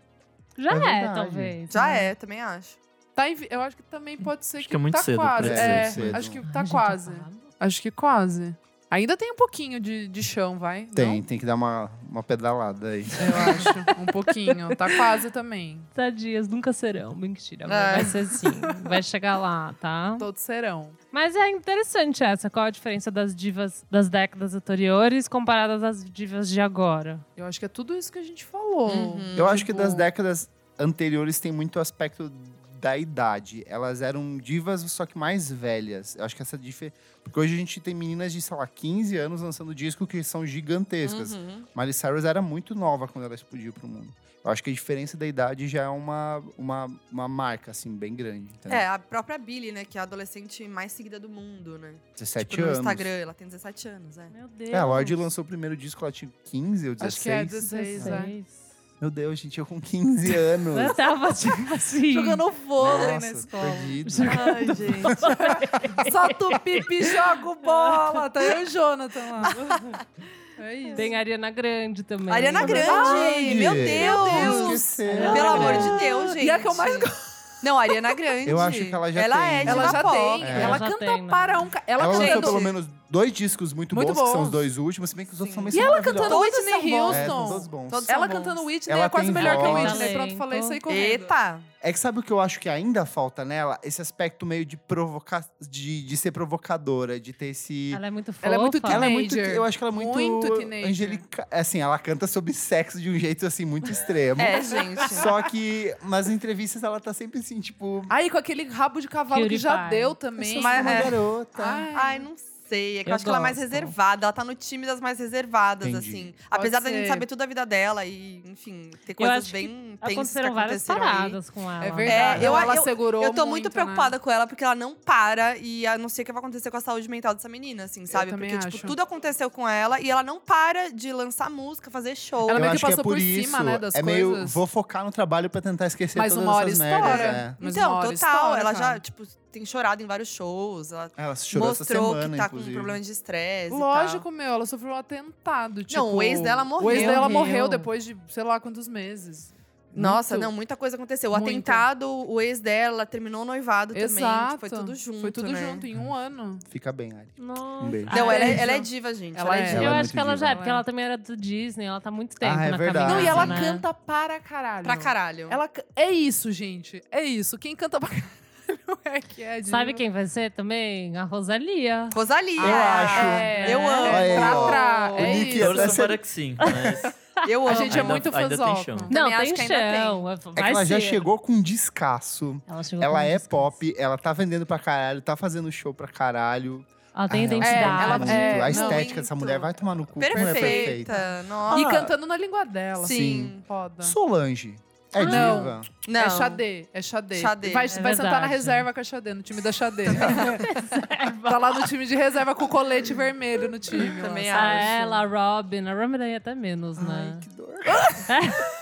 [SPEAKER 3] Já
[SPEAKER 2] É
[SPEAKER 3] é,
[SPEAKER 2] verdade.
[SPEAKER 3] talvez.
[SPEAKER 5] Já
[SPEAKER 3] né?
[SPEAKER 5] é, também acho.
[SPEAKER 1] Tá em vi- Eu acho que também pode ser
[SPEAKER 4] Acho
[SPEAKER 1] que,
[SPEAKER 4] que é muito
[SPEAKER 1] tá
[SPEAKER 4] cedo pra
[SPEAKER 1] quase.
[SPEAKER 2] dizer
[SPEAKER 1] É,
[SPEAKER 2] cedo.
[SPEAKER 1] acho que
[SPEAKER 3] Ai,
[SPEAKER 1] tá
[SPEAKER 3] gente,
[SPEAKER 1] quase.
[SPEAKER 3] a Pablo.
[SPEAKER 1] Acho que quase. Ainda tem um pouquinho de, de chão, vai?
[SPEAKER 2] Tem, tem que dar uma, uma pedalada aí.
[SPEAKER 1] Não? Eu acho. Um pouquinho. Tá quase também.
[SPEAKER 3] Tadias, nunca serão. Mentira,
[SPEAKER 5] Ah.
[SPEAKER 1] É.
[SPEAKER 3] mas vai ser assim. Vai chegar lá, tá?
[SPEAKER 1] Todos serão.
[SPEAKER 3] Mas é interessante essa. Qual a diferença das divas das décadas anteriores comparadas às divas de agora?
[SPEAKER 1] Eu acho que é tudo isso que a gente falou.
[SPEAKER 5] Uhum.
[SPEAKER 2] Eu acho que
[SPEAKER 1] Tipo-
[SPEAKER 2] das décadas anteriores tem muito aspecto da idade. Elas eram divas, só que mais velhas. Eu acho que essa diferença. Porque hoje a gente tem meninas de, sei lá, 15 anos lançando disco que são gigantescas.
[SPEAKER 5] Uhum.
[SPEAKER 2] Miley Cyrus era muito nova quando ela explodiu pro mundo. Eu acho que a diferença da idade já é uma, uma, uma marca, assim, bem grande. Entendeu?
[SPEAKER 5] É, a própria Billy, né? Que é a adolescente mais seguida do mundo, né?
[SPEAKER 2] 17
[SPEAKER 5] tipo, no
[SPEAKER 2] anos.
[SPEAKER 5] Instagram, ela tem 17 anos, é.
[SPEAKER 3] Meu Deus.
[SPEAKER 2] É, a Lorde lançou o primeiro disco, ela tinha 15 ou 16.
[SPEAKER 1] Acho que é 16, né?
[SPEAKER 2] Meu Deus, gente, eu com 15 anos.
[SPEAKER 3] é. Eu tava tipo assim.
[SPEAKER 1] Jogando vôlei
[SPEAKER 2] Nossa,
[SPEAKER 1] na escola.
[SPEAKER 2] perdido.
[SPEAKER 5] Ai, gente.
[SPEAKER 1] Solta o pipi, joga o bola. Tá eu e o Jonathan lá. (laughs) É isso.
[SPEAKER 3] Tem a Ariana Grande também.
[SPEAKER 5] Ariana Grande! Meu Deus!
[SPEAKER 2] Como esquecer?
[SPEAKER 3] Grande.
[SPEAKER 5] Pelo amor de Deus, gente.
[SPEAKER 1] E a que eu mais
[SPEAKER 5] Não, a Ariana Grande.
[SPEAKER 2] Eu acho que ela já
[SPEAKER 5] ela
[SPEAKER 2] tem.
[SPEAKER 5] É
[SPEAKER 1] Ela
[SPEAKER 5] diva
[SPEAKER 1] já
[SPEAKER 5] pop.
[SPEAKER 1] tem.
[SPEAKER 2] É.
[SPEAKER 1] Ela
[SPEAKER 3] Já
[SPEAKER 1] canta
[SPEAKER 3] tem, né?
[SPEAKER 1] para um. ca- Ela,
[SPEAKER 2] Ela lançou
[SPEAKER 1] canta.
[SPEAKER 2] pelo menos dois discos muito,
[SPEAKER 1] Muito
[SPEAKER 2] bons, que são
[SPEAKER 1] bons.
[SPEAKER 2] os dois últimos, se bem que os outros
[SPEAKER 5] Sim.
[SPEAKER 2] também
[SPEAKER 1] E
[SPEAKER 2] são
[SPEAKER 1] ela
[SPEAKER 2] maravilhosos.
[SPEAKER 1] cantando
[SPEAKER 5] Todos
[SPEAKER 1] Whitney
[SPEAKER 5] são
[SPEAKER 2] É, são
[SPEAKER 1] Houston.
[SPEAKER 2] todos bons.
[SPEAKER 5] Todos
[SPEAKER 1] Ela
[SPEAKER 5] são
[SPEAKER 1] cantando
[SPEAKER 5] bons.
[SPEAKER 1] Whitney
[SPEAKER 2] Ela
[SPEAKER 1] é quase
[SPEAKER 2] tem
[SPEAKER 1] melhor que a
[SPEAKER 2] voz.
[SPEAKER 1] Whitney. Pronto, falei isso aí correndo.
[SPEAKER 5] Eita!
[SPEAKER 2] É que sabe o que eu acho que ainda falta nela? Esse aspecto meio de provocar, de, de ser provocadora, de ter esse.
[SPEAKER 3] Ela é muito fofa.
[SPEAKER 1] Ela é muito
[SPEAKER 2] Ela é
[SPEAKER 1] teenager.
[SPEAKER 2] muito. Eu acho que ela é muito.
[SPEAKER 1] Muito teenager.
[SPEAKER 2] Angelica. Assim, ela canta sobre sexo de um jeito assim muito extremo.
[SPEAKER 5] É, gente.
[SPEAKER 2] Só que nas entrevistas ela tá sempre assim, tipo.
[SPEAKER 1] Aí com aquele rabo de cavalo que já
[SPEAKER 3] Cutie pie.
[SPEAKER 1] deu
[SPEAKER 2] Eu
[SPEAKER 1] também.
[SPEAKER 2] sou
[SPEAKER 5] Mas-
[SPEAKER 2] uma
[SPEAKER 5] é.
[SPEAKER 2] garota.
[SPEAKER 5] Ai, não sei. É que eu,
[SPEAKER 3] Eu
[SPEAKER 5] acho que ela é mais
[SPEAKER 3] gosto.
[SPEAKER 5] reservada. Ela tá no time das mais reservadas,
[SPEAKER 2] Entendi.
[SPEAKER 5] assim. Apesar da gente
[SPEAKER 1] ser.
[SPEAKER 5] saber tudo da vida dela e, enfim, ter coisas
[SPEAKER 3] acho que
[SPEAKER 5] bem intensas que
[SPEAKER 3] Aconteceram várias
[SPEAKER 5] aconteceram aí.
[SPEAKER 3] paradas com ela.
[SPEAKER 1] É verdade.
[SPEAKER 5] É, eu-
[SPEAKER 1] ela
[SPEAKER 5] eu-
[SPEAKER 1] segurou
[SPEAKER 5] Eu tô muito,
[SPEAKER 1] né?
[SPEAKER 5] preocupada com ela, porque ela não para. E a não sei o que vai acontecer com a saúde mental dessa menina, assim, sabe?
[SPEAKER 1] também
[SPEAKER 5] porque,
[SPEAKER 1] acho.
[SPEAKER 5] tipo, tudo aconteceu com ela. E ela não para de lançar música, fazer show.
[SPEAKER 1] Ela
[SPEAKER 2] Eu
[SPEAKER 1] meio que
[SPEAKER 2] acho que é
[SPEAKER 1] passou por
[SPEAKER 2] por
[SPEAKER 1] cima,
[SPEAKER 2] isso.
[SPEAKER 1] né, das
[SPEAKER 2] é meio.
[SPEAKER 1] coisas.
[SPEAKER 2] Vou focar no trabalho pra tentar esquecer
[SPEAKER 1] Mas
[SPEAKER 2] todas
[SPEAKER 1] uma hora
[SPEAKER 2] essas merdas.
[SPEAKER 1] estoura. Mas uma
[SPEAKER 5] então,
[SPEAKER 1] hora
[SPEAKER 5] total.
[SPEAKER 1] estoura,
[SPEAKER 5] ela
[SPEAKER 1] cara.
[SPEAKER 5] já, tipo, tem chorado em vários shows. Ela
[SPEAKER 2] É. Ela chorou
[SPEAKER 5] mostrou
[SPEAKER 2] essa semana,
[SPEAKER 5] que tá
[SPEAKER 2] inclusive.
[SPEAKER 5] com problema de estresse. e
[SPEAKER 1] Lógico, meu, ela sofreu um atentado. Tipo,
[SPEAKER 5] o ex dela
[SPEAKER 1] O ex
[SPEAKER 5] morreu.
[SPEAKER 1] dela
[SPEAKER 3] Morreu.
[SPEAKER 1] morreu depois de sei lá quantos meses.
[SPEAKER 5] Nossa,
[SPEAKER 1] Muito.
[SPEAKER 5] não, muita coisa aconteceu. O
[SPEAKER 1] Muito.
[SPEAKER 5] atentado, o ex dela, terminou o noivado também.
[SPEAKER 1] Exato.
[SPEAKER 5] tipo, Foi tudo junto.
[SPEAKER 1] Foi tudo
[SPEAKER 5] né?
[SPEAKER 1] junto, em um ano.
[SPEAKER 2] Fica bem, Ari.
[SPEAKER 3] É. Nossa.
[SPEAKER 2] Um beijo.
[SPEAKER 5] Não,
[SPEAKER 1] Ah,
[SPEAKER 5] ela,
[SPEAKER 1] é,
[SPEAKER 5] é, ela é
[SPEAKER 1] já.
[SPEAKER 5] diva, gente.
[SPEAKER 1] Ela
[SPEAKER 5] Ela,
[SPEAKER 1] é
[SPEAKER 5] é diva.
[SPEAKER 3] Eu
[SPEAKER 2] Ela é
[SPEAKER 3] acho que
[SPEAKER 2] muito
[SPEAKER 3] ela já é,
[SPEAKER 1] diva.
[SPEAKER 3] porque ela também era do Disney, ela tá muito tempo
[SPEAKER 2] Ah, é
[SPEAKER 3] na
[SPEAKER 2] verdade.
[SPEAKER 1] Não,
[SPEAKER 3] cabeça,
[SPEAKER 1] e ela
[SPEAKER 3] né?
[SPEAKER 1] canta para caralho.
[SPEAKER 5] Pra caralho.
[SPEAKER 1] Ela ca- é isso, gente. É isso. Quem canta pra (laughs) caralho é que é diva.
[SPEAKER 3] Sabe quem vai ser também? A Rosalia.
[SPEAKER 5] Rosalia.
[SPEAKER 2] Eu acho.
[SPEAKER 1] Ah, É,
[SPEAKER 5] Eu amo.
[SPEAKER 2] Olha aí,
[SPEAKER 1] pra
[SPEAKER 2] ó.
[SPEAKER 1] trá.
[SPEAKER 5] O
[SPEAKER 1] É
[SPEAKER 2] Nick
[SPEAKER 1] isso.
[SPEAKER 2] Torço
[SPEAKER 4] Torço
[SPEAKER 2] essa-
[SPEAKER 4] para que sim, mas
[SPEAKER 5] Eu amo.
[SPEAKER 1] A gente é
[SPEAKER 4] Ainda-
[SPEAKER 1] muito
[SPEAKER 4] ainda tem
[SPEAKER 1] fãzoca.
[SPEAKER 4] chão.
[SPEAKER 3] Não,
[SPEAKER 5] Também acho
[SPEAKER 3] tem
[SPEAKER 5] que ainda
[SPEAKER 3] chão.
[SPEAKER 2] É que
[SPEAKER 3] Vai
[SPEAKER 2] ela já
[SPEAKER 3] ser.
[SPEAKER 2] chegou com um descasso.
[SPEAKER 3] Ela, chegou
[SPEAKER 2] Ela
[SPEAKER 3] com
[SPEAKER 2] é
[SPEAKER 3] músicas.
[SPEAKER 2] pop, ela tá vendendo pra caralho, tá fazendo show pra caralho.
[SPEAKER 3] Ela tem
[SPEAKER 2] Ah,
[SPEAKER 3] identidade.
[SPEAKER 1] ela-
[SPEAKER 2] muito.
[SPEAKER 1] é,
[SPEAKER 2] a
[SPEAKER 1] não,
[SPEAKER 2] estética dessa
[SPEAKER 5] muito.
[SPEAKER 2] mulher vai tomar no cu. como
[SPEAKER 5] perfeita.
[SPEAKER 2] é perfeita.
[SPEAKER 5] Nossa.
[SPEAKER 1] E cantando na língua dela.
[SPEAKER 5] Sim.
[SPEAKER 1] Foda.
[SPEAKER 2] Solange. É
[SPEAKER 1] Ah, não.
[SPEAKER 2] diva.
[SPEAKER 5] Não.
[SPEAKER 1] É Xadê, é Xadê.
[SPEAKER 5] Xadê.
[SPEAKER 1] Vai, vai
[SPEAKER 5] É
[SPEAKER 1] sentar na
[SPEAKER 3] verdade.
[SPEAKER 1] reserva com a Xadê, no time da Xadê. (laughs) tá lá no time de reserva com o colete vermelho no time. lá,
[SPEAKER 5] Também
[SPEAKER 1] sabe?
[SPEAKER 3] A
[SPEAKER 5] acho.
[SPEAKER 3] ela, é a Robin. A Robin daí até menos,
[SPEAKER 2] Ai,
[SPEAKER 3] né? É.
[SPEAKER 2] que
[SPEAKER 3] (laughs)
[SPEAKER 2] dor.
[SPEAKER 1] (laughs)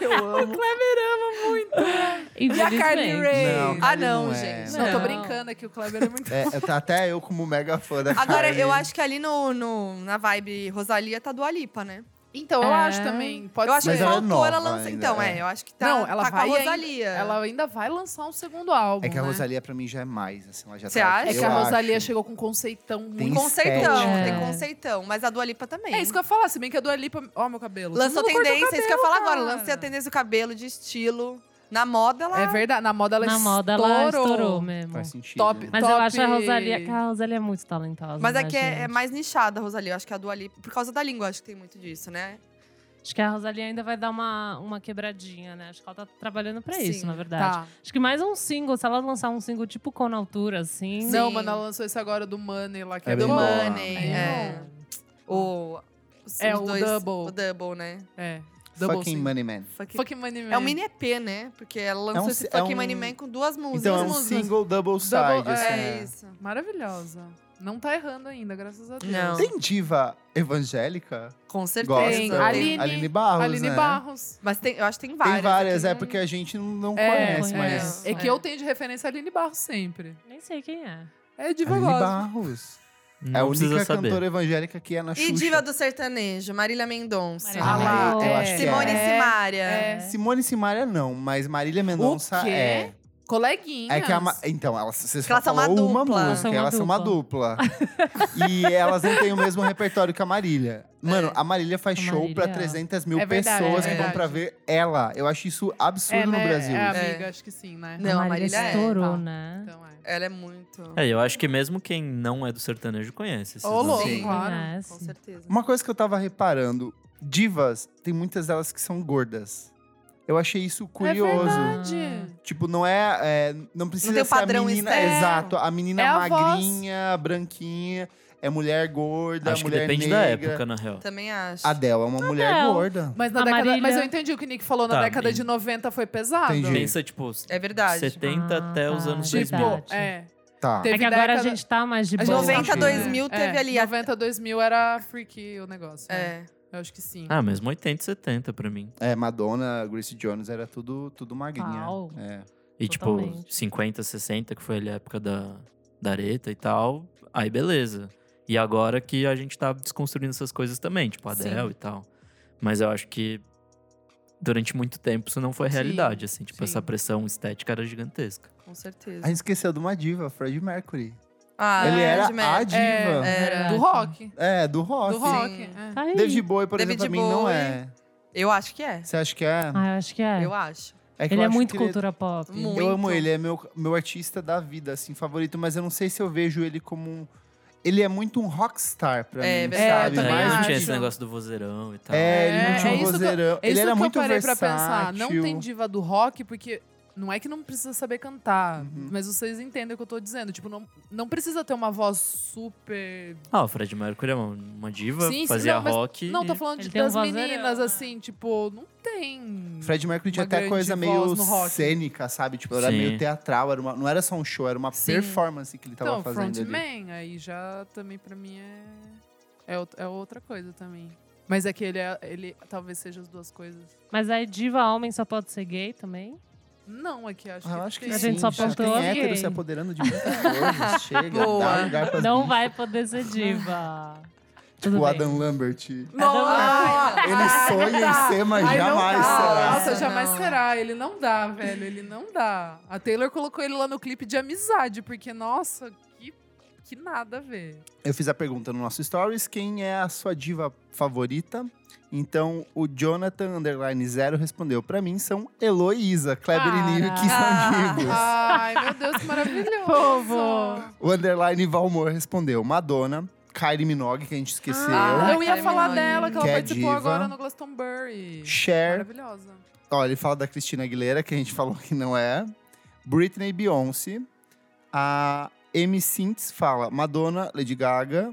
[SPEAKER 2] Eu amo.
[SPEAKER 1] E a Carly
[SPEAKER 3] Infelizmente.
[SPEAKER 1] Rae.
[SPEAKER 2] Não,
[SPEAKER 5] Ah,
[SPEAKER 2] Carly
[SPEAKER 5] não,
[SPEAKER 2] não é.
[SPEAKER 5] gente.
[SPEAKER 1] Não, tô
[SPEAKER 3] Não.
[SPEAKER 1] brincando aqui, o Kleber é muito...
[SPEAKER 2] (laughs) É, eu tô- até eu, como mega fã da
[SPEAKER 5] Agora,
[SPEAKER 2] Carly.
[SPEAKER 5] eu acho que ali no, no- na vibe Rosalia tá do Alipa, né?
[SPEAKER 1] Então, eu
[SPEAKER 3] É.
[SPEAKER 1] acho também. Pode
[SPEAKER 5] eu acho
[SPEAKER 1] ser.
[SPEAKER 2] Mas
[SPEAKER 5] que
[SPEAKER 2] ela é
[SPEAKER 5] faltou ela
[SPEAKER 2] nova
[SPEAKER 5] lança.
[SPEAKER 2] ainda,
[SPEAKER 5] Então,
[SPEAKER 2] é.
[SPEAKER 5] é. eu acho que tá,
[SPEAKER 1] Não, ela vai
[SPEAKER 5] tá com a
[SPEAKER 1] ainda-
[SPEAKER 5] Rosalia.
[SPEAKER 1] Ela é ainda vai lançar um segundo álbum,
[SPEAKER 2] É que a
[SPEAKER 1] né?
[SPEAKER 2] Rosalia pra mim já é mais, assim, ela já
[SPEAKER 5] Você
[SPEAKER 2] tá...
[SPEAKER 5] acha?
[SPEAKER 1] É que
[SPEAKER 2] eu
[SPEAKER 1] a Rosalia
[SPEAKER 2] acho.
[SPEAKER 1] chegou com um conceitão
[SPEAKER 2] Tem
[SPEAKER 1] muito...
[SPEAKER 5] Tem conceitão,
[SPEAKER 2] estética.
[SPEAKER 5] tem conceitão. Mas a Dua Lipa também.
[SPEAKER 1] É isso que eu ia falar, se bem que a Dua Lipa... Ó, meu cabelo.
[SPEAKER 5] Lançou
[SPEAKER 1] Todo mundo cortou o
[SPEAKER 5] tendência, é isso que eu ia falar agora.
[SPEAKER 1] cabelo,
[SPEAKER 5] Lancei a
[SPEAKER 1] cara.
[SPEAKER 5] tendência do cabelo, de estilo. Na moda, ela...
[SPEAKER 1] É verdade, na moda ela
[SPEAKER 3] Na
[SPEAKER 1] estourou.
[SPEAKER 3] moda, ela estourou mesmo.
[SPEAKER 2] Faz sentido.
[SPEAKER 1] Top. né?
[SPEAKER 3] Mas eu
[SPEAKER 1] Top.
[SPEAKER 3] acho a Rosalia... que A Rosalia é muito talentosa,
[SPEAKER 5] Mas
[SPEAKER 3] né,
[SPEAKER 5] é que é, é
[SPEAKER 3] gente?
[SPEAKER 5] mais nichada a Rosalia. Eu acho que a Dua Lipa, por causa da língua, acho que tem muito disso, né?
[SPEAKER 3] Acho que a Rosalia ainda vai dar uma, uma quebradinha, né? Acho que ela tá trabalhando pra
[SPEAKER 1] Sim,
[SPEAKER 3] isso, na verdade.
[SPEAKER 1] Tá.
[SPEAKER 3] Acho que mais um single, se ela lançar um single tipo com na altura, assim.
[SPEAKER 5] Sim.
[SPEAKER 1] Não, mano, ela lançou esse agora do Money lá, que é,
[SPEAKER 2] É
[SPEAKER 1] bem
[SPEAKER 5] Do
[SPEAKER 2] bom.
[SPEAKER 1] bom.
[SPEAKER 5] Money,
[SPEAKER 3] Aí
[SPEAKER 5] é.
[SPEAKER 3] não.
[SPEAKER 5] O... os-
[SPEAKER 1] É,
[SPEAKER 5] os
[SPEAKER 1] o
[SPEAKER 5] dois-
[SPEAKER 1] Double.
[SPEAKER 5] O Double, né?
[SPEAKER 1] É. Double
[SPEAKER 2] Fucking
[SPEAKER 1] single.
[SPEAKER 2] Money Man.
[SPEAKER 5] Fuck-
[SPEAKER 1] Fucking Money Man.
[SPEAKER 5] É um mini EP, né? Porque ela lançou
[SPEAKER 2] É um
[SPEAKER 5] esse
[SPEAKER 2] si- é
[SPEAKER 5] Fucking
[SPEAKER 2] um-
[SPEAKER 5] Money Man com duas músicas.
[SPEAKER 2] Então é um
[SPEAKER 5] Duas músicas.
[SPEAKER 2] single double side,
[SPEAKER 1] Double-
[SPEAKER 2] assim.
[SPEAKER 5] É,
[SPEAKER 2] né?
[SPEAKER 5] isso.
[SPEAKER 1] Maravilhosa. Não tá errando ainda, graças a Deus.
[SPEAKER 5] Não.
[SPEAKER 2] Tem diva evangélica?
[SPEAKER 5] Com certeza.
[SPEAKER 2] Gosta.
[SPEAKER 1] Tem.
[SPEAKER 5] Ali-
[SPEAKER 1] Aline-
[SPEAKER 2] Aline Barros,
[SPEAKER 1] Aline
[SPEAKER 2] né?
[SPEAKER 1] Barros.
[SPEAKER 5] Mas tem, eu acho que tem várias. né?
[SPEAKER 2] Tem várias,
[SPEAKER 5] que
[SPEAKER 2] é
[SPEAKER 5] não-
[SPEAKER 2] porque a gente não, não
[SPEAKER 1] É,
[SPEAKER 2] conhece,
[SPEAKER 3] é.
[SPEAKER 2] mas...
[SPEAKER 1] É que
[SPEAKER 5] É.
[SPEAKER 1] eu tenho de referência a Aline Barros sempre.
[SPEAKER 3] Nem sei quem é.
[SPEAKER 1] É diva
[SPEAKER 2] Aline
[SPEAKER 1] gospel.
[SPEAKER 2] Barros.
[SPEAKER 4] não
[SPEAKER 2] É a
[SPEAKER 4] precisa
[SPEAKER 2] única
[SPEAKER 4] saber.
[SPEAKER 2] cantora evangélica que é na Xuxa.
[SPEAKER 5] E diva do sertanejo, Marília Mendonça.
[SPEAKER 3] Marília
[SPEAKER 2] Ah,
[SPEAKER 1] Ah, lá,
[SPEAKER 2] eu
[SPEAKER 1] é.
[SPEAKER 2] acho que
[SPEAKER 5] Simone
[SPEAKER 2] é.
[SPEAKER 5] e Simária.
[SPEAKER 1] É.
[SPEAKER 2] Simone Simaria não, mas Marília Mendonça
[SPEAKER 1] quê?
[SPEAKER 2] é.
[SPEAKER 1] Coleguinha.
[SPEAKER 2] É que a Ma- Então, elas, vocês
[SPEAKER 5] Que elas são
[SPEAKER 2] falou
[SPEAKER 5] uma
[SPEAKER 2] uma
[SPEAKER 5] dupla.
[SPEAKER 2] música, elas são uma dupla. (laughs) e elas não têm o mesmo repertório que a Marília. Mano, É. a Marília faz
[SPEAKER 3] A
[SPEAKER 2] show pra
[SPEAKER 3] Marília-
[SPEAKER 2] 300 mil
[SPEAKER 1] É verdade,
[SPEAKER 2] pessoas
[SPEAKER 5] é
[SPEAKER 2] que vão pra ver ela. Eu acho isso absurdo
[SPEAKER 1] é,
[SPEAKER 2] no
[SPEAKER 1] né?
[SPEAKER 2] Brasil.
[SPEAKER 1] É,
[SPEAKER 5] É.
[SPEAKER 1] amiga, acho que sim, né?
[SPEAKER 5] Não, a Marília é,
[SPEAKER 3] estourou,
[SPEAKER 1] tá.
[SPEAKER 3] né?
[SPEAKER 1] Então é.
[SPEAKER 5] Ela é muito.
[SPEAKER 4] É, eu acho que mesmo quem não é do sertanejo conhece. esses
[SPEAKER 1] Ô, louco,
[SPEAKER 4] nomes.
[SPEAKER 2] Sim.
[SPEAKER 1] claro.
[SPEAKER 5] Com
[SPEAKER 3] Conhece.
[SPEAKER 5] certeza.
[SPEAKER 2] Uma coisa que eu tava reparando: divas, tem muitas delas que são gordas. Eu achei isso curioso.
[SPEAKER 1] É
[SPEAKER 5] Hum.
[SPEAKER 1] verdade.
[SPEAKER 2] Tipo, não é. é, não precisa
[SPEAKER 5] Não tem o
[SPEAKER 2] ser a
[SPEAKER 5] padrão
[SPEAKER 2] menina.
[SPEAKER 5] externo.
[SPEAKER 2] Exato. A menina
[SPEAKER 1] É a
[SPEAKER 2] magrinha, branquinha, é mulher gorda,
[SPEAKER 4] Acho que
[SPEAKER 2] mulher
[SPEAKER 4] depende da
[SPEAKER 2] negra.
[SPEAKER 4] época, na real.
[SPEAKER 5] Também acho.
[SPEAKER 2] A Dell é uma mulher
[SPEAKER 3] Adele.
[SPEAKER 2] gorda.
[SPEAKER 1] Mas, na
[SPEAKER 3] A
[SPEAKER 1] década,
[SPEAKER 3] Marília-
[SPEAKER 1] mas eu entendi o que o Nick falou. Na
[SPEAKER 4] Tá,
[SPEAKER 1] década
[SPEAKER 4] entendi.
[SPEAKER 1] de 90 foi pesado.
[SPEAKER 2] Entendi.
[SPEAKER 4] Pensa, tipo,
[SPEAKER 5] É verdade.
[SPEAKER 4] 70
[SPEAKER 3] Ah,
[SPEAKER 4] até os
[SPEAKER 3] tá,
[SPEAKER 4] anos
[SPEAKER 1] Tipo,
[SPEAKER 4] 2000.
[SPEAKER 3] verdade.
[SPEAKER 1] é.
[SPEAKER 2] Tá.
[SPEAKER 1] Teve
[SPEAKER 3] É que agora a
[SPEAKER 1] década-
[SPEAKER 3] gente tá mais de
[SPEAKER 1] A
[SPEAKER 3] boa.
[SPEAKER 1] gente-
[SPEAKER 5] 90,
[SPEAKER 2] Sim.
[SPEAKER 5] 2000
[SPEAKER 1] É,
[SPEAKER 5] teve ali. a-
[SPEAKER 1] 90, 2000 era freaky o negócio. né?
[SPEAKER 5] É.
[SPEAKER 1] Eu acho que sim.
[SPEAKER 4] Ah, mesmo 80, 70 pra mim.
[SPEAKER 2] É, Madonna, Gracie Jones era tudo, tudo magrinha.
[SPEAKER 3] Pau.
[SPEAKER 2] É.
[SPEAKER 4] E
[SPEAKER 3] Totalmente.
[SPEAKER 4] tipo, 50, 60, que foi ali a época da, da areta e tal. Aí beleza. E agora que a gente tá desconstruindo essas coisas também, tipo
[SPEAKER 1] Sim.
[SPEAKER 4] Adele e tal. Mas eu acho que durante muito tempo isso não foi
[SPEAKER 1] Sim,
[SPEAKER 4] realidade, assim. Tipo,
[SPEAKER 1] sim.
[SPEAKER 4] essa pressão estética era gigantesca.
[SPEAKER 5] Com certeza.
[SPEAKER 2] A gente esqueceu de uma diva, Freddie Mercury.
[SPEAKER 5] Ah,
[SPEAKER 2] Ele era
[SPEAKER 5] Mad Men.
[SPEAKER 2] a diva. É,
[SPEAKER 5] Era.
[SPEAKER 1] Do rock.
[SPEAKER 2] do rock.
[SPEAKER 1] é. Do rock.
[SPEAKER 5] Sim.
[SPEAKER 1] é.
[SPEAKER 3] Tá aí.
[SPEAKER 2] David Bowie, por
[SPEAKER 5] David
[SPEAKER 2] exemplo, pra mim não
[SPEAKER 5] Bowie.
[SPEAKER 2] é.
[SPEAKER 5] Eu acho que é.
[SPEAKER 2] Você acha que é?
[SPEAKER 3] Ah, eu acho que é.
[SPEAKER 5] Eu acho.
[SPEAKER 2] é que eu
[SPEAKER 3] ele é
[SPEAKER 2] acho
[SPEAKER 3] muito
[SPEAKER 2] que ele-
[SPEAKER 3] cultura pop.
[SPEAKER 5] Muito.
[SPEAKER 2] Eu amo ele, é meu, meu artista da vida, assim, favorito, mas eu não sei se eu vejo ele como um. Ele é muito um rockstar pra
[SPEAKER 5] É,
[SPEAKER 2] mim,
[SPEAKER 5] é,
[SPEAKER 2] sabe?
[SPEAKER 1] eu também
[SPEAKER 2] Mais
[SPEAKER 4] Mas
[SPEAKER 2] do
[SPEAKER 4] não
[SPEAKER 1] acho.
[SPEAKER 4] tinha
[SPEAKER 2] que-
[SPEAKER 4] esse negócio do vozeirão e tal.
[SPEAKER 2] É, ele
[SPEAKER 1] É,
[SPEAKER 2] não tinha
[SPEAKER 1] é
[SPEAKER 2] um
[SPEAKER 1] isso que eu-
[SPEAKER 2] vozeirão.
[SPEAKER 1] É
[SPEAKER 2] ele
[SPEAKER 1] isso
[SPEAKER 2] era
[SPEAKER 1] que
[SPEAKER 2] muito
[SPEAKER 1] eu parei pra pensar.
[SPEAKER 2] versátil.
[SPEAKER 1] Não tem diva do rock, porque não é que não precisa saber cantar,
[SPEAKER 2] Uhum.
[SPEAKER 1] mas vocês entendem o que eu tô dizendo. Tipo, não, não precisa ter uma voz super.
[SPEAKER 4] Ah, o Fred Mercury é uma, uma diva,
[SPEAKER 1] Sim, sim,
[SPEAKER 4] fazia
[SPEAKER 1] não, mas-
[SPEAKER 4] rock.
[SPEAKER 1] Não, tô
[SPEAKER 4] e-
[SPEAKER 1] falando
[SPEAKER 3] Ele
[SPEAKER 1] de,
[SPEAKER 3] tem um
[SPEAKER 1] das
[SPEAKER 3] vozeirão,
[SPEAKER 1] meninas,
[SPEAKER 3] né?
[SPEAKER 1] assim, tipo, não tem.
[SPEAKER 2] Fred Mercury tinha
[SPEAKER 1] Uma
[SPEAKER 2] até
[SPEAKER 1] grande
[SPEAKER 2] coisa
[SPEAKER 1] voz
[SPEAKER 2] meio
[SPEAKER 1] no rock.
[SPEAKER 2] cênica, sabe? Tipo, era
[SPEAKER 4] Sim.
[SPEAKER 2] meio teatral, era uma- não era só um show, era uma
[SPEAKER 5] Sim.
[SPEAKER 2] performance que ele tava
[SPEAKER 1] Então,
[SPEAKER 2] fazendo ali.
[SPEAKER 1] frontman, aí já também pra mim é. É, out- é outra coisa também. Mas é que ele, é- ele talvez seja as duas coisas.
[SPEAKER 3] Mas aí diva homem só pode ser gay também?
[SPEAKER 1] Não, é que acho
[SPEAKER 2] Ah,
[SPEAKER 1] que.
[SPEAKER 2] eu acho que
[SPEAKER 1] tem.
[SPEAKER 3] A
[SPEAKER 2] sim,
[SPEAKER 3] gente só
[SPEAKER 2] já
[SPEAKER 3] apontou
[SPEAKER 2] tem hétero
[SPEAKER 3] alguém.
[SPEAKER 2] se apoderando de muitas coisas. Chega,
[SPEAKER 5] Boa.
[SPEAKER 2] dá lugar pras
[SPEAKER 3] Não
[SPEAKER 2] bichas.
[SPEAKER 3] vai poder ser diva. Tudo
[SPEAKER 2] O
[SPEAKER 3] bem.
[SPEAKER 2] Adam Lambert.
[SPEAKER 1] Nossa!
[SPEAKER 2] Ah, Ele sonha em ser, mas
[SPEAKER 1] Ai, não
[SPEAKER 2] jamais
[SPEAKER 1] dá.
[SPEAKER 2] será.
[SPEAKER 1] Ah, Nossa,
[SPEAKER 5] É,
[SPEAKER 1] jamais
[SPEAKER 5] não.
[SPEAKER 1] será. Ele não dá, velho. Ele não dá. A Taylor colocou ele lá no clipe de amizade, porque, nossa, que, que nada a ver.
[SPEAKER 2] Eu fiz a pergunta no nosso Stories: quem é a sua diva favorita? Então, o Jonathan Underline Zero respondeu: pra mim são Heloísa, Kleber e Nive, que são
[SPEAKER 5] Ah.
[SPEAKER 2] divos.
[SPEAKER 1] Ai, meu Deus, que maravilhoso.
[SPEAKER 3] Povo.
[SPEAKER 2] O Underline Valmor respondeu: Madonna, Kylie Minogue, que a gente esqueceu,
[SPEAKER 1] Ah,
[SPEAKER 5] Eu?
[SPEAKER 1] eu ia
[SPEAKER 5] Kylie
[SPEAKER 1] falar
[SPEAKER 5] Minogue.
[SPEAKER 1] dela, que ela
[SPEAKER 2] Que é
[SPEAKER 1] participou
[SPEAKER 2] diva.
[SPEAKER 1] agora no Glastonbury.
[SPEAKER 2] Cher.
[SPEAKER 1] Maravilhosa.
[SPEAKER 2] Ó, ele fala da Cristina Aguilera, que a gente falou que não é. Britney e Beyoncé. A M. Sintes fala Madonna, Lady Gaga.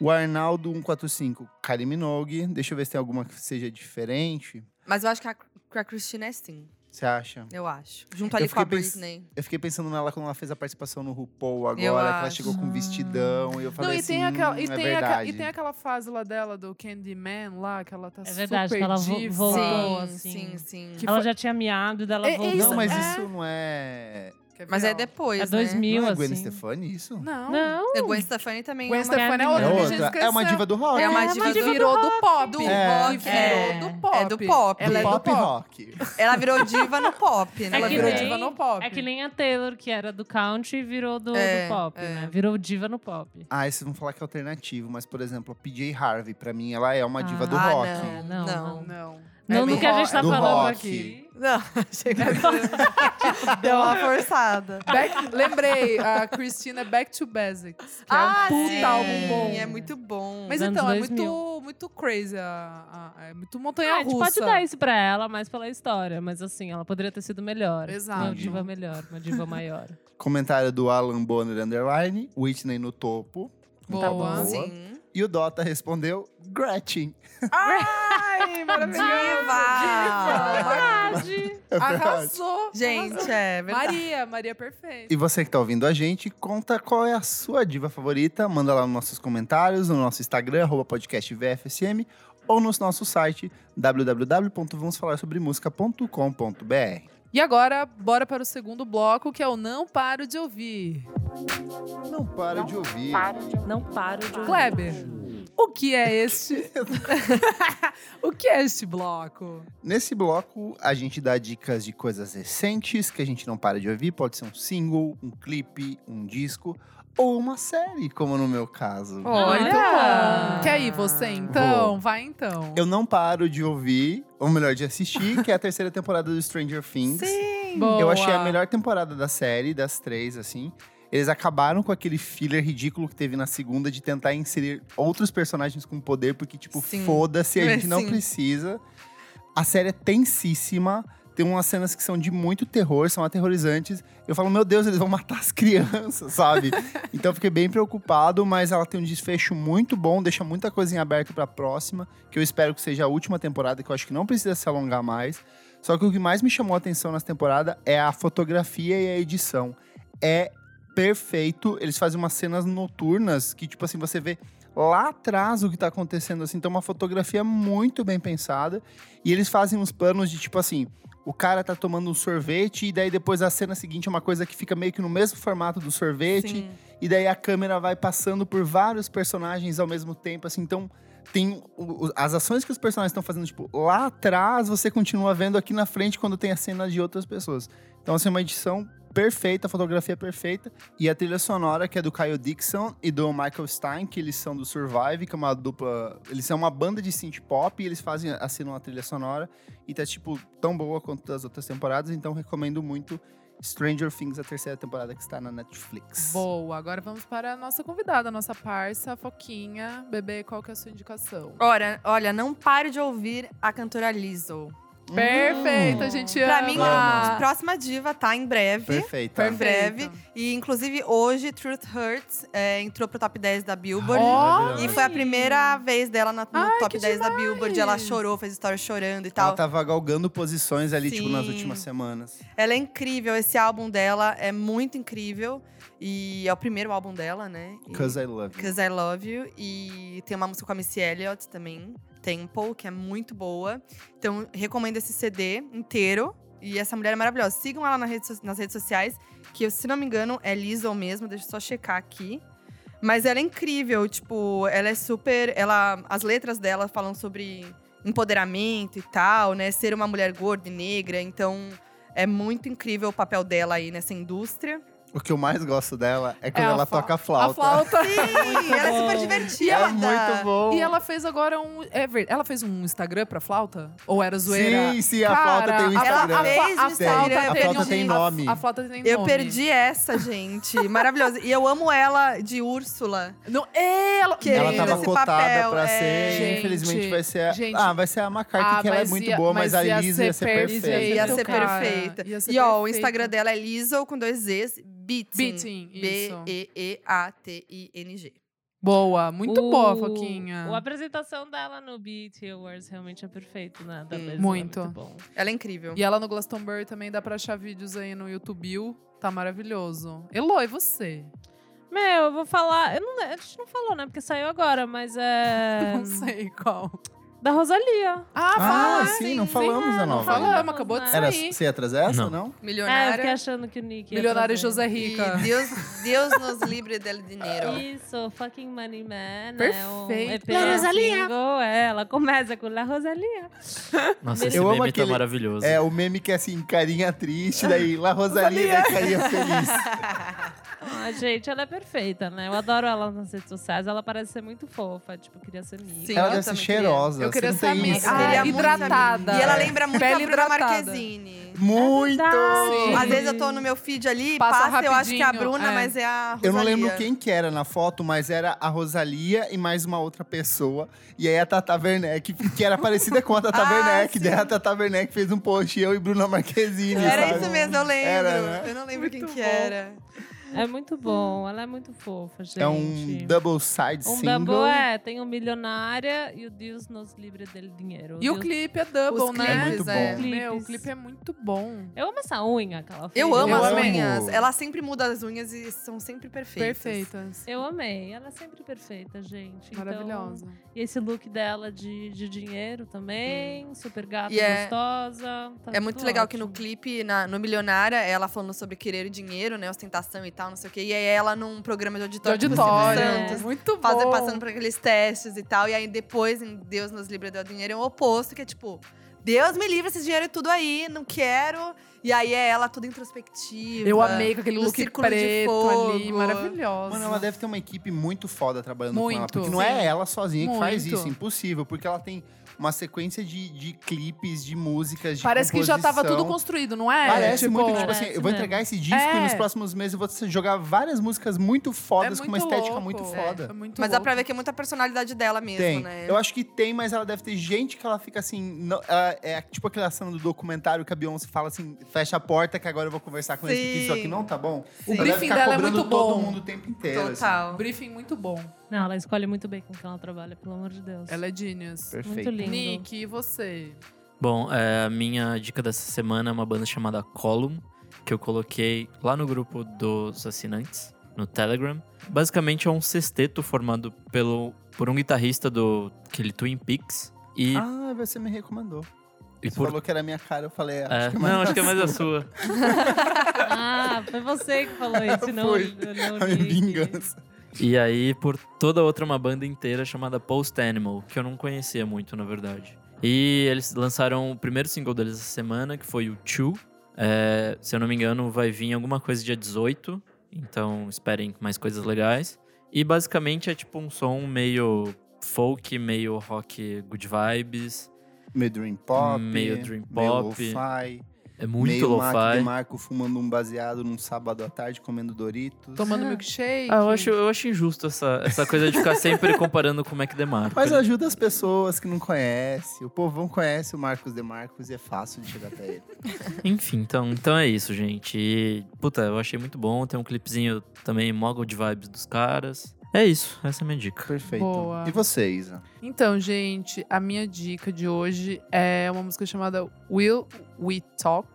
[SPEAKER 2] O Arnaldo 145, Kylie Minogue. Deixa eu ver se tem alguma que seja diferente.
[SPEAKER 5] Mas eu acho que a, que a Christina é sim,
[SPEAKER 2] Você acha?
[SPEAKER 5] eu acho. Junto
[SPEAKER 2] Eu
[SPEAKER 5] ali com a
[SPEAKER 2] fiquei pens-
[SPEAKER 5] Britney.
[SPEAKER 2] Eu fiquei pensando nela quando ela fez a participação no RuPaul agora, que
[SPEAKER 5] Eu
[SPEAKER 2] ela
[SPEAKER 5] acho.
[SPEAKER 2] chegou com um vestidão. E eu falei
[SPEAKER 1] Não, e
[SPEAKER 2] assim,
[SPEAKER 1] tem, aquela, e,
[SPEAKER 2] "Hum,
[SPEAKER 1] tem
[SPEAKER 2] é
[SPEAKER 1] aquela,
[SPEAKER 2] verdade.
[SPEAKER 1] e tem aquela fase lá dela do Candyman lá, que ela tá
[SPEAKER 3] É verdade,
[SPEAKER 1] super
[SPEAKER 3] que ela vo-
[SPEAKER 1] diva.
[SPEAKER 3] voltou. Boa,
[SPEAKER 5] sim,
[SPEAKER 3] assim.
[SPEAKER 5] sim.
[SPEAKER 1] Que
[SPEAKER 3] ela
[SPEAKER 1] foi-
[SPEAKER 3] já tinha miado e dela
[SPEAKER 1] É- é
[SPEAKER 3] voltou.
[SPEAKER 1] isso,
[SPEAKER 2] Não, mas
[SPEAKER 1] é.
[SPEAKER 2] isso não é...
[SPEAKER 1] Quer ver,
[SPEAKER 5] Mas é
[SPEAKER 1] ó?
[SPEAKER 5] depois,
[SPEAKER 3] É
[SPEAKER 5] né?
[SPEAKER 3] 2000,
[SPEAKER 2] não é Gwen
[SPEAKER 3] assim.
[SPEAKER 2] Stefani, isso?
[SPEAKER 1] Não.
[SPEAKER 3] Não.
[SPEAKER 5] A Gwen Stefani também
[SPEAKER 1] Gwen
[SPEAKER 5] é uma...
[SPEAKER 1] Stefani é
[SPEAKER 3] É
[SPEAKER 1] outra.
[SPEAKER 2] É
[SPEAKER 1] a gente
[SPEAKER 2] outra. É uma
[SPEAKER 1] esqueceu.
[SPEAKER 2] diva do rock.
[SPEAKER 5] É uma
[SPEAKER 3] É uma
[SPEAKER 5] diva,
[SPEAKER 1] que
[SPEAKER 3] diva
[SPEAKER 5] do...
[SPEAKER 1] virou do pop.
[SPEAKER 5] do
[SPEAKER 2] É.
[SPEAKER 5] rock.
[SPEAKER 1] Que
[SPEAKER 5] É.
[SPEAKER 1] virou do pop.
[SPEAKER 5] É do pop.
[SPEAKER 1] Ela é do
[SPEAKER 2] pop
[SPEAKER 1] pop.
[SPEAKER 2] rock.
[SPEAKER 5] (laughs) Ela virou diva no pop, né?
[SPEAKER 3] É
[SPEAKER 1] Ela
[SPEAKER 3] que
[SPEAKER 1] virou
[SPEAKER 3] nem-
[SPEAKER 1] diva no pop.
[SPEAKER 3] É que nem a Taylor, que era do country, virou do, do
[SPEAKER 5] É,
[SPEAKER 3] pop,
[SPEAKER 5] é.
[SPEAKER 3] né? Virou diva no pop.
[SPEAKER 2] Ah, aí vocês vão falar que é alternativo, mas, por exemplo, a PJ Harvey, pra mim, ela é uma diva do
[SPEAKER 5] Ah,
[SPEAKER 2] rock.
[SPEAKER 5] não.
[SPEAKER 3] Não,
[SPEAKER 5] Não.
[SPEAKER 1] Não.
[SPEAKER 3] Não,
[SPEAKER 1] É
[SPEAKER 3] do
[SPEAKER 1] do
[SPEAKER 3] que a gente
[SPEAKER 1] rock.
[SPEAKER 3] tá
[SPEAKER 2] Do
[SPEAKER 3] falando
[SPEAKER 2] rock.
[SPEAKER 3] aqui.
[SPEAKER 5] Não, (laughs) achei que deu uma forçada.
[SPEAKER 1] Back- lembrei, a Christina Back to Basics, que é um puta
[SPEAKER 5] Ah, sim.
[SPEAKER 1] álbum bom.
[SPEAKER 5] É muito bom.
[SPEAKER 1] Mas
[SPEAKER 3] Dos
[SPEAKER 1] então,
[SPEAKER 3] anos
[SPEAKER 1] é muito,
[SPEAKER 3] 2000.
[SPEAKER 1] muito crazy. a- a- é muito
[SPEAKER 3] Ah, a gente
[SPEAKER 1] montanha-russa.
[SPEAKER 3] pode dar isso pra ela, mas pela história. Mas assim, ela poderia ter sido melhor.
[SPEAKER 1] Exato.
[SPEAKER 3] Uma diva melhor, uma diva maior.
[SPEAKER 2] Comentário do Alan Bonner Underline, Whitney no topo. Tá
[SPEAKER 1] Boa.
[SPEAKER 2] Boa.
[SPEAKER 5] Sim.
[SPEAKER 2] E o Dota respondeu Gretchen.
[SPEAKER 1] Ai, maravilhosa.
[SPEAKER 3] É Verdade!
[SPEAKER 2] É verdade.
[SPEAKER 1] Arrasou.
[SPEAKER 5] Gente,
[SPEAKER 1] arrasou.
[SPEAKER 5] é verdade.
[SPEAKER 1] Maria, Maria perfeita.
[SPEAKER 2] E você que tá ouvindo a gente, conta qual é a sua diva favorita. Manda lá nos nossos comentários, no nosso Instagram, arroba podcast VFSM, ou no nosso site www.vamosfalarsobremusica.com.br.
[SPEAKER 1] E agora, bora para o segundo bloco, que é o Não Paro de Ouvir.
[SPEAKER 2] Não para de ouvir.
[SPEAKER 3] (laughs) Não paro de.
[SPEAKER 1] Kleber, o que é este... (laughs) o que é este bloco?
[SPEAKER 2] Nesse bloco, a gente dá dicas de coisas recentes que a gente não para de ouvir. Pode ser um single, um clipe, um disco ou uma série, como no meu caso.
[SPEAKER 3] é,
[SPEAKER 5] Olha! Ah.
[SPEAKER 1] Muito bom. Quer ir você então? Vai então.
[SPEAKER 2] Eu não paro de ouvir, ou melhor, de assistir, que é a terceira temporada do Stranger Things.
[SPEAKER 5] Sim.
[SPEAKER 1] Boa.
[SPEAKER 2] Eu achei a melhor temporada da série, das três, assim. Eles acabaram com aquele filler ridículo que teve na segunda de tentar inserir outros personagens com poder, porque, tipo,
[SPEAKER 5] Sim.
[SPEAKER 2] foda-se, a
[SPEAKER 5] É,
[SPEAKER 2] gente não
[SPEAKER 5] sim.
[SPEAKER 2] precisa. A série é tensíssima, tem umas cenas que são de muito terror, são aterrorizantes. Eu falo, meu Deus, eles vão matar as (laughs) crianças, sabe? então eu fiquei bem preocupado, mas ela tem um desfecho muito bom, deixa muita coisa em aberto pra próxima, que eu espero que seja a última temporada, que eu acho que não precisa se alongar mais. Só que o que mais me chamou a atenção nessa temporada é a fotografia e a edição. É perfeito. Eles fazem umas cenas noturnas que, tipo assim, você vê lá atrás o que tá acontecendo, assim. Então, uma fotografia muito bem pensada. E eles fazem uns planos de, tipo assim, o cara tá tomando um sorvete e daí depois a cena seguinte é uma coisa que fica meio que no mesmo formato do sorvete.
[SPEAKER 5] Sim.
[SPEAKER 2] E daí a câmera vai passando por vários personagens ao mesmo tempo, assim, então tem o- o- as ações que os personagens estão fazendo, tipo, lá atrás você continua vendo aqui na frente quando tem a cena de outras pessoas. Então, assim, é uma edição perfeita, a fotografia é perfeita. E a trilha sonora, que é do Kyle Dixon e do Michael Stein, que eles são do Survive, que é uma dupla. Eles são uma banda de synth pop e eles fazem, assinam a trilha sonora. E tá, tipo, tão boa quanto as outras temporadas, então recomendo muito. Stranger Things, a terceira temporada que está na Netflix.
[SPEAKER 1] Boa, agora vamos para a nossa convidada, a nossa parça, a Foquinha. Bebê, qual que é a sua indicação?
[SPEAKER 5] Ora, olha, não pare de ouvir a cantora Lizzo.
[SPEAKER 2] Hum,
[SPEAKER 1] Perfeito, a gente ama.
[SPEAKER 5] Pra mim, a próxima diva tá em breve.
[SPEAKER 2] Perfeita.
[SPEAKER 5] Em breve. E, inclusive, hoje, Truth Hurts é, entrou pro top 10 da Billboard.
[SPEAKER 1] Ó,
[SPEAKER 5] E foi a primeira vez dela na- no
[SPEAKER 1] Ai,
[SPEAKER 5] top
[SPEAKER 1] que
[SPEAKER 5] 10 da Billboard. Ela chorou, fez história chorando e tal.
[SPEAKER 2] Ela tá- tava galgando posições ali, tipo, nas
[SPEAKER 5] Sim.
[SPEAKER 2] últimas semanas.
[SPEAKER 5] Ela é incrível, esse álbum dela é muito incrível. E é o primeiro álbum dela, né? E-
[SPEAKER 2] Cause I love. you.
[SPEAKER 5] Cause I Love You. E tem uma música com a Missy Elliott também, Temple, que é muito boa. Então, recomendo esse CD inteiro. E essa mulher é maravilhosa. Sigam ela na rede so- nas redes sociais, que se não me engano é Lizzo mesmo, deixa eu só checar aqui. Mas ela é incrível, tipo, ela é super. Ela, as letras dela falam sobre empoderamento e tal, né? Ser uma mulher gorda e negra. Então, é muito incrível o papel dela aí nessa indústria.
[SPEAKER 2] O que eu mais gosto dela é quando
[SPEAKER 1] a
[SPEAKER 2] ela
[SPEAKER 1] fa-
[SPEAKER 2] toca
[SPEAKER 1] A
[SPEAKER 2] flauta.
[SPEAKER 1] flauta.
[SPEAKER 5] Sim, (laughs) ela é
[SPEAKER 3] bom.
[SPEAKER 5] super divertida.
[SPEAKER 2] É muito bom.
[SPEAKER 1] E ela fez agora um. É verdade. Ela fez um Instagram pra flauta? Ou era é zoeira?
[SPEAKER 2] Sim, sim, a
[SPEAKER 1] Cara,
[SPEAKER 2] flauta tem o
[SPEAKER 1] a-
[SPEAKER 2] Instagram.
[SPEAKER 1] a-
[SPEAKER 5] Ela fez
[SPEAKER 1] a
[SPEAKER 5] o Instagram,
[SPEAKER 1] flauta
[SPEAKER 2] a
[SPEAKER 1] tem
[SPEAKER 2] flauta
[SPEAKER 1] um-
[SPEAKER 2] tem nome.
[SPEAKER 1] A, a flauta tem
[SPEAKER 5] Eu
[SPEAKER 1] nome.
[SPEAKER 5] perdi essa, gente. Maravilhosa. E eu amo ela de Úrsula.
[SPEAKER 1] Não, é, ela.
[SPEAKER 5] Que
[SPEAKER 2] Ela
[SPEAKER 5] Querida,
[SPEAKER 2] tava
[SPEAKER 5] esse
[SPEAKER 2] cotada
[SPEAKER 5] papel,
[SPEAKER 2] pra
[SPEAKER 5] é.
[SPEAKER 2] ser,
[SPEAKER 1] Gente,
[SPEAKER 2] infelizmente vai ser a,
[SPEAKER 1] gente.
[SPEAKER 2] Ah, vai ser a McCarthy,
[SPEAKER 1] Ah,
[SPEAKER 2] que ela é
[SPEAKER 1] mas
[SPEAKER 2] muito
[SPEAKER 1] ia-
[SPEAKER 2] boa, mas,
[SPEAKER 1] mas
[SPEAKER 2] a
[SPEAKER 1] ia
[SPEAKER 2] Liz ia
[SPEAKER 1] ser
[SPEAKER 2] ser
[SPEAKER 1] perfeita.
[SPEAKER 2] perfeita.
[SPEAKER 5] Ia ser um
[SPEAKER 1] cara.
[SPEAKER 5] perfeita.
[SPEAKER 1] Ia ser
[SPEAKER 5] e ó, o
[SPEAKER 1] perfeita.
[SPEAKER 5] Instagram dela é Lizzo com dois Z's, Beatin.
[SPEAKER 1] Beating, isso.
[SPEAKER 5] B-E-E-A-T-I-N-G.
[SPEAKER 1] Boa, é muito boa,
[SPEAKER 3] O-
[SPEAKER 5] Uh,
[SPEAKER 1] Foquinha.
[SPEAKER 3] A apresentação dela no BET Awards realmente é perfeito, né? Da
[SPEAKER 5] Hum.
[SPEAKER 3] Lizzo, é
[SPEAKER 1] Muito.
[SPEAKER 3] muito bom.
[SPEAKER 5] Ela é incrível.
[SPEAKER 1] E ela no Glastonbury também dá pra achar vídeos aí no YouTube. Tá maravilhoso. Elô, e você?
[SPEAKER 3] Meu, eu vou falar. Eu não, a gente não falou, né? Porque saiu agora, mas é. (laughs)
[SPEAKER 1] Não sei qual.
[SPEAKER 3] da Rosalia.
[SPEAKER 2] Hum. Ah,
[SPEAKER 1] Ah, vai!
[SPEAKER 2] sim, não
[SPEAKER 3] sim,
[SPEAKER 2] falamos
[SPEAKER 3] né?
[SPEAKER 2] a
[SPEAKER 3] Não
[SPEAKER 2] nova.
[SPEAKER 1] falamos.
[SPEAKER 2] ainda.
[SPEAKER 1] acabou de
[SPEAKER 3] né?
[SPEAKER 1] sair.
[SPEAKER 2] Era, você ia trazer essa ou não?
[SPEAKER 3] É, eu fiquei
[SPEAKER 5] Milionária.
[SPEAKER 3] achando que o Nick. ia um
[SPEAKER 1] Milionário
[SPEAKER 3] trazer.
[SPEAKER 1] José Rica.
[SPEAKER 5] E Deus, Deus nos livre dele dinheiro.
[SPEAKER 3] Isso, fucking Money Man.
[SPEAKER 1] Perfeito.
[SPEAKER 3] É um EP,
[SPEAKER 1] La
[SPEAKER 3] é um
[SPEAKER 1] Rosalía.
[SPEAKER 3] single, é, ela começa com La Rosalia.
[SPEAKER 4] Nossa, esse
[SPEAKER 2] Eu amo
[SPEAKER 4] meme
[SPEAKER 2] aquele-
[SPEAKER 4] tá maravilhoso.
[SPEAKER 2] É, o meme que é assim, carinha triste, daí lá Rosalina daí carinha feliz.
[SPEAKER 3] Ah, gente, ela é perfeita, né? Eu adoro ela nas redes sociais. Ela parece ser muito fofa, tipo, queria ser amiga.
[SPEAKER 5] Sim,
[SPEAKER 2] ela
[SPEAKER 5] eu
[SPEAKER 2] deve ser
[SPEAKER 5] também queria.
[SPEAKER 2] cheirosa.
[SPEAKER 1] Eu queria
[SPEAKER 2] você
[SPEAKER 1] ser
[SPEAKER 2] não tem
[SPEAKER 1] amiga.
[SPEAKER 2] isso.
[SPEAKER 5] Eu queria
[SPEAKER 1] Ah,
[SPEAKER 5] muito
[SPEAKER 1] hidratada.
[SPEAKER 5] E ela lembra muito
[SPEAKER 1] Pele
[SPEAKER 5] a Bruna
[SPEAKER 1] hidratada.
[SPEAKER 5] Marquezine.
[SPEAKER 2] Muito!
[SPEAKER 3] verdade.
[SPEAKER 5] Às vezes eu tô no meu feed ali,
[SPEAKER 1] Passa
[SPEAKER 5] passa, eu acho que é a
[SPEAKER 1] rapidinho,
[SPEAKER 5] Bruna,
[SPEAKER 1] é.
[SPEAKER 5] mas é a Rosalia.
[SPEAKER 2] Eu não lembro quem que era na foto, mas era a Rosalia e mais uma outra pessoa. E aí a Tata Werneck, que era parecida com a Tata
[SPEAKER 5] Ah,
[SPEAKER 2] Werneck.
[SPEAKER 5] sim.
[SPEAKER 2] Daí a Tata Werneck fez um post, eu e Bruna Marquezine,
[SPEAKER 5] Era
[SPEAKER 2] sabe?
[SPEAKER 5] isso mesmo, eu lembro.
[SPEAKER 2] Era, né?
[SPEAKER 5] Eu não lembro quem
[SPEAKER 1] Muito
[SPEAKER 5] que
[SPEAKER 1] bom.
[SPEAKER 5] era.
[SPEAKER 3] É muito bom, ela é muito fofa, gente.
[SPEAKER 2] É um double side
[SPEAKER 3] Um
[SPEAKER 2] single.
[SPEAKER 3] double é, tem o Milionária e o Deus nos livre dele dinheiro.
[SPEAKER 1] E o
[SPEAKER 3] Deus-
[SPEAKER 1] clipe é double,
[SPEAKER 5] Os
[SPEAKER 1] né?
[SPEAKER 2] É muito bom.
[SPEAKER 5] é.
[SPEAKER 1] Meu, o
[SPEAKER 3] Clipes.
[SPEAKER 1] clipe é muito bom.
[SPEAKER 3] Eu amo essa unha que ela fez. né?
[SPEAKER 5] Eu amo
[SPEAKER 1] Eu
[SPEAKER 5] as
[SPEAKER 1] amo.
[SPEAKER 5] unhas. Ela sempre muda as unhas e são sempre perfeitas.
[SPEAKER 1] Perfeitas.
[SPEAKER 3] Eu amei, ela é sempre perfeita, gente. Então,
[SPEAKER 1] Maravilhosa.
[SPEAKER 3] e esse look dela de, de dinheiro também, super gata,
[SPEAKER 5] E é-
[SPEAKER 3] gostosa. tá
[SPEAKER 5] É muito
[SPEAKER 3] tudo
[SPEAKER 5] legal que
[SPEAKER 3] ótimo.
[SPEAKER 5] no clipe, na- no Milionária, ela falando sobre querer dinheiro, né? Ostentação e tal, não sei o quê. E aí ela num programa de
[SPEAKER 1] De
[SPEAKER 5] auditório. com o Silvio
[SPEAKER 1] auditório. É.
[SPEAKER 5] Santos,
[SPEAKER 1] Muito bom.
[SPEAKER 5] fazer, passando por aqueles testes e tal. E aí depois, em Deus nos livre do dinheiro, é o oposto, que é tipo. Deus me livre esse dinheiro é tudo aí, não quero. E aí é ela toda introspectiva.
[SPEAKER 1] Eu amei com aquele
[SPEAKER 5] No
[SPEAKER 1] look
[SPEAKER 5] círculo de
[SPEAKER 1] preto ali,
[SPEAKER 5] fogo. é
[SPEAKER 1] maravilhosa.
[SPEAKER 2] Mano, ela deve ter uma equipe muito foda trabalhando com ela.
[SPEAKER 1] Muito.
[SPEAKER 2] Porque não
[SPEAKER 1] Sim.
[SPEAKER 2] é ela sozinha que faz
[SPEAKER 1] Muito.
[SPEAKER 2] isso, impossível. Porque ela tem uma sequência de, de clipes, de músicas, de
[SPEAKER 1] Parece que já tava tudo
[SPEAKER 2] composição.
[SPEAKER 1] construído, não é?
[SPEAKER 2] Parece
[SPEAKER 1] Tipo,
[SPEAKER 2] muito que, tipo
[SPEAKER 3] Parece
[SPEAKER 2] assim, eu vou
[SPEAKER 3] mesmo.
[SPEAKER 2] entregar esse disco e nos
[SPEAKER 1] É.
[SPEAKER 2] próximos meses eu vou jogar várias músicas muito fodas,
[SPEAKER 1] é
[SPEAKER 2] com uma
[SPEAKER 1] muito
[SPEAKER 2] estética
[SPEAKER 1] louco.
[SPEAKER 2] muito
[SPEAKER 1] É,
[SPEAKER 2] foda.
[SPEAKER 1] é muito
[SPEAKER 5] Mas dá
[SPEAKER 1] louco.
[SPEAKER 5] pra ver que é muita personalidade dela mesmo,
[SPEAKER 2] Tem.
[SPEAKER 5] né?
[SPEAKER 2] Eu acho que tem, mas ela deve ter gente que ela fica assim. não- ela- é tipo aquela cena do documentário que a Beyoncé fala assim: fecha a porta que agora eu vou conversar com eles, porque
[SPEAKER 5] Sim.
[SPEAKER 2] isso aqui não tá bom.
[SPEAKER 5] Sim.
[SPEAKER 1] O
[SPEAKER 2] Ela deve
[SPEAKER 1] briefing
[SPEAKER 2] ficar
[SPEAKER 1] dela é
[SPEAKER 2] cobrando
[SPEAKER 1] muito
[SPEAKER 2] todo
[SPEAKER 1] bom.
[SPEAKER 2] mundo o tempo inteiro. assim.
[SPEAKER 1] O
[SPEAKER 5] Total.
[SPEAKER 1] briefing muito bom.
[SPEAKER 3] Não, ela escolhe muito bem com quem ela trabalha, pelo amor de Deus.
[SPEAKER 1] Ela é
[SPEAKER 2] assim.
[SPEAKER 1] genius.
[SPEAKER 3] Muito lindo.
[SPEAKER 1] Nick, e você?
[SPEAKER 4] Bom, é, a minha dica dessa semana é uma banda chamada Column, que eu coloquei lá no grupo dos assinantes, no Telegram. Basicamente é um sexteto formado pelo, por um guitarrista do aquele Twin Peaks e,
[SPEAKER 2] Ah, você me recomendou.
[SPEAKER 4] e
[SPEAKER 2] Você
[SPEAKER 4] por...
[SPEAKER 2] falou que era a minha cara, eu falei, acho
[SPEAKER 4] É,
[SPEAKER 2] que é mais
[SPEAKER 4] não, acho que é mais a sua.
[SPEAKER 3] (laughs) Ah, foi você que falou isso, não,
[SPEAKER 2] Foi.
[SPEAKER 3] não
[SPEAKER 2] a (laughs) minha
[SPEAKER 3] Nick.
[SPEAKER 2] vingança.
[SPEAKER 4] E aí, por toda outra, uma banda inteira chamada Post Animal, que eu não conhecia muito, na verdade. E eles lançaram o primeiro single deles essa semana, que foi o Chew. É, se eu não me engano, vai vir alguma coisa dia 18. Então esperem mais coisas legais. E basicamente é tipo um som meio folk, meio rock good vibes.
[SPEAKER 2] Meio dream pop,
[SPEAKER 4] Meio dream pop,
[SPEAKER 2] meio lo-fi,
[SPEAKER 4] É muito
[SPEAKER 2] meio Mac de
[SPEAKER 4] lo-fi.
[SPEAKER 2] Marco fumando um baseado num sábado à tarde, comendo Doritos.
[SPEAKER 1] Tomando
[SPEAKER 3] Ah.
[SPEAKER 1] milkshake.
[SPEAKER 4] Ah, eu acho, eu acho injusto essa, essa coisa de ficar sempre comparando com o Mac DeMarco.
[SPEAKER 2] Mas ajuda as pessoas que não conhecem. O povão conhece o Marcos de Marcos e é fácil de chegar até ele.
[SPEAKER 4] Enfim, então, então é isso, gente. E, puta, eu achei muito bom. Tem um clipezinho também, mogul de vibes dos caras. É isso, essa é a minha dica.
[SPEAKER 2] Perfeito.
[SPEAKER 1] Boa.
[SPEAKER 2] E É você, Isa?
[SPEAKER 1] Então, gente, a minha dica de hoje é uma música chamada Will We Talk,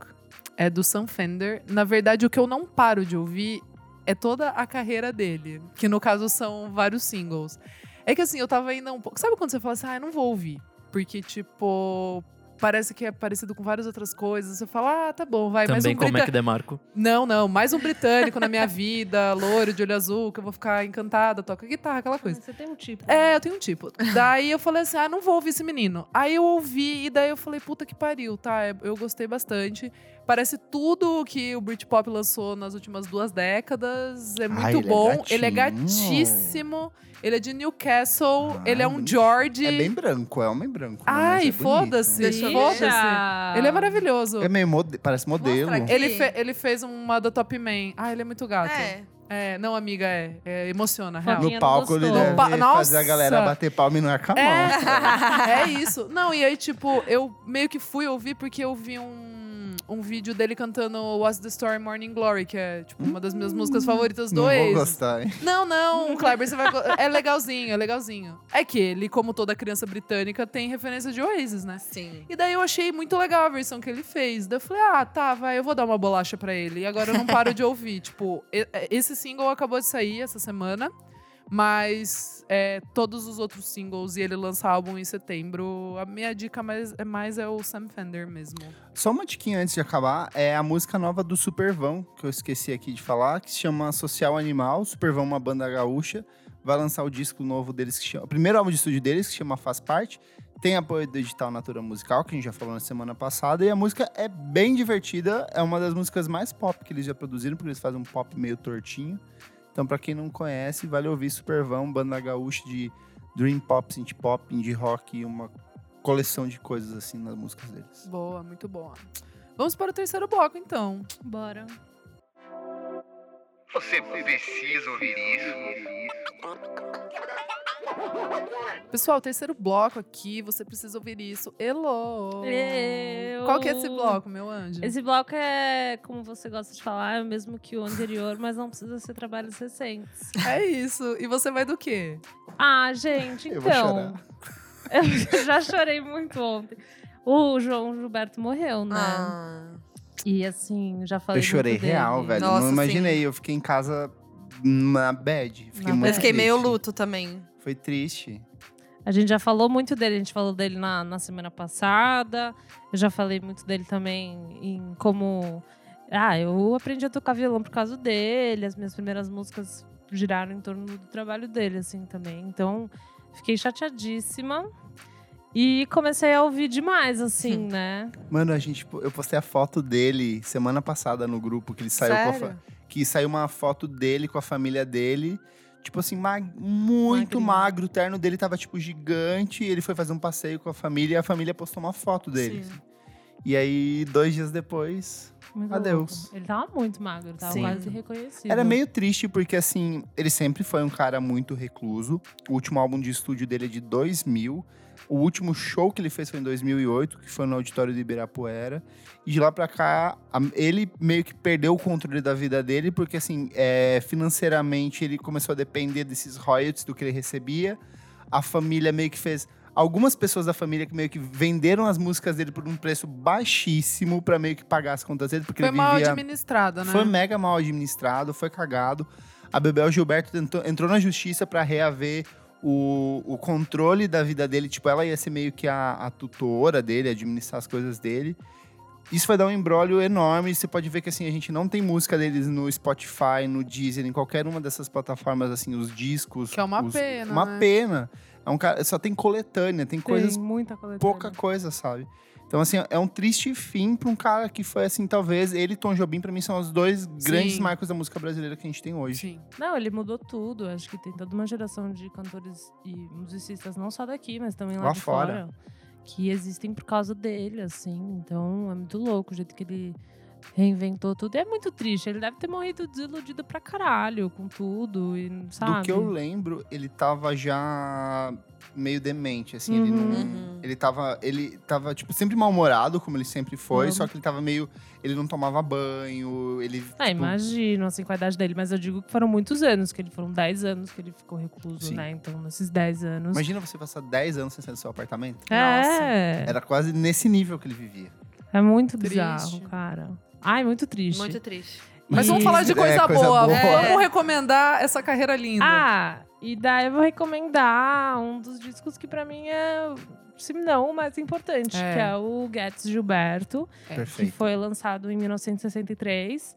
[SPEAKER 1] é do Sam Fender. Na verdade, o que eu não paro de ouvir é toda a carreira dele, que no caso são vários singles. É que assim, eu tava ainda um pouco. Sabe quando você fala assim, ah, eu não vou ouvir? Porque, tipo, parece que é parecido com várias outras coisas. Você fala, ah, tá bom, vai, mais um
[SPEAKER 4] também é com o
[SPEAKER 1] brita-
[SPEAKER 4] Mac DeMarco.
[SPEAKER 1] não, não, mais um britânico na minha (laughs) vida, loiro, de olho azul, que eu vou ficar encantada, toca guitarra, aquela coisa.
[SPEAKER 3] Você tem um tipo.
[SPEAKER 1] É, eu tenho um tipo. Daí eu falei assim, ah, não vou ouvir esse menino. Aí eu ouvi e daí eu falei, puta que pariu, tá? Eu- Eu gostei bastante. Parece tudo que o Britpop lançou nas últimas duas décadas. É
[SPEAKER 2] Ah,
[SPEAKER 1] muito
[SPEAKER 2] ele é
[SPEAKER 1] bom. ele é
[SPEAKER 2] gatinho.
[SPEAKER 1] gatíssimo. Ele é de Newcastle.
[SPEAKER 2] Ah,
[SPEAKER 1] ele é um
[SPEAKER 2] bonito.
[SPEAKER 1] George.
[SPEAKER 2] É bem branco, é homem branco. né?
[SPEAKER 1] Ai,
[SPEAKER 2] Mas é bonito.
[SPEAKER 1] foda-se.
[SPEAKER 5] Deixa eu ver.
[SPEAKER 1] Foda-se. Ele é maravilhoso.
[SPEAKER 2] É meio mode... parece modelo.
[SPEAKER 5] Mostra aqui.
[SPEAKER 1] Ele, fe- ele fez uma da Top Man. Ah, ele é muito gato. É,
[SPEAKER 5] É.
[SPEAKER 1] não, amiga, é. é emociona, real.
[SPEAKER 3] Fofinho.
[SPEAKER 2] No palco ele
[SPEAKER 3] Não gostou.
[SPEAKER 2] deve
[SPEAKER 1] Pa-
[SPEAKER 2] fazer a
[SPEAKER 1] Nossa!
[SPEAKER 2] galera bater palma e não arcar a mão.
[SPEAKER 1] É, é isso. Não, e aí, tipo, eu meio que fui ouvir porque eu vi um, um vídeo dele cantando What's the Story Morning Glory, que é, tipo, uma das minhas músicas favoritas do
[SPEAKER 2] Hum, Não vou
[SPEAKER 1] ex.
[SPEAKER 2] gostar, hein?
[SPEAKER 1] Não, não, Kleber, você vai. go- É legalzinho, é legalzinho. É que ele, como toda criança britânica, tem referência de Oasis, né?
[SPEAKER 5] Sim.
[SPEAKER 1] E daí eu achei muito legal a versão que ele fez. Daí eu falei, ah, tá, vai, eu vou dar uma bolacha pra ele. E agora eu não paro de ouvir. (laughs) Tipo, e- e- esse single acabou de sair essa semana. Mas é, todos os outros singles e ele lança álbum em setembro. A minha dica mais é, mais é o Sam Fender mesmo.
[SPEAKER 2] Só uma tiquinha antes de acabar, é a música nova do Supervão, que eu esqueci aqui de falar, que se chama Social Animal. Supervão é uma banda gaúcha, vai lançar o disco novo deles, que chama, o primeiro álbum de estúdio deles, que chama Faz Parte. Tem apoio do edital Natura Musical, que a gente já falou na semana passada, e a música é bem divertida, é uma das músicas mais pop que eles já produziram, porque eles fazem um pop meio tortinho. Então, pra quem não conhece, vale ouvir Supervão, banda gaúcha de dream pop, synth pop, indie rock, e uma coleção de coisas assim nas músicas deles.
[SPEAKER 1] Boa, muito boa. Vamos para o terceiro bloco, então.
[SPEAKER 3] Bora.
[SPEAKER 6] Você precisa ouvir isso.
[SPEAKER 1] Pessoal, terceiro bloco aqui, você precisa ouvir isso. Hello!
[SPEAKER 3] Eu-
[SPEAKER 1] Qual que é esse bloco, meu anjo?
[SPEAKER 3] Esse bloco é, como você gosta de falar, é o mesmo que o anterior, mas não precisa ser trabalhos recentes.
[SPEAKER 1] É isso. E você vai do quê?
[SPEAKER 3] Ah, gente,
[SPEAKER 2] Eu vou
[SPEAKER 3] então. Eu (laughs) já chorei muito ontem. O João Gilberto morreu, né?
[SPEAKER 5] Ah.
[SPEAKER 3] E assim, já falei.
[SPEAKER 2] Eu chorei
[SPEAKER 3] muito dele.
[SPEAKER 2] real, velho.
[SPEAKER 5] Nossa,
[SPEAKER 2] não
[SPEAKER 5] sim.
[SPEAKER 2] imaginei. Eu fiquei em casa na bad. Fiquei
[SPEAKER 3] Na
[SPEAKER 2] muito
[SPEAKER 3] bad.
[SPEAKER 5] Eu fiquei meio
[SPEAKER 2] triste.
[SPEAKER 5] luto também.
[SPEAKER 2] Foi triste.
[SPEAKER 3] A gente já falou muito dele, a gente falou dele na, na semana passada. Eu já falei muito dele também em como. Ah, eu aprendi a tocar violão por causa dele, as minhas primeiras músicas giraram em torno do trabalho dele, assim, também. Então, fiquei chateadíssima. E comecei a ouvir demais, assim,
[SPEAKER 5] Hum.
[SPEAKER 3] né?
[SPEAKER 2] Mano, a gente, tipo, eu postei a foto dele semana passada no grupo que ele saiu com a fa-
[SPEAKER 5] Sério?
[SPEAKER 2] que saiu uma foto dele com a família dele. Tipo assim, ma- muito
[SPEAKER 3] Magrinho.
[SPEAKER 2] magro, o terno dele tava tipo gigante, e ele foi fazer um passeio com a família e a família postou uma foto dele.
[SPEAKER 5] Sim.
[SPEAKER 2] E aí, dois dias depois,
[SPEAKER 3] Muito
[SPEAKER 2] Adeus.
[SPEAKER 3] louco. Ele tava muito magro, tava
[SPEAKER 5] Sim.
[SPEAKER 3] quase irreconhecível.
[SPEAKER 2] Era meio triste, porque assim, ele sempre foi um cara muito recluso. O último álbum de estúdio dele é de 2000. O último show que ele fez foi em 2008, que foi no auditório do Ibirapuera. E de lá pra cá, a- ele meio que perdeu o controle da vida dele, porque assim, é, financeiramente ele começou a depender desses royalties do que ele recebia. A família meio que fez. Algumas pessoas da família que meio que venderam as músicas dele por um preço baixíssimo pra meio que pagar as contas dele, porque
[SPEAKER 1] Foi
[SPEAKER 2] ele
[SPEAKER 1] mal
[SPEAKER 2] vivia
[SPEAKER 1] administrada, né?
[SPEAKER 2] foi mega mal administrado, foi cagado. A Bebel Gilberto tentou- entrou na justiça pra reaver o, o controle da vida dele. Tipo, ela ia ser meio que a, a tutora dele, administrar as coisas dele. Isso vai dar um embrólio enorme. Você pode ver que assim, a gente não tem música deles no Spotify, no Deezer, em qualquer uma dessas plataformas, assim, os discos.
[SPEAKER 1] Que é uma
[SPEAKER 2] os-
[SPEAKER 1] pena,
[SPEAKER 2] Uma
[SPEAKER 1] né?
[SPEAKER 2] pena. É um cara, só tem coletânea, tem coisas
[SPEAKER 3] muita coletânea.
[SPEAKER 2] pouca coisa, sabe? Então, assim, é um triste fim pra um cara que foi, assim, talvez... Ele e Tom Jobim, pra mim, são os dois grandes marcos da música brasileira que a gente tem hoje.
[SPEAKER 1] Sim.
[SPEAKER 3] Não, ele mudou tudo. Acho que tem toda uma geração de cantores e musicistas, não só daqui, mas também lá,
[SPEAKER 2] Lá
[SPEAKER 3] de fora. que existem por causa dele, assim. Então é muito louco o jeito que ele reinventou tudo. E é muito triste. Ele deve ter morrido desiludido pra caralho com tudo, e, sabe?
[SPEAKER 2] Do que eu lembro, ele tava já meio demente, assim, ele não...
[SPEAKER 5] Uhum.
[SPEAKER 2] Ele tava, ele tava, tipo, sempre mal-humorado, como ele sempre foi,
[SPEAKER 1] Uhum.
[SPEAKER 2] só que ele tava meio... Ele não tomava banho, ele...
[SPEAKER 3] Ah,
[SPEAKER 2] tipo,
[SPEAKER 3] imagino, assim, com a idade dele. Mas eu digo que foram muitos anos, que ele foram 10 anos que ele ficou recluso,
[SPEAKER 2] Sim.
[SPEAKER 3] né? Então, nesses 10 anos...
[SPEAKER 2] Imagina você passar 10 anos sem sair do seu apartamento.
[SPEAKER 3] É,
[SPEAKER 2] Era quase nesse nível que ele vivia.
[SPEAKER 3] é muito
[SPEAKER 1] Triste.
[SPEAKER 3] bizarro, cara. Ai, muito triste.
[SPEAKER 5] Muito triste.
[SPEAKER 1] Mas
[SPEAKER 3] E-
[SPEAKER 1] vamos falar de
[SPEAKER 2] É,
[SPEAKER 1] coisa,
[SPEAKER 2] coisa
[SPEAKER 1] boa.
[SPEAKER 2] boa.
[SPEAKER 1] Vamos recomendar essa carreira linda.
[SPEAKER 3] Ah, e daí eu vou recomendar um dos discos que pra mim é, se não, o mais importante,
[SPEAKER 1] É.
[SPEAKER 3] que é o Gets Gilberto,
[SPEAKER 1] É,
[SPEAKER 3] que foi lançado em 1963,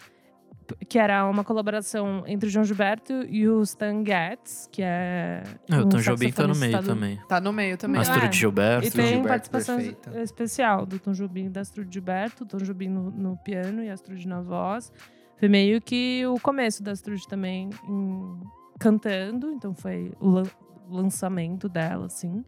[SPEAKER 3] p- que era uma colaboração entre o João Gilberto e o Stan Getz, que é.
[SPEAKER 4] Ah, o
[SPEAKER 3] um
[SPEAKER 4] Tom Jobim tá no meio
[SPEAKER 3] saxofonista do-
[SPEAKER 4] também.
[SPEAKER 1] Tá no meio também.
[SPEAKER 3] Mas-
[SPEAKER 4] Astro
[SPEAKER 3] É.
[SPEAKER 4] de Gilberto.
[SPEAKER 3] E
[SPEAKER 2] Astro
[SPEAKER 3] tem
[SPEAKER 2] Gilberto,
[SPEAKER 3] participação
[SPEAKER 2] perfeita.
[SPEAKER 3] especial do Tom Jobim e da Astrud Gilberto, Tom Jobim no, no piano e Astrud na voz. Foi meio que o começo da Astrud também em- cantando, então foi o lan- lançamento dela, assim.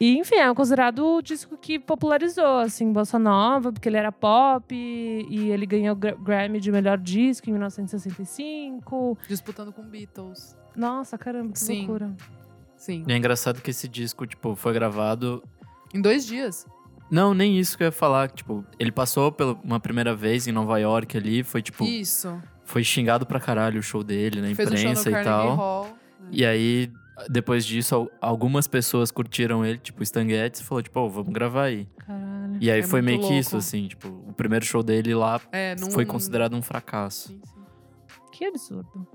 [SPEAKER 3] E, enfim, é considerado o disco que popularizou, assim, Bossa Nova, porque ele era pop e ele ganhou o Gra- Grammy de melhor disco em 1965.
[SPEAKER 1] Disputando com Beatles.
[SPEAKER 3] Nossa, caramba, que
[SPEAKER 1] Sim.
[SPEAKER 3] loucura.
[SPEAKER 1] Sim.
[SPEAKER 4] E é engraçado que esse disco, tipo, foi gravado.
[SPEAKER 1] Em dois dias.
[SPEAKER 4] Não, nem isso que eu ia falar. que, Tipo, ele passou pela uma primeira vez em Nova York ali, foi tipo,
[SPEAKER 1] Isso.
[SPEAKER 4] foi xingado pra caralho o show dele na
[SPEAKER 1] Fez o show no
[SPEAKER 4] imprensa e
[SPEAKER 1] Carnegie
[SPEAKER 4] tal.
[SPEAKER 1] Hall.
[SPEAKER 4] E aí, depois disso, al- algumas pessoas curtiram ele, tipo o Stan Getz, e falou, tipo, "Ô, vamos gravar aí.
[SPEAKER 3] Caralho.
[SPEAKER 4] E aí
[SPEAKER 1] É
[SPEAKER 4] foi
[SPEAKER 1] muito
[SPEAKER 4] meio que
[SPEAKER 1] louco.
[SPEAKER 4] isso, assim, tipo, o primeiro show dele lá
[SPEAKER 1] É, não-
[SPEAKER 4] foi considerado um fracasso.
[SPEAKER 1] Sim, sim.
[SPEAKER 3] Que absurdo.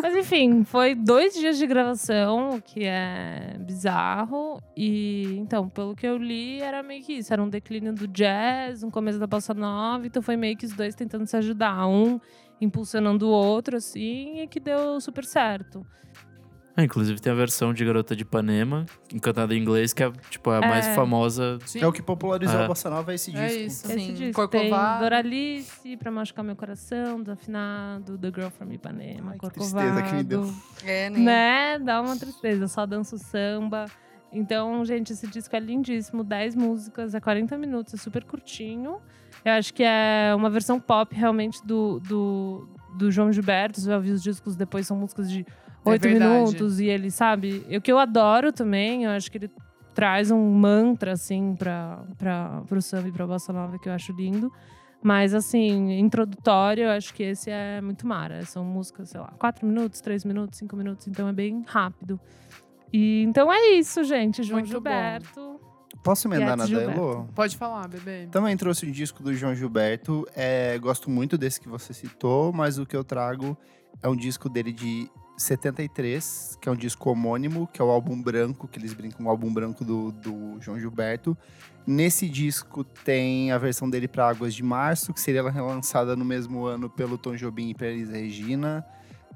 [SPEAKER 3] Mas enfim, foi dois dias de gravação, o que é bizarro. E então, pelo que eu li, era meio que isso. Era um declínio do jazz, um começo da bossa nova. Então foi meio que os dois tentando se ajudar. Um impulsionando o outro, assim, e que deu super certo.
[SPEAKER 4] Ah, inclusive tem a versão de Garota de Ipanema, encantada em inglês, que é, tipo, a mais
[SPEAKER 3] É.
[SPEAKER 4] famosa.
[SPEAKER 1] Sim.
[SPEAKER 2] É o que popularizou
[SPEAKER 4] É.
[SPEAKER 2] a Bossa Nova, é esse disco.
[SPEAKER 1] É isso.
[SPEAKER 5] Sim.
[SPEAKER 3] Esse disco
[SPEAKER 1] Corcovado.
[SPEAKER 3] tem Doralice, Pra Machucar Meu Coração, Desafinado, The Girl From
[SPEAKER 2] Ai,
[SPEAKER 3] Ipanema,
[SPEAKER 2] que
[SPEAKER 3] Corcovado.
[SPEAKER 2] tristeza que me deu.
[SPEAKER 5] É, nem...
[SPEAKER 3] né? Dá uma tristeza, só danço samba. Então, gente, esse disco é lindíssimo, 10 músicas, é 40 minutos, é super curtinho. Eu acho que é uma versão pop realmente do, do, do João Gilberto. Você vai ouvir os discos depois, são músicas de
[SPEAKER 1] É
[SPEAKER 3] 8
[SPEAKER 1] verdade.
[SPEAKER 3] minutos. E ele, sabe? O que eu adoro também, eu acho que ele traz um mantra, assim, pra, pra, pro samba e pra bossa nova, que eu acho lindo. Mas, assim, introdutório, eu acho que esse é muito mara. São músicas, sei lá, 4 minutos, 3 minutos, 5 minutos. Então é bem rápido. E, então é isso, gente. João
[SPEAKER 1] Muito bom.
[SPEAKER 3] Gilberto.
[SPEAKER 2] Posso emendar na
[SPEAKER 3] Gets
[SPEAKER 2] da
[SPEAKER 3] Gilberto.
[SPEAKER 2] Elo?
[SPEAKER 1] Pode falar, bebê.
[SPEAKER 2] Também trouxe um disco do João Gilberto. é, gosto muito desse que você citou, mas o que eu trago é um disco dele de 73, que é um disco homônimo, que é o álbum branco, que eles brincam com o álbum branco do, do João Gilberto. Nesse disco tem a versão dele para Águas de Março, que seria relançada no mesmo ano pelo Tom Jobim e para Elis Regina.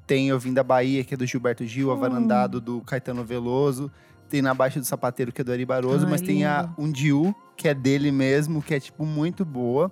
[SPEAKER 2] Tem Eu Vim da Bahia, que é do Gilberto Gil, Avarandado, do Caetano Veloso. Tem Na Baixa do Sapateiro, que é do Ari Barroso.
[SPEAKER 3] Ai,
[SPEAKER 2] mas tem a
[SPEAKER 3] lindo.
[SPEAKER 2] Undiu, que é dele mesmo, que é, tipo, muito boa.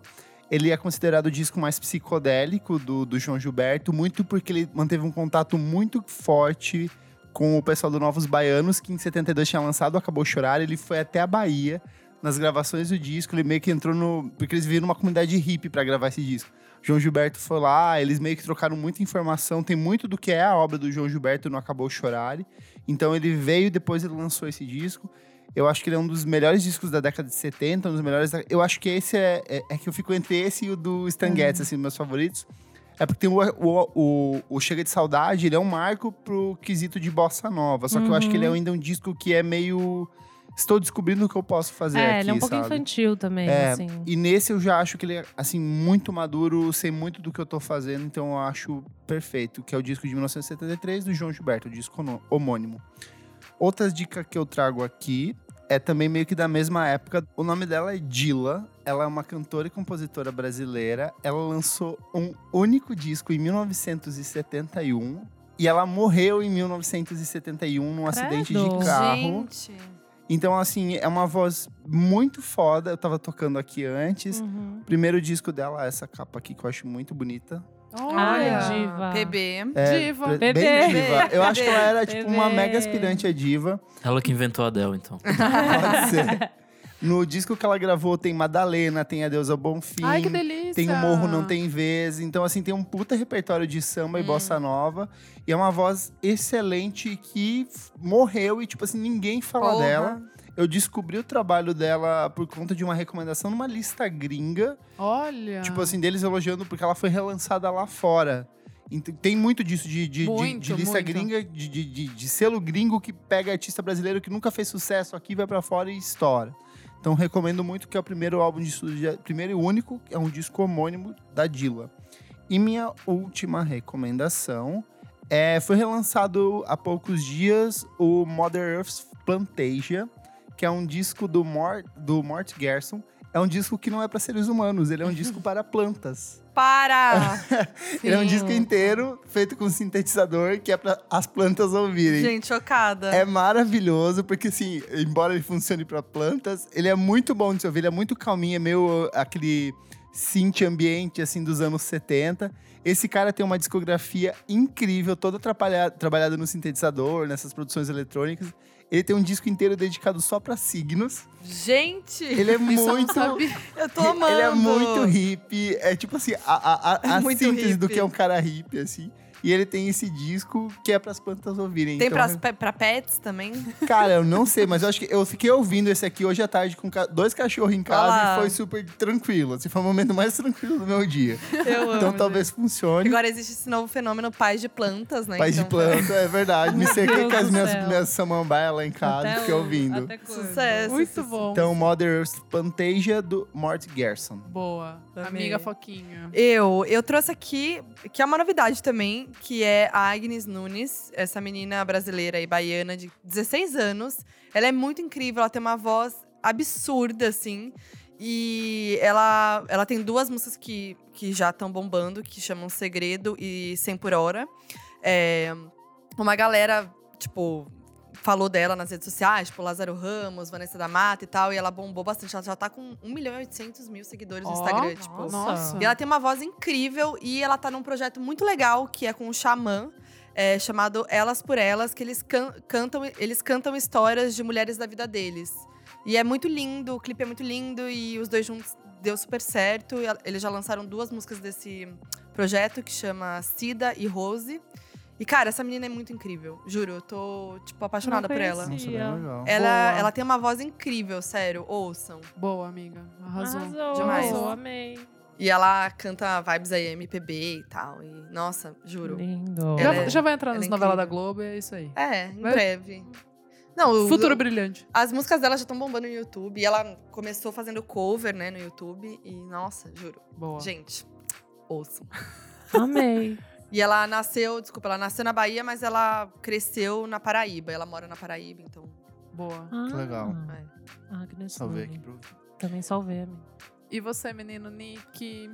[SPEAKER 2] Ele é considerado o disco mais psicodélico do, do João Gilberto, muito porque ele manteve um contato muito forte com o pessoal do Novos Baianos, que em 72 tinha lançado Acabou Chorar. Ele foi até a Bahia nas gravações do disco, ele meio que entrou no. Porque eles viram numa comunidade hippie pra gravar esse disco. João Gilberto foi lá, eles meio que trocaram muita informação, tem muito do que é a obra do João Gilberto no Acabou Chorare. Então ele veio e depois ele lançou esse disco. Eu acho que ele é um dos melhores discos da década de 70, um dos melhores. da- Eu acho que esse é, é, é que eu fico entre esse e o do Stan
[SPEAKER 3] Uhum.
[SPEAKER 2] Getz, assim, meus favoritos. É porque tem o, o, o, o Chega de Saudade, ele é um marco pro quesito de bossa nova. Só que eu acho que ele é
[SPEAKER 3] Uhum.
[SPEAKER 2] ainda um disco que é meio. Estou descobrindo o que eu posso fazer
[SPEAKER 3] é,
[SPEAKER 2] aqui,
[SPEAKER 3] ele é um pouco
[SPEAKER 2] sabe?
[SPEAKER 3] infantil também,
[SPEAKER 2] É,
[SPEAKER 3] assim.
[SPEAKER 2] E nesse eu já acho que ele é, assim, muito maduro, sei muito do que eu tô fazendo, então eu acho perfeito, que é o disco de 1973 do João Gilberto, o disco hono- homônimo. Outra dica que eu trago aqui é também meio que da mesma época. O nome dela é Dila, ela é uma cantora e compositora brasileira. Ela lançou um único disco em 1971, E ela morreu em 1971 num acidente
[SPEAKER 3] Credo.
[SPEAKER 2] de carro.
[SPEAKER 5] Gente.
[SPEAKER 2] Então, assim, é uma voz muito foda. Eu tava tocando aqui antes.
[SPEAKER 3] Uhum.
[SPEAKER 2] O primeiro disco dela é essa capa aqui que eu acho muito bonita.
[SPEAKER 1] Olha.
[SPEAKER 3] Ai, Ah, diva.
[SPEAKER 5] PB.
[SPEAKER 2] É,
[SPEAKER 1] Diva.
[SPEAKER 2] pre-
[SPEAKER 3] Bebê.
[SPEAKER 2] Bem diva. Eu acho que ela era,
[SPEAKER 3] Bebê.
[SPEAKER 2] tipo, uma mega aspirante a diva.
[SPEAKER 4] Ela que inventou a Adele,
[SPEAKER 1] (laughs)
[SPEAKER 4] então.
[SPEAKER 2] Pode ser. No disco que ela gravou tem Madalena, tem A Deusa Bonfim.
[SPEAKER 1] Ai, que delícia.
[SPEAKER 2] Tem o Morro Não Tem Vez. Então, assim, tem um puta repertório de samba e
[SPEAKER 5] Hum.
[SPEAKER 2] bossa nova. E é uma voz excelente que f- morreu e, tipo assim, ninguém fala
[SPEAKER 5] Porra.
[SPEAKER 2] dela. Eu descobri o trabalho dela por conta de uma recomendação numa lista gringa.
[SPEAKER 1] Olha.
[SPEAKER 2] Tipo assim, deles elogiando porque ela foi relançada lá fora. Ent- Tem muito disso de, de- de-
[SPEAKER 1] Muito,
[SPEAKER 2] de lista
[SPEAKER 1] muito.
[SPEAKER 2] gringa, de, de- de- de selo gringo que pega artista brasileiro que nunca fez sucesso aqui, vai pra fora e estoura. Então recomendo muito que é o primeiro álbum de estúdio, primeiro e único, é um disco homônimo da Dilla. E minha última recomendação é, foi relançado há poucos dias o Mother Earth's Plantasia, que é um disco do Mort, do Mort Gerson. É um disco que não é para seres humanos, ele é
[SPEAKER 1] (laughs)
[SPEAKER 2] um disco para plantas.
[SPEAKER 5] Para!
[SPEAKER 2] (laughs) Ele é um
[SPEAKER 3] Sim.
[SPEAKER 2] disco inteiro feito com sintetizador que é para as plantas ouvirem.
[SPEAKER 5] Gente, chocada.
[SPEAKER 2] É maravilhoso, porque assim, embora ele funcione para plantas, ele é muito bom de se ouvir, ele é muito calminho, é meio uh, aquele synth ambiente assim dos anos 70. Esse cara tem uma discografia incrível, toda atrapalha- trabalhada no sintetizador, nessas produções eletrônicas. Ele tem um disco inteiro dedicado só para signos.
[SPEAKER 5] Gente,
[SPEAKER 2] Ele é
[SPEAKER 1] Isso eu não
[SPEAKER 2] muito (laughs)
[SPEAKER 1] sabia.
[SPEAKER 5] eu tô amando.
[SPEAKER 2] ele é muito hippie. É tipo assim, a, a, a, a
[SPEAKER 5] Muito
[SPEAKER 2] síntese do
[SPEAKER 5] hippie.
[SPEAKER 2] que é um cara hippie, assim. E ele tem esse disco que é pras plantas ouvirem.
[SPEAKER 5] Tem
[SPEAKER 2] então,
[SPEAKER 5] pras- pra, pra pets também?
[SPEAKER 2] Cara, eu não sei, mas eu acho que eu fiquei ouvindo esse aqui hoje à tarde com ca- dois cachorros em casa
[SPEAKER 5] Olha lá.
[SPEAKER 2] e foi super tranquilo. Assim, foi o momento mais tranquilo do meu dia.
[SPEAKER 5] (laughs) Eu amo. né?
[SPEAKER 2] então talvez funcione.
[SPEAKER 5] Agora existe esse novo fenômeno pais de plantas, né?
[SPEAKER 2] Paz de
[SPEAKER 5] Então,
[SPEAKER 2] planta, é verdade.
[SPEAKER 5] (laughs)
[SPEAKER 2] Me cerquei
[SPEAKER 3] Deus
[SPEAKER 2] com as
[SPEAKER 3] do
[SPEAKER 2] minhas,
[SPEAKER 3] céu.
[SPEAKER 2] minhas samambaias lá em casa,
[SPEAKER 3] Até
[SPEAKER 2] fiquei
[SPEAKER 3] o-
[SPEAKER 2] ouvindo.
[SPEAKER 3] até quando?
[SPEAKER 5] é um Sucesso.
[SPEAKER 1] Muito bom.
[SPEAKER 2] Então, Mother Earth Plantasia do Mort Gerson.
[SPEAKER 1] Boa.
[SPEAKER 5] Amei.
[SPEAKER 1] Amiga Foquinha.
[SPEAKER 5] Eu, eu trouxe aqui, que é uma novidade também, que é a Agnes Nunes, essa menina brasileira e baiana de 16 anos. Ela é muito incrível, ela tem uma voz absurda, assim. E ela, ela tem duas músicas que, que já estão bombando, que chamam Segredo e 100 por Hora. É, uma galera, tipo, falou dela nas redes sociais, tipo, Lázaro Ramos, Vanessa da Mata e tal, e ela bombou bastante. Ela já tá com 1 milhão e 800 mil seguidores no
[SPEAKER 1] Ó,
[SPEAKER 5] Instagram, tipo.
[SPEAKER 1] Nossa.
[SPEAKER 5] E ela tem uma voz incrível e ela tá num projeto muito legal que é com um xamã. é, chamado Elas por Elas, que eles can- cantam, eles cantam histórias de mulheres da vida deles. E é muito lindo, o clipe é muito lindo e os dois juntos deu super certo. E a- Eles já lançaram duas músicas desse projeto que chama Cida e Rose. E cara, essa menina é muito incrível, juro, eu tô tipo apaixonada por ela.
[SPEAKER 3] conhecia.
[SPEAKER 2] Nossa, bem legal.
[SPEAKER 5] Ela,
[SPEAKER 1] Boa.
[SPEAKER 5] ela tem uma voz incrível, sério, ouçam.
[SPEAKER 1] Boa, amiga. Arrasou.
[SPEAKER 3] Arrasou,
[SPEAKER 5] demais.
[SPEAKER 3] arrasou, amei.
[SPEAKER 5] E ela canta vibes aí MPB e tal. E nossa, juro.
[SPEAKER 3] Lindo.
[SPEAKER 1] Já,
[SPEAKER 5] Ela é-
[SPEAKER 1] já vai entrar
[SPEAKER 5] ela é
[SPEAKER 1] nas novelas da
[SPEAKER 5] incrível.
[SPEAKER 1] Globo e é isso aí.
[SPEAKER 5] É, em
[SPEAKER 1] Vai-
[SPEAKER 5] breve. Não, o-
[SPEAKER 1] Futuro
[SPEAKER 5] o-
[SPEAKER 1] brilhante.
[SPEAKER 5] as músicas dela já estão bombando no YouTube. E ela começou fazendo cover, né, no YouTube. E, nossa, juro.
[SPEAKER 1] Boa.
[SPEAKER 5] Gente, ouçam.
[SPEAKER 3] (laughs) Amei.
[SPEAKER 5] E ela nasceu, desculpa, ela nasceu na Bahia, mas ela cresceu na Paraíba. Ela mora na Paraíba, então.
[SPEAKER 1] Boa.
[SPEAKER 3] Ah,
[SPEAKER 2] legal.
[SPEAKER 3] Agnes
[SPEAKER 2] Salvei aqui
[SPEAKER 3] Nune.
[SPEAKER 2] pra ouvir.
[SPEAKER 3] Também salvei, amigo.
[SPEAKER 1] E você, menino Nick?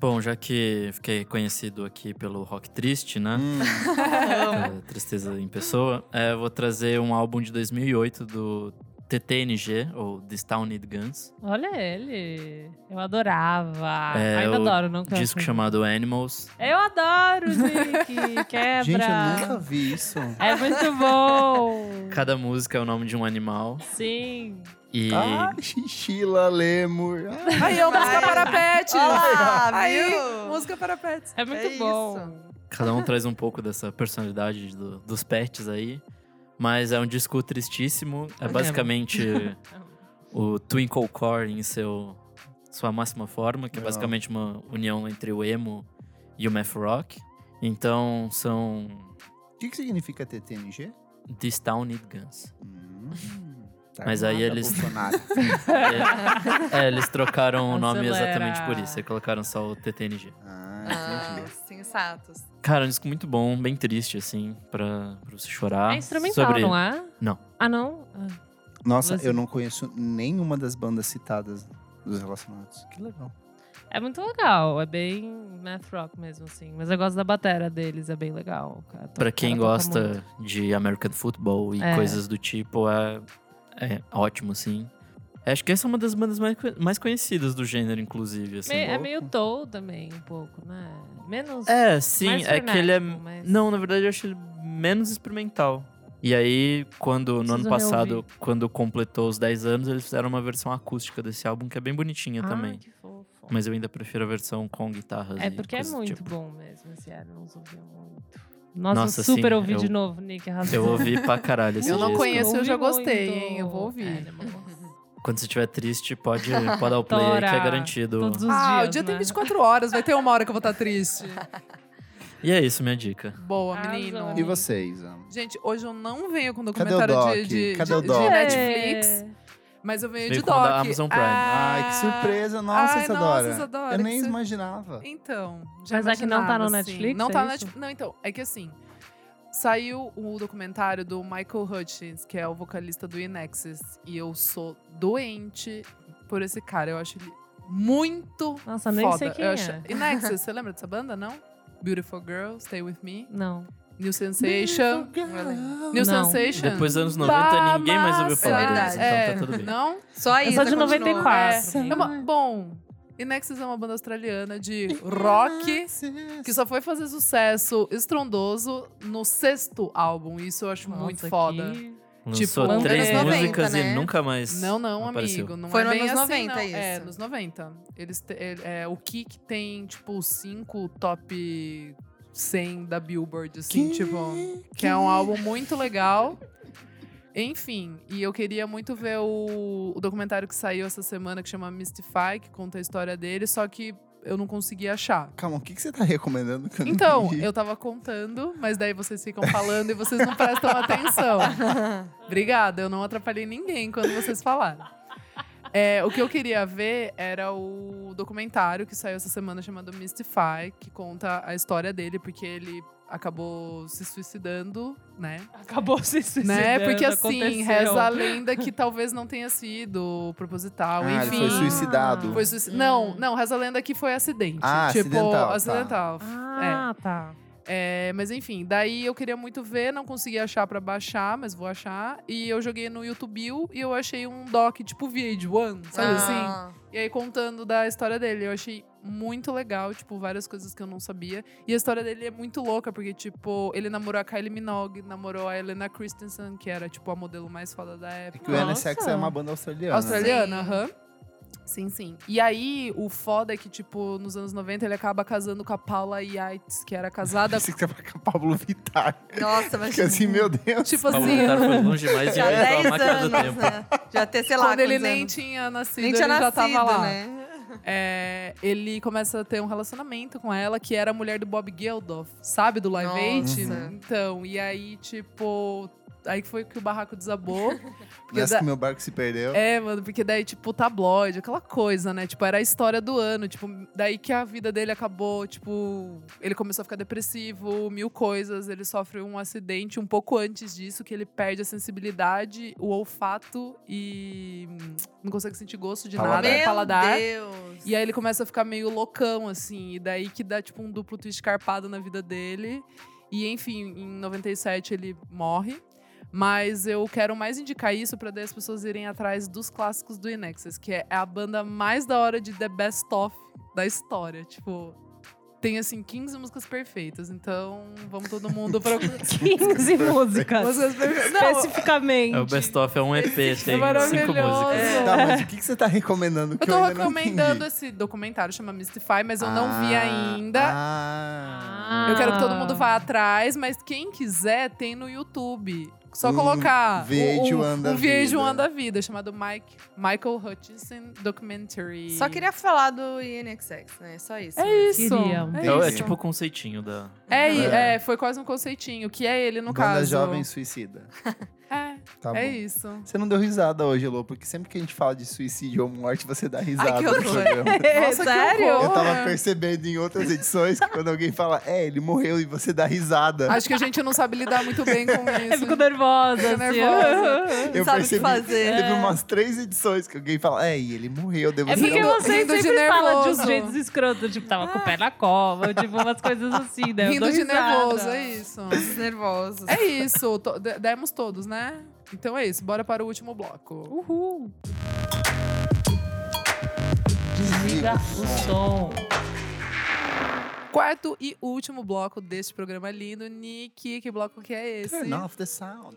[SPEAKER 4] Bom, já que fiquei conhecido aqui pelo rock triste, né?
[SPEAKER 2] Hum,
[SPEAKER 4] É, tristeza em pessoa. É, eu vou trazer um álbum de 2008 do TTNG, ou This Town Need Guns.
[SPEAKER 3] Olha ele. Eu adorava.
[SPEAKER 4] É,
[SPEAKER 3] Ainda
[SPEAKER 4] o
[SPEAKER 3] adoro, não
[SPEAKER 1] Tá
[SPEAKER 3] canso.
[SPEAKER 4] disco chamado Animals.
[SPEAKER 3] Eu adoro,
[SPEAKER 4] (laughs)
[SPEAKER 3] Nick. Quebra.
[SPEAKER 2] gente, eu nunca vi isso.
[SPEAKER 3] É muito bom.
[SPEAKER 4] Cada música é o nome de um animal.
[SPEAKER 3] Sim.
[SPEAKER 4] E
[SPEAKER 2] Ah, xixila, lemur. Ah,
[SPEAKER 1] Aí, ó, música
[SPEAKER 5] Vai.
[SPEAKER 1] para pet.
[SPEAKER 5] Olá,
[SPEAKER 1] Aí,
[SPEAKER 5] viu?
[SPEAKER 1] música para pets.
[SPEAKER 3] É muito
[SPEAKER 5] É
[SPEAKER 3] bom.
[SPEAKER 4] cada um traz um pouco dessa personalidade do- dos pets aí. Mas é um disco tristíssimo. É
[SPEAKER 3] Amo. (laughs)
[SPEAKER 4] basicamente o Twinkle Core em seu, sua máxima forma, que é
[SPEAKER 2] Legal.
[SPEAKER 4] basicamente uma união entre o emo e o math rock. Então são
[SPEAKER 2] O que, que significa TTNG?
[SPEAKER 4] This Town Need
[SPEAKER 3] (laughs)
[SPEAKER 4] Guns.
[SPEAKER 2] Hum, tá
[SPEAKER 4] Mas aí
[SPEAKER 2] armada,
[SPEAKER 4] eles- (laughs)
[SPEAKER 2] Bolsonaro.
[SPEAKER 4] É, é, eles trocaram o nome
[SPEAKER 3] Acelera.
[SPEAKER 4] exatamente por isso. E colocaram só o TTNG.
[SPEAKER 2] Ah,
[SPEAKER 5] Ah,
[SPEAKER 2] entendi.
[SPEAKER 5] sensatos.
[SPEAKER 4] Cara, um disco muito bom, bem triste, assim, pra, pra você chorar.
[SPEAKER 3] É instrumental,
[SPEAKER 4] Ah, Sobre-
[SPEAKER 3] não é?
[SPEAKER 4] Não.
[SPEAKER 3] Ah, não? Ah,
[SPEAKER 2] Nossa,
[SPEAKER 3] Você-
[SPEAKER 2] eu não conheço nenhuma das bandas citadas dos relacionados. Que legal.
[SPEAKER 3] É muito legal, é bem math rock mesmo, assim. Mas eu gosto da batera deles, é bem legal. cara.
[SPEAKER 4] Pra
[SPEAKER 3] O
[SPEAKER 4] quem
[SPEAKER 3] cara toca muito.
[SPEAKER 4] gosta de American Football e
[SPEAKER 3] É.
[SPEAKER 4] coisas do tipo, é, é ótimo, sim. Acho que essa é uma das bandas mais, co- mais conhecidas do gênero, inclusive. Assim.
[SPEAKER 3] Me- é meio Toll também, um pouco, né? Menos.
[SPEAKER 4] É, sim,
[SPEAKER 3] mais
[SPEAKER 4] é que ele é.
[SPEAKER 3] frenético, mas-
[SPEAKER 4] Não, na verdade eu acho ele menos experimental. E aí, quando no ano
[SPEAKER 3] Preciso
[SPEAKER 4] passado,
[SPEAKER 3] reouvir.
[SPEAKER 4] quando completou os 10 anos, eles fizeram uma versão acústica desse álbum que é bem bonitinha
[SPEAKER 3] Ah,
[SPEAKER 4] também.
[SPEAKER 3] que fofo.
[SPEAKER 4] Mas eu ainda prefiro a versão com guitarras.
[SPEAKER 3] É
[SPEAKER 4] e
[SPEAKER 3] porque é
[SPEAKER 4] coisas do
[SPEAKER 3] muito
[SPEAKER 4] tipo.
[SPEAKER 3] bom mesmo esse Animals ouviu muito. Nossa, eu
[SPEAKER 4] Nossa,
[SPEAKER 3] super
[SPEAKER 4] sim,
[SPEAKER 3] ouvi
[SPEAKER 4] eu-
[SPEAKER 3] de novo, Nick. Arrasou.
[SPEAKER 4] Eu ouvi pra caralho esse
[SPEAKER 1] Eu não
[SPEAKER 4] disco.
[SPEAKER 1] conheço, eu já
[SPEAKER 3] Ouvi
[SPEAKER 1] gostei,
[SPEAKER 3] muito. É,
[SPEAKER 1] hein? Eu vou ouvir.
[SPEAKER 3] Animals.
[SPEAKER 4] Quando você estiver triste, pode,
[SPEAKER 3] (laughs)
[SPEAKER 4] pode dar o play aí, que é
[SPEAKER 3] Tora,
[SPEAKER 4] garantido.
[SPEAKER 3] Todos os
[SPEAKER 1] ah,
[SPEAKER 3] dias,
[SPEAKER 1] o dia
[SPEAKER 3] né?
[SPEAKER 1] tem 24 horas, vai ter uma hora que eu vou estar triste.
[SPEAKER 4] E é isso, minha dica.
[SPEAKER 1] Boa,
[SPEAKER 3] Arrasou.
[SPEAKER 1] menino.
[SPEAKER 2] E vocês? Isa?
[SPEAKER 1] Gente, hoje eu não venho com
[SPEAKER 2] Cadê o
[SPEAKER 1] documentário
[SPEAKER 2] doc?
[SPEAKER 1] de, de,
[SPEAKER 2] Cadê o
[SPEAKER 1] de- de
[SPEAKER 2] doc?
[SPEAKER 3] É.
[SPEAKER 1] Netflix, mas eu venho
[SPEAKER 4] Veio
[SPEAKER 1] de
[SPEAKER 4] com o
[SPEAKER 1] doc. Ah,
[SPEAKER 4] da Amazon Prime.
[SPEAKER 2] Ai, que surpresa. Nossa,
[SPEAKER 1] ai,
[SPEAKER 2] essa
[SPEAKER 1] nossa,
[SPEAKER 2] Dora.
[SPEAKER 1] Isadora,
[SPEAKER 2] Eu
[SPEAKER 1] que
[SPEAKER 2] nem
[SPEAKER 1] sur-
[SPEAKER 2] imaginava.
[SPEAKER 1] Então, já
[SPEAKER 3] Mas é que não tá
[SPEAKER 1] imaginava,
[SPEAKER 3] no
[SPEAKER 1] assim.
[SPEAKER 3] Netflix,
[SPEAKER 1] Não
[SPEAKER 3] é
[SPEAKER 1] tá no
[SPEAKER 3] isso?
[SPEAKER 1] Netflix. Não, então, é que assim, saiu o documentário do Michael Hutchins, que é o vocalista do Inexus, e eu sou doente por esse cara. Eu acho ele muito
[SPEAKER 3] Nossa, nem
[SPEAKER 1] foda.
[SPEAKER 3] sei quem
[SPEAKER 1] Eu
[SPEAKER 3] é.
[SPEAKER 1] acho- Inexus, você lembra dessa banda, não? Beautiful Girl, Stay With Me,
[SPEAKER 3] Não.
[SPEAKER 1] New Sensation. New
[SPEAKER 3] Não.
[SPEAKER 1] Sensation.
[SPEAKER 4] Depois dos anos 90, ninguém mais ouviu
[SPEAKER 1] Bamaçá.
[SPEAKER 4] falar deles, então
[SPEAKER 1] É,
[SPEAKER 4] tá tudo bem.
[SPEAKER 1] Não?
[SPEAKER 5] Só
[SPEAKER 3] Eu
[SPEAKER 5] isso.
[SPEAKER 3] sou de 94.
[SPEAKER 1] É uma- bom, Inexus é uma banda australiana de rock que só foi fazer sucesso estrondoso no sexto álbum. Isso eu acho
[SPEAKER 3] Nossa,
[SPEAKER 1] muito foda.
[SPEAKER 3] que-
[SPEAKER 4] Lançou
[SPEAKER 1] tipo, anos
[SPEAKER 4] três
[SPEAKER 1] 90,
[SPEAKER 4] músicas
[SPEAKER 5] né?
[SPEAKER 4] e nunca mais.
[SPEAKER 1] Não, não,
[SPEAKER 4] apareceu.
[SPEAKER 1] amigo. Não
[SPEAKER 5] Foi
[SPEAKER 1] é
[SPEAKER 5] no
[SPEAKER 1] bem
[SPEAKER 5] anos
[SPEAKER 1] assim,
[SPEAKER 5] 90
[SPEAKER 1] não.
[SPEAKER 5] isso.
[SPEAKER 1] É, nos 90. Eles te- ele- é, o Kik tem, tipo, cinco top 100 da Billboard, assim, tipo. Que é um álbum muito legal. Enfim, e eu queria muito ver o, o documentário que saiu essa semana, que chama Mystify, que conta a história dele, só que eu não consegui achar.
[SPEAKER 2] Calma, o que, que você tá recomendando? que eu não
[SPEAKER 1] Então,
[SPEAKER 2] entendi?
[SPEAKER 1] eu tava contando, mas daí vocês ficam falando e vocês não prestam
[SPEAKER 3] (laughs)
[SPEAKER 1] atenção. Obrigada, eu não atrapalhei ninguém quando vocês falaram. É, o que eu queria ver era o documentário que saiu essa semana chamado Mystify, que conta a história dele, porque ele acabou se suicidando,
[SPEAKER 3] (laughs)
[SPEAKER 1] né?
[SPEAKER 3] Acabou se suicidando.
[SPEAKER 1] né? Porque assim,
[SPEAKER 3] aconteceu.
[SPEAKER 1] reza a lenda que talvez não tenha sido proposital,
[SPEAKER 2] Ah,
[SPEAKER 1] enfim.
[SPEAKER 2] ele foi suicidado.
[SPEAKER 1] Foi suici- Não, não, reza a lenda que foi acidente.
[SPEAKER 2] Ah,
[SPEAKER 1] tipo,
[SPEAKER 2] acidental, tá.
[SPEAKER 1] acidental.
[SPEAKER 3] Ah, tá.
[SPEAKER 1] É, mas enfim, daí eu queria muito ver, não consegui achar pra baixar, mas vou achar. E eu joguei no YouTube e eu achei um doc tipo VH1,
[SPEAKER 2] Ah.
[SPEAKER 5] Ah.
[SPEAKER 1] sabe assim? E aí contando da história dele, eu achei muito legal, tipo, várias coisas que eu não sabia. E a história dele é muito louca, porque tipo, ele namorou a Kylie Minogue, namorou a Helena Christensen, que era tipo a modelo mais foda da
[SPEAKER 2] É
[SPEAKER 1] época.
[SPEAKER 2] que o NSX
[SPEAKER 3] Nossa.
[SPEAKER 2] é uma banda australiana.
[SPEAKER 1] Australiana,
[SPEAKER 5] Sim.
[SPEAKER 1] aham. Sim, sim. E aí, o foda é que, tipo, nos anos 90 ele acaba casando com a Paula Yates, que era
[SPEAKER 2] (laughs)
[SPEAKER 1] casada
[SPEAKER 2] Pensei que você vai com a Pablo Vittar.
[SPEAKER 5] Nossa, mas.
[SPEAKER 2] Fica assim, meu
[SPEAKER 1] (laughs)
[SPEAKER 2] Deus.
[SPEAKER 1] Tipo
[SPEAKER 4] Paulo
[SPEAKER 1] assim,
[SPEAKER 4] Vittar foi longe
[SPEAKER 1] (laughs)
[SPEAKER 4] demais e
[SPEAKER 5] Já
[SPEAKER 4] inventou a
[SPEAKER 5] 10
[SPEAKER 4] máquina é do
[SPEAKER 5] anos,
[SPEAKER 4] tempo.
[SPEAKER 5] né? Já ter, sei lá,
[SPEAKER 1] quando ele
[SPEAKER 5] quantos
[SPEAKER 1] nem
[SPEAKER 5] anos.
[SPEAKER 1] tinha nascido,
[SPEAKER 5] Nem tinha
[SPEAKER 1] ele
[SPEAKER 5] nascido,
[SPEAKER 1] já tava lá.
[SPEAKER 5] né?
[SPEAKER 1] É, ele começa a ter um relacionamento com ela, que era a mulher do Bob Geldof, sabe? Do Live Aid.
[SPEAKER 5] Nossa.
[SPEAKER 1] Então, e aí, tipo... Aí que foi que o barraco desabou. porque
[SPEAKER 2] Parece
[SPEAKER 1] da-
[SPEAKER 2] que meu barco se perdeu.
[SPEAKER 1] É, mano, porque daí, tipo, tabloide, aquela coisa, né? Tipo, era a história do ano. Tipo, daí que a vida dele acabou, tipo, ele começou a ficar depressivo, mil coisas. Ele sofre um acidente um pouco antes disso, que ele perde a sensibilidade, o olfato e hum, não consegue sentir gosto de
[SPEAKER 2] Paladar.
[SPEAKER 1] nada, é
[SPEAKER 5] Meu
[SPEAKER 1] paladar.
[SPEAKER 5] Deus.
[SPEAKER 1] E aí ele começa a ficar meio loucão, assim. E daí que dá, tipo, um duplo twist carpado na vida dele. E, enfim, em 97 ele morre. Mas eu quero mais indicar isso pra daí as pessoas irem atrás dos clássicos do Inexus, que é a banda mais da hora de The Best Of da história. Tipo, tem, assim, 15 músicas perfeitas. Então, vamos todo mundo (laughs)
[SPEAKER 2] (laughs)
[SPEAKER 1] procurar.
[SPEAKER 3] 15 músicas.
[SPEAKER 1] músicas perfeitas. Não,
[SPEAKER 3] Especificamente.
[SPEAKER 4] É o Best Of, é um EP, tem cinco
[SPEAKER 1] maravilhoso.
[SPEAKER 4] músicas.
[SPEAKER 1] É.
[SPEAKER 2] Tá, mas o que, que você tá recomendando? Que
[SPEAKER 1] eu
[SPEAKER 2] eu,
[SPEAKER 1] tô
[SPEAKER 2] ainda não
[SPEAKER 1] recomendando
[SPEAKER 2] entendi?
[SPEAKER 1] esse documentário, chama Mystify, mas eu não vi
[SPEAKER 2] Ah,
[SPEAKER 1] ainda.
[SPEAKER 2] Ah.
[SPEAKER 1] Eu quero que todo mundo vá atrás, mas quem quiser tem no YouTube. Só
[SPEAKER 2] Um
[SPEAKER 1] colocar
[SPEAKER 2] vídeo
[SPEAKER 1] um,
[SPEAKER 2] anda
[SPEAKER 1] um vídeo
[SPEAKER 2] vida.
[SPEAKER 1] anda vida, chamado Mike, Michael Hutchinson Documentary.
[SPEAKER 5] Só queria falar do INXX, né? Só isso.
[SPEAKER 1] É isso.
[SPEAKER 3] Queria.
[SPEAKER 1] É,
[SPEAKER 4] É,
[SPEAKER 1] isso.
[SPEAKER 4] é tipo o conceitinho da.
[SPEAKER 1] É, i-
[SPEAKER 2] É.
[SPEAKER 1] é, foi quase um conceitinho, que é ele no
[SPEAKER 2] Banda
[SPEAKER 1] caso.
[SPEAKER 2] Jovem Suicida.
[SPEAKER 1] É,
[SPEAKER 2] Tá
[SPEAKER 1] é
[SPEAKER 2] bom.
[SPEAKER 1] isso.
[SPEAKER 2] Você não deu risada hoje, Elô, porque sempre que a gente fala de suicídio ou morte, você dá risada
[SPEAKER 5] que
[SPEAKER 2] no
[SPEAKER 5] horror.
[SPEAKER 1] (laughs)
[SPEAKER 2] programa.
[SPEAKER 1] Nossa, que
[SPEAKER 3] Sério?
[SPEAKER 1] horror.
[SPEAKER 2] Eu tava percebendo em outras edições que quando alguém fala, é, ele morreu e você dá risada.
[SPEAKER 1] Acho que a gente não sabe lidar muito bem com
[SPEAKER 3] Eu fico
[SPEAKER 1] isso.
[SPEAKER 3] nervosa,
[SPEAKER 1] Fico
[SPEAKER 3] assim.
[SPEAKER 1] nervosa.
[SPEAKER 2] eu
[SPEAKER 5] sabe o que
[SPEAKER 2] percebi.
[SPEAKER 5] fazer.
[SPEAKER 1] é.
[SPEAKER 2] Teve umas três edições que alguém fala, é, e ele morreu, deu
[SPEAKER 3] É porque
[SPEAKER 1] Rindo-
[SPEAKER 3] você
[SPEAKER 1] rindo de
[SPEAKER 3] sempre fala de uns
[SPEAKER 1] nervoso.
[SPEAKER 3] jeitos escrotos, tipo, tava com o pé na cova, tipo, umas coisas assim, né? Eu dou
[SPEAKER 1] Rindo de
[SPEAKER 3] risada.
[SPEAKER 1] nervoso, é isso.
[SPEAKER 5] Esses nervosos.
[SPEAKER 1] É isso, to- de- demos todos, né? Então é isso, bora para o último bloco.
[SPEAKER 3] Uhul. Desliga o som.
[SPEAKER 1] Quarto e último bloco deste programa lindo. Nick, que bloco que é esse?
[SPEAKER 2] Turn off the sound.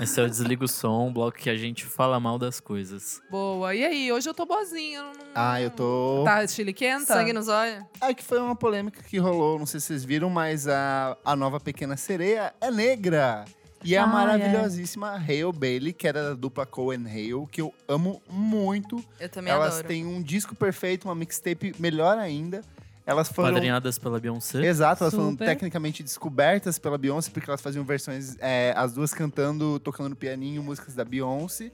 [SPEAKER 4] Esse é o Desliga o Som, o bloco que a gente fala mal das coisas.
[SPEAKER 1] Boa. E aí, hoje eu tô boazinha. eu não-
[SPEAKER 2] Ah, eu tô.
[SPEAKER 1] Tá chiliquenta?
[SPEAKER 5] Sangue nos olhos.
[SPEAKER 2] É que foi uma polêmica que rolou, não sei se vocês viram, mas a, a nova Pequena Sereia é negra. E é a
[SPEAKER 3] Ah,
[SPEAKER 2] maravilhosíssima Hale Bailey, que era da dupla Cohen Hale, que eu amo muito.
[SPEAKER 5] Eu também
[SPEAKER 2] Elas
[SPEAKER 5] adoro.
[SPEAKER 2] têm um disco perfeito, uma mixtape melhor ainda. Elas
[SPEAKER 4] um
[SPEAKER 2] foram.
[SPEAKER 4] Padrinhadas pela Beyoncé.
[SPEAKER 2] Exato, elas foram
[SPEAKER 3] Super.
[SPEAKER 2] tecnicamente descobertas pela Beyoncé, porque elas faziam versões, é, as duas cantando, tocando no pianinho, músicas da Beyoncé.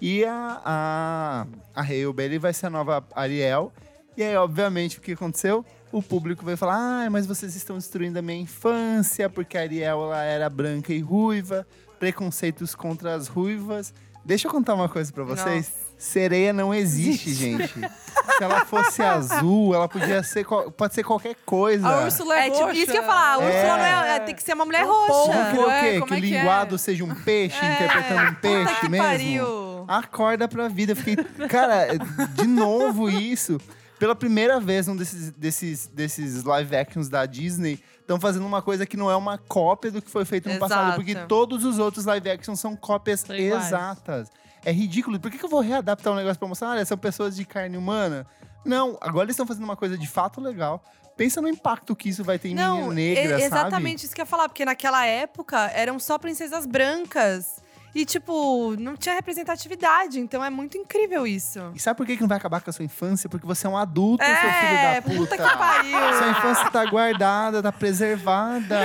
[SPEAKER 2] E a, a, a Hale Bailey vai ser a nova Ariel. E aí, obviamente, o que aconteceu? O público vai falar: ah, mas vocês estão destruindo a minha infância, porque a Ariel ela era branca e ruiva, preconceitos contra as ruivas. Deixa eu contar uma coisa pra vocês.
[SPEAKER 5] Nossa.
[SPEAKER 2] Sereia não existe, gente. Se ela fosse azul, ela podia ser. qual- Pode ser qualquer coisa.
[SPEAKER 1] A Úrsula é,
[SPEAKER 5] É tipo,
[SPEAKER 1] roxa.
[SPEAKER 5] isso que eu ia falar. A
[SPEAKER 2] É.
[SPEAKER 5] Úrsula não é, é, tem que ser uma mulher
[SPEAKER 1] O
[SPEAKER 2] Vamos
[SPEAKER 5] roxa.
[SPEAKER 2] querer
[SPEAKER 1] Ué,
[SPEAKER 2] o quê?
[SPEAKER 1] como
[SPEAKER 2] Que
[SPEAKER 1] é que
[SPEAKER 2] linguado seja um peixe,
[SPEAKER 5] É.
[SPEAKER 2] interpretando um peixe
[SPEAKER 5] Puta que
[SPEAKER 2] mesmo?
[SPEAKER 5] pariu.
[SPEAKER 2] Acorda pra vida. Eu fiquei, cara, de novo isso. Pela primeira vez, um desses, desses, desses live actions da Disney estão fazendo uma coisa que não é uma cópia do que foi feito no passado,
[SPEAKER 5] Exato.
[SPEAKER 2] porque todos os outros live actions são cópias
[SPEAKER 3] São iguais.
[SPEAKER 2] exatas. É ridículo. Por que, que eu vou readaptar um negócio pra mostrar? Olha, são pessoas de carne humana. Não, agora eles estão fazendo uma coisa de fato legal. Pensa no impacto que isso vai ter em menina negra,
[SPEAKER 5] é-
[SPEAKER 2] sabe?
[SPEAKER 5] exatamente isso que eu ia falar, porque naquela época eram só princesas brancas. E, tipo, não tinha representatividade, então é muito incrível isso.
[SPEAKER 2] E sabe por que que não vai acabar com a sua infância? Porque você é um adulto, seu
[SPEAKER 5] É,
[SPEAKER 2] filho da puta.
[SPEAKER 5] puta que pariu.
[SPEAKER 2] Sua infância tá guardada, tá preservada.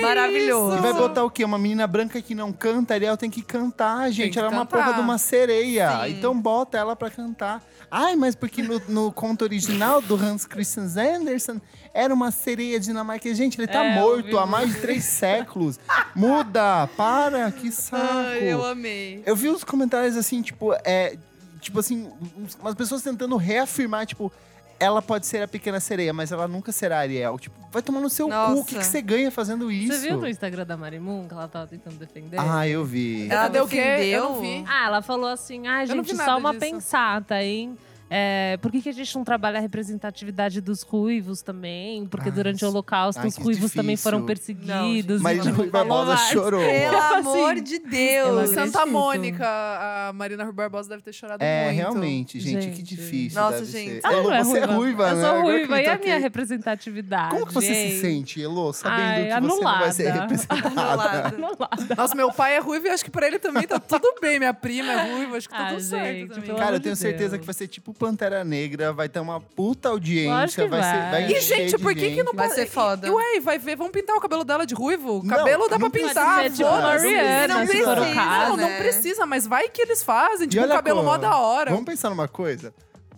[SPEAKER 5] Maravilhoso.
[SPEAKER 2] E vai botar o quê? Uma menina branca que não canta, Ariel tem que cantar, gente.
[SPEAKER 1] que
[SPEAKER 2] ela é uma
[SPEAKER 1] cantar.
[SPEAKER 2] porra de uma sereia.
[SPEAKER 5] Sim.
[SPEAKER 2] Então bota ela pra cantar. Ai, mas porque no, no conto original do Hans Christian Andersen era uma sereia dinamarquesa. Gente, ele tá
[SPEAKER 3] É, eu vi
[SPEAKER 2] morto há
[SPEAKER 3] muito
[SPEAKER 2] mais de três séculos. Muda! Para! Que saco!
[SPEAKER 5] Ai, eu amei.
[SPEAKER 2] Eu vi uns comentários assim, tipo, é. Tipo assim, uns- umas pessoas tentando reafirmar, tipo, ela pode ser a pequena sereia, mas ela nunca será a Ariel. Tipo, vai tomar no seu cu, o que,
[SPEAKER 5] Nossa.
[SPEAKER 2] que você ganha fazendo isso?
[SPEAKER 3] Você viu no Instagram da Marimun que ela tava tentando defender?
[SPEAKER 2] Ah, eu vi.
[SPEAKER 1] Ela
[SPEAKER 5] Ela
[SPEAKER 1] deu o quê? Eu não
[SPEAKER 5] defendeu?
[SPEAKER 1] vi.
[SPEAKER 3] Ah, ela falou assim, ah,
[SPEAKER 1] não vi
[SPEAKER 3] gente,
[SPEAKER 1] nada
[SPEAKER 3] só uma
[SPEAKER 1] disso."
[SPEAKER 3] pensata, hein? É, por que, que a gente não trabalha a representatividade dos ruivos também? Porque
[SPEAKER 2] Ai,
[SPEAKER 3] durante
[SPEAKER 2] Ah,
[SPEAKER 3] o
[SPEAKER 2] isso-
[SPEAKER 3] Holocausto
[SPEAKER 2] ai,
[SPEAKER 3] os
[SPEAKER 2] que
[SPEAKER 3] ruivos também
[SPEAKER 2] difícil.
[SPEAKER 3] foram
[SPEAKER 5] Não, gente,
[SPEAKER 3] perseguidos.
[SPEAKER 2] Mas
[SPEAKER 3] e
[SPEAKER 2] o Rui Barbosa
[SPEAKER 3] vários-
[SPEAKER 2] chorou.
[SPEAKER 5] Pelo
[SPEAKER 3] Assim,
[SPEAKER 5] amor de
[SPEAKER 3] ela
[SPEAKER 1] Em
[SPEAKER 5] Deus.
[SPEAKER 3] acredito.
[SPEAKER 1] Santa Mônica, É a Marina Rui Barbosa deve ter chorado
[SPEAKER 2] É,
[SPEAKER 1] muito.
[SPEAKER 2] realmente, gente, que
[SPEAKER 3] Gente.
[SPEAKER 2] difícil.
[SPEAKER 5] Nossa,
[SPEAKER 2] deve Ser.
[SPEAKER 5] gente.
[SPEAKER 3] Ela
[SPEAKER 2] Elô,
[SPEAKER 3] não é
[SPEAKER 2] você é ruiva,
[SPEAKER 3] Eu
[SPEAKER 2] né?
[SPEAKER 3] sou
[SPEAKER 2] Agora que
[SPEAKER 3] ruiva,
[SPEAKER 2] eu
[SPEAKER 3] e
[SPEAKER 2] tô
[SPEAKER 3] a minha
[SPEAKER 2] aqui.
[SPEAKER 3] representatividade?
[SPEAKER 2] Como que você se
[SPEAKER 3] hein?
[SPEAKER 2] sente, Elô, sabendo
[SPEAKER 3] Ai,
[SPEAKER 2] que você não vai ser
[SPEAKER 3] anulada.
[SPEAKER 2] representada?
[SPEAKER 5] Anulada.
[SPEAKER 3] Anulada.
[SPEAKER 1] Nossa, meu pai é ruivo e acho que pra ele também tá tudo bem. Minha prima é ruiva, acho que tá
[SPEAKER 3] Ah,
[SPEAKER 1] tudo certo
[SPEAKER 3] gente,
[SPEAKER 1] também.
[SPEAKER 3] pelo
[SPEAKER 2] Cara,
[SPEAKER 3] amor
[SPEAKER 2] eu
[SPEAKER 3] de
[SPEAKER 2] tenho certeza
[SPEAKER 3] Deus.
[SPEAKER 2] que vai ser tipo Pantera Negra, vai ter uma puta
[SPEAKER 3] Lógico
[SPEAKER 2] audiência,
[SPEAKER 3] que
[SPEAKER 2] vai ser.
[SPEAKER 3] vai.
[SPEAKER 2] Vai
[SPEAKER 1] E,
[SPEAKER 3] E,
[SPEAKER 2] encher
[SPEAKER 1] gente,
[SPEAKER 2] É, de
[SPEAKER 1] por que, que
[SPEAKER 2] gente.
[SPEAKER 1] não
[SPEAKER 5] Vai
[SPEAKER 1] pode-
[SPEAKER 5] ser foda.
[SPEAKER 1] E, ué, vai ver, vão pintar o cabelo dela de ruivo?
[SPEAKER 2] Não,
[SPEAKER 1] Cabelo dá pra
[SPEAKER 2] não
[SPEAKER 1] pintar,
[SPEAKER 3] Pode ser tipo
[SPEAKER 1] foda-se.
[SPEAKER 3] Mariana,
[SPEAKER 1] não
[SPEAKER 5] se for o
[SPEAKER 1] precisa,
[SPEAKER 5] caso,
[SPEAKER 1] Não, não
[SPEAKER 5] né?
[SPEAKER 1] precisa, mas vai que eles fazem,
[SPEAKER 2] é. E
[SPEAKER 1] tipo, um
[SPEAKER 2] olha
[SPEAKER 1] cabelo
[SPEAKER 2] como-
[SPEAKER 1] mó da hora.
[SPEAKER 2] Vamos pensar numa coisa?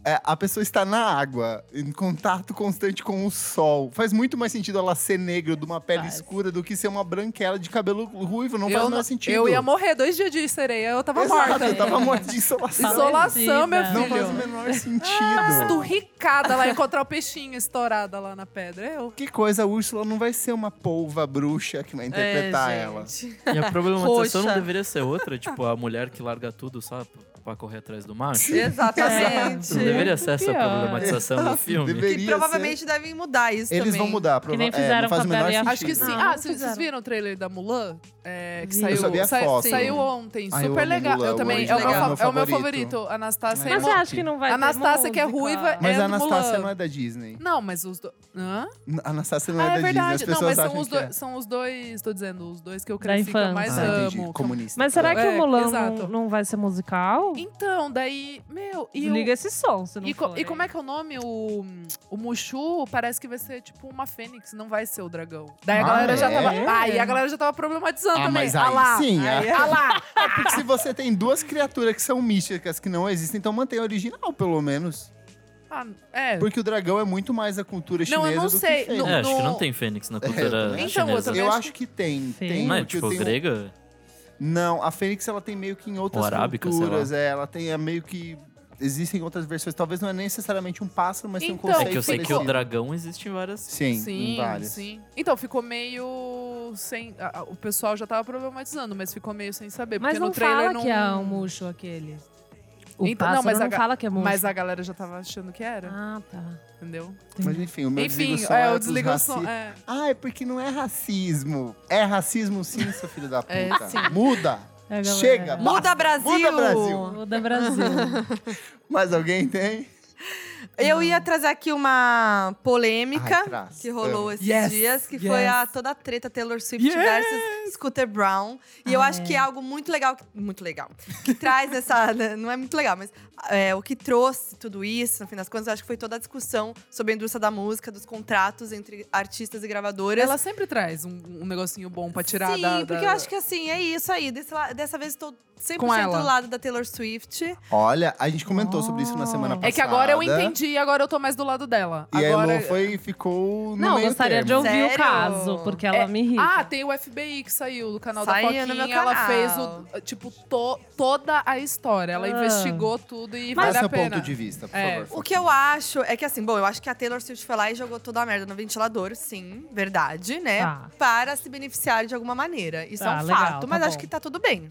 [SPEAKER 2] É, a pessoa está na água, em contato constante com o sol. Faz muito mais sentido ela ser negra de uma pele
[SPEAKER 3] Faz.
[SPEAKER 2] escura do que ser uma branquela de cabelo ruivo. Não
[SPEAKER 1] eu,
[SPEAKER 2] faz o
[SPEAKER 1] não-
[SPEAKER 2] menor sentido.
[SPEAKER 1] eu ia morrer dois dias de sereia, eu tava
[SPEAKER 2] Exato,
[SPEAKER 1] morta.
[SPEAKER 2] Eu tava morta de insolação.
[SPEAKER 1] Insolação, meu
[SPEAKER 3] Não
[SPEAKER 2] Não faz o
[SPEAKER 1] filho.
[SPEAKER 3] Ah,
[SPEAKER 2] menor sentido.
[SPEAKER 1] Esturricada lá, encontrar o peixinho estourada lá na pedra. Eu.
[SPEAKER 2] que coisa, a Úrsula não vai ser uma polva bruxa que vai interpretar
[SPEAKER 5] É,
[SPEAKER 2] ela.
[SPEAKER 5] gente.
[SPEAKER 4] E a problematização não
[SPEAKER 5] Roxa.
[SPEAKER 4] deveria ser outra, tipo, a mulher que larga tudo só p- pra correr atrás do macho.
[SPEAKER 5] Exatamente.
[SPEAKER 4] Não deveria ser essa a
[SPEAKER 3] Pior.
[SPEAKER 4] problematização do filme.
[SPEAKER 2] Deveria
[SPEAKER 5] Que
[SPEAKER 2] ser-
[SPEAKER 5] provavelmente devem mudar isso
[SPEAKER 2] Eles
[SPEAKER 5] também.
[SPEAKER 2] vão mudar,
[SPEAKER 3] nem
[SPEAKER 2] provavelmente.
[SPEAKER 3] fizeram
[SPEAKER 2] não faz o
[SPEAKER 3] com a
[SPEAKER 2] menor
[SPEAKER 3] Bela e a
[SPEAKER 2] sentido.
[SPEAKER 1] Acho que sim.
[SPEAKER 3] Não,
[SPEAKER 1] ah,
[SPEAKER 3] não
[SPEAKER 1] vocês
[SPEAKER 3] fizeram.
[SPEAKER 1] viram o trailer da Mulan? É, que
[SPEAKER 3] Vi.
[SPEAKER 1] saiu,
[SPEAKER 2] Eu só vi a
[SPEAKER 1] sai-
[SPEAKER 2] foto.
[SPEAKER 1] saiu ontem.
[SPEAKER 2] Ah, eu
[SPEAKER 1] Super
[SPEAKER 2] amo
[SPEAKER 1] legal.
[SPEAKER 2] Mulan,
[SPEAKER 1] eu também.
[SPEAKER 5] muito
[SPEAKER 1] É o, meu
[SPEAKER 5] legal.
[SPEAKER 1] fa- é o meu
[SPEAKER 2] Favorito.
[SPEAKER 1] favorito. Anastácia e
[SPEAKER 3] Mas é
[SPEAKER 2] Mas
[SPEAKER 3] você
[SPEAKER 1] Mulan.
[SPEAKER 2] a-
[SPEAKER 3] acha que não vai ter
[SPEAKER 1] Anastácia, que é
[SPEAKER 3] música?
[SPEAKER 1] ruiva,
[SPEAKER 2] Mas
[SPEAKER 1] é
[SPEAKER 2] a
[SPEAKER 1] do
[SPEAKER 2] Anastácia
[SPEAKER 1] Mulan.
[SPEAKER 2] não é da Disney.
[SPEAKER 1] Não, mas os dois. Hã?
[SPEAKER 2] A Anastácia não é,
[SPEAKER 1] Ah, é
[SPEAKER 2] da
[SPEAKER 1] verdade.
[SPEAKER 2] Disney. As
[SPEAKER 1] Não,
[SPEAKER 2] pessoas
[SPEAKER 1] mas são
[SPEAKER 2] acham
[SPEAKER 1] os,
[SPEAKER 2] que é.
[SPEAKER 1] dois, são os dois, tô dizendo, os dois que eu cresci que eu
[SPEAKER 3] infância.
[SPEAKER 1] mais
[SPEAKER 2] Ah,
[SPEAKER 1] amo.
[SPEAKER 2] entendi. Comunista.
[SPEAKER 3] Mas será que
[SPEAKER 1] É,
[SPEAKER 3] o Mulan
[SPEAKER 1] exato.
[SPEAKER 3] não, não vai ser musical? Meu,
[SPEAKER 1] Então, daí, meu, e, o-
[SPEAKER 3] desliga esse som, se não
[SPEAKER 1] e, co-
[SPEAKER 3] for,
[SPEAKER 1] e
[SPEAKER 3] hein?
[SPEAKER 1] como é que é o nome? O, o Mushu parece que vai ser tipo uma fênix, não vai ser o dragão. Daí a
[SPEAKER 2] Ah,
[SPEAKER 1] galera já
[SPEAKER 2] é?
[SPEAKER 1] tava. Ah, e a galera já tava problematizando
[SPEAKER 2] Ah,
[SPEAKER 1] também.
[SPEAKER 2] mas
[SPEAKER 1] ah
[SPEAKER 2] aí
[SPEAKER 1] lá.
[SPEAKER 2] sim,
[SPEAKER 1] aí,
[SPEAKER 2] ah.
[SPEAKER 1] ah lá.
[SPEAKER 2] (laughs) É porque se você tem duas criaturas que são místicas, que não existem, então mantém a original, pelo menos.
[SPEAKER 1] Ah, é.
[SPEAKER 2] Porque o dragão é muito mais a cultura
[SPEAKER 1] Não, eu
[SPEAKER 2] chinesa
[SPEAKER 1] não
[SPEAKER 2] do
[SPEAKER 1] sei,
[SPEAKER 2] que fez.
[SPEAKER 1] No-
[SPEAKER 4] É, acho que
[SPEAKER 1] no-
[SPEAKER 4] não tem Fênix na
[SPEAKER 2] eu
[SPEAKER 4] cultura
[SPEAKER 2] também
[SPEAKER 1] acho. Então, eu
[SPEAKER 4] chinesa.
[SPEAKER 1] também-
[SPEAKER 2] Eu acho que tem.
[SPEAKER 3] Sim.
[SPEAKER 2] Tem,
[SPEAKER 4] Não é
[SPEAKER 2] porque
[SPEAKER 4] tipo
[SPEAKER 2] eu tenho-
[SPEAKER 4] grega?
[SPEAKER 2] Não, a Fênix ela tem meio que em outras
[SPEAKER 4] Ou arábica, sei
[SPEAKER 2] culturas. É, ela tem é, meio que. Existem outras versões. Talvez não é necessariamente um pássaro, mas tem um
[SPEAKER 1] Então,
[SPEAKER 2] conceito.
[SPEAKER 4] É que eu sei que
[SPEAKER 2] parecido.
[SPEAKER 4] o dragão existe em várias.
[SPEAKER 2] Sim, em
[SPEAKER 1] Sim,
[SPEAKER 2] várias.
[SPEAKER 1] sim. Então, ficou meio sem. a- a- o pessoal já tava problematizando, mas ficou meio sem saber.
[SPEAKER 3] Mas
[SPEAKER 1] porque
[SPEAKER 3] não
[SPEAKER 1] no trailer
[SPEAKER 3] fala
[SPEAKER 1] não.
[SPEAKER 3] que é um murcho aquele. O
[SPEAKER 1] Então, não,
[SPEAKER 3] pássaro não,
[SPEAKER 1] mas a ga-
[SPEAKER 3] fala que é murcho.
[SPEAKER 1] Mas a galera já tava achando que era,
[SPEAKER 3] Ah, tá.
[SPEAKER 1] entendeu?
[SPEAKER 2] Mas enfim, o meu
[SPEAKER 1] Enfim,
[SPEAKER 2] desligo
[SPEAKER 1] é,
[SPEAKER 2] o
[SPEAKER 1] o desliga o som. É.
[SPEAKER 2] Ah, é porque não é racismo. É racismo sim, seu filho da puta.
[SPEAKER 1] (laughs) É, sim.
[SPEAKER 2] Muda!
[SPEAKER 3] É, galera.
[SPEAKER 2] Chega!
[SPEAKER 5] Muda
[SPEAKER 2] basta,
[SPEAKER 5] Brasil!
[SPEAKER 2] Muda Brasil!
[SPEAKER 3] O da (laughs) Brasil.
[SPEAKER 2] Mas alguém tem?
[SPEAKER 5] Eu ia trazer aqui uma
[SPEAKER 2] Ai,
[SPEAKER 5] polêmica
[SPEAKER 2] traz.
[SPEAKER 5] que rolou
[SPEAKER 2] Amo.
[SPEAKER 5] esses
[SPEAKER 1] Yes,
[SPEAKER 5] dias, que
[SPEAKER 1] yes.
[SPEAKER 5] foi a toda a treta Taylor Swift
[SPEAKER 1] Yes.
[SPEAKER 5] versus Scooter Brown. E eu
[SPEAKER 3] Ah,
[SPEAKER 5] acho
[SPEAKER 3] é.
[SPEAKER 5] que é algo muito legal, que- muito legal, que traz essa, (laughs) né, não é muito legal, mas é, o que trouxe tudo isso, no fim das contas, eu acho que foi toda a discussão sobre a indústria da música, dos contratos entre artistas e gravadoras.
[SPEAKER 1] Ela sempre traz um, um negocinho bom pra tirar
[SPEAKER 5] Sim,
[SPEAKER 1] da.
[SPEAKER 5] porque
[SPEAKER 1] da-
[SPEAKER 5] eu acho que assim, é isso aí. Desse la- dessa vez estou 100%
[SPEAKER 1] Com ela.
[SPEAKER 5] do lado da Taylor Swift.
[SPEAKER 2] Olha, a gente comentou sobre isso na semana passada.
[SPEAKER 1] É que agora eu entendi e agora eu tô mais do lado dela.
[SPEAKER 2] E
[SPEAKER 1] agora...
[SPEAKER 2] a Elo foi ficou no
[SPEAKER 3] Não,
[SPEAKER 2] meio
[SPEAKER 3] gostaria de
[SPEAKER 2] termo.
[SPEAKER 3] ouvir o
[SPEAKER 5] Sério?
[SPEAKER 3] caso, porque ela
[SPEAKER 1] É,
[SPEAKER 3] me irrita.
[SPEAKER 1] Ah, tem o FBI que saiu do canal
[SPEAKER 5] Saiu
[SPEAKER 1] da
[SPEAKER 5] no meu
[SPEAKER 1] Foquinha. Ela
[SPEAKER 5] canal.
[SPEAKER 1] fez, o, tipo, to- toda a história. Ela
[SPEAKER 3] Ah.
[SPEAKER 1] investigou tudo e
[SPEAKER 2] Dá
[SPEAKER 1] vale a
[SPEAKER 5] é
[SPEAKER 2] seu
[SPEAKER 1] pena.
[SPEAKER 2] é ponto de vista, por
[SPEAKER 1] É.
[SPEAKER 2] favor.
[SPEAKER 5] O que eu acho é que assim, bom, eu acho que a Taylor Swift foi lá e jogou toda a merda no ventilador, sim, verdade, né?
[SPEAKER 3] Tá.
[SPEAKER 5] Para se beneficiar de alguma maneira. Isso
[SPEAKER 3] Tá,
[SPEAKER 5] é um
[SPEAKER 3] legal,
[SPEAKER 5] fato,
[SPEAKER 3] tá
[SPEAKER 5] mas acho
[SPEAKER 3] bom.
[SPEAKER 5] que tá tudo bem.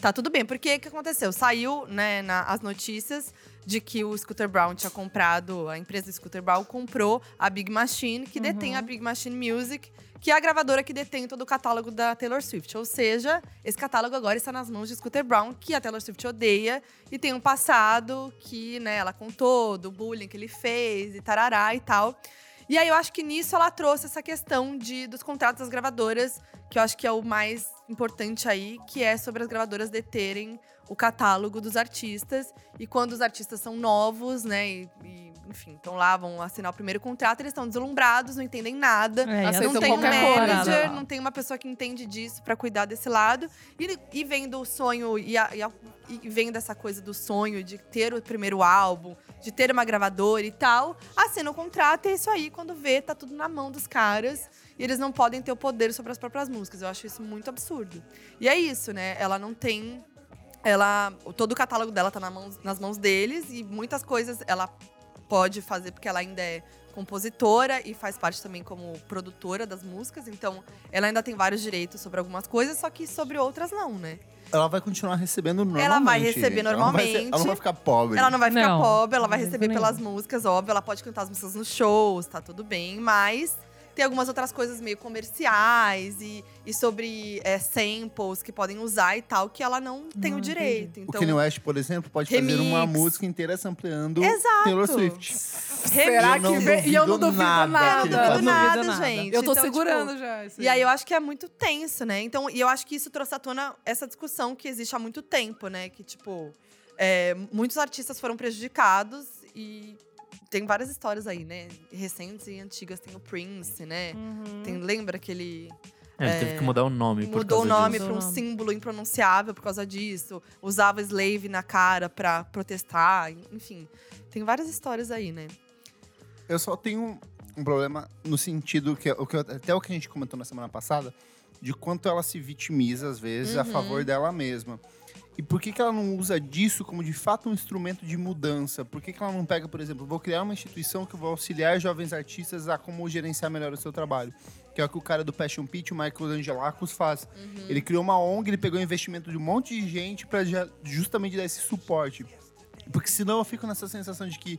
[SPEAKER 5] Tá tudo bem, porque o que aconteceu? Saiu, né, na- as notícias de que o Scooter Brown tinha comprado, a empresa do Scooter Brown comprou a Big Machine, que
[SPEAKER 3] Uhum.
[SPEAKER 5] detém a Big Machine Music, que é a gravadora que detém todo o catálogo da Taylor Swift. Ou seja, esse catálogo agora está nas mãos de Scooter Brown, que a Taylor Swift odeia e tem um passado que, né, ela contou do bullying que ele fez e tarará e tal. E aí eu acho que nisso ela trouxe essa questão de dos contratos das gravadoras, que eu acho que é o mais importante aí, que é sobre as gravadoras deterem o catálogo dos artistas e quando os artistas são novos, né, e, e, enfim, estão lá, vão assinar o primeiro contrato, eles estão deslumbrados, não entendem nada
[SPEAKER 3] É,
[SPEAKER 1] Aceitam
[SPEAKER 5] não
[SPEAKER 1] Aceitam
[SPEAKER 5] tem um
[SPEAKER 1] qualquer coisa.
[SPEAKER 5] manager, não tem uma pessoa que entende disso pra cuidar desse lado. E, e vendo o sonho, e, a- e a- e vendo essa coisa do sonho de ter o primeiro álbum, de ter uma gravadora e tal, assina o contrato e é isso aí. Quando vê, tá tudo na mão dos caras. E eles não podem ter o poder sobre as próprias músicas. Eu acho isso muito absurdo. E é isso, né? Ela não tem. Ela. Todo o catálogo dela tá na mão- nas mãos deles e muitas coisas ela pode fazer porque ela ainda é compositora e faz parte também como produtora das músicas, então ela ainda tem vários direitos sobre algumas coisas, só que sobre outras não, né?
[SPEAKER 2] Ela vai continuar recebendo normalmente.
[SPEAKER 5] Ela vai receber
[SPEAKER 2] gente. Ela não vai ser- Ela não vai,
[SPEAKER 5] normalmente.
[SPEAKER 2] ficar pobre.
[SPEAKER 5] Ela não vai ficar
[SPEAKER 3] Não,
[SPEAKER 5] pobre, ela vai
[SPEAKER 3] de
[SPEAKER 5] receber
[SPEAKER 3] jeito
[SPEAKER 5] pelas músicas, óbvio, ela pode cantar as músicas nos shows, tá tudo bem, mas tem algumas outras coisas meio comerciais e, e sobre é, samples que podem usar e tal, que ela não tem
[SPEAKER 3] Ah,
[SPEAKER 5] o direito.
[SPEAKER 2] O
[SPEAKER 5] Então,
[SPEAKER 2] Kanye West, por exemplo, pode fazer
[SPEAKER 5] Remix.
[SPEAKER 2] uma música inteira sampleando
[SPEAKER 5] Exato.
[SPEAKER 2] Taylor Swift.
[SPEAKER 1] Será
[SPEAKER 2] Eu não
[SPEAKER 1] que vem? E eu não duvido nada. né?
[SPEAKER 5] eu é- não duvido
[SPEAKER 2] Não
[SPEAKER 5] nada,
[SPEAKER 3] duvido nada.
[SPEAKER 5] gente.
[SPEAKER 1] Eu tô
[SPEAKER 5] Então, tipo,
[SPEAKER 1] segurando já. esse-
[SPEAKER 5] E aí eu acho que é muito tenso, né? Então, e eu acho que isso trouxe à tona essa discussão que existe há muito tempo, né? Que, tipo, é, muitos artistas foram prejudicados e tem várias histórias aí, né? Recentes e antigas. Tem o Prince, né?
[SPEAKER 3] Uhum.
[SPEAKER 5] Tem, lembra que ele
[SPEAKER 4] É, ele teve que mudar o nome. por
[SPEAKER 5] mudou o
[SPEAKER 4] causa
[SPEAKER 5] nome
[SPEAKER 4] disso.
[SPEAKER 5] para um
[SPEAKER 3] Mudou o nome.
[SPEAKER 5] símbolo impronunciável por causa disso? Usava slave na cara pra protestar, enfim. Tem várias histórias aí, né?
[SPEAKER 2] Eu só tenho um problema no sentido que, é o que eu- até o que a gente comentou na semana passada, de quanto ela se vitimiza, às vezes, a
[SPEAKER 5] Uhum.
[SPEAKER 2] favor dela mesma. E por que, que ela não usa disso como, de fato, um instrumento de mudança? Por que, que ela não pega, por exemplo, vou criar uma instituição que vai auxiliar jovens artistas a como gerenciar melhor o seu trabalho? Que é o que o cara do Passion Pit, o Michael Angelakis, faz.
[SPEAKER 5] Uhum.
[SPEAKER 2] Ele criou uma ONG, ele pegou investimento de um monte de gente para justamente dar esse suporte. Porque senão eu fico nessa sensação de que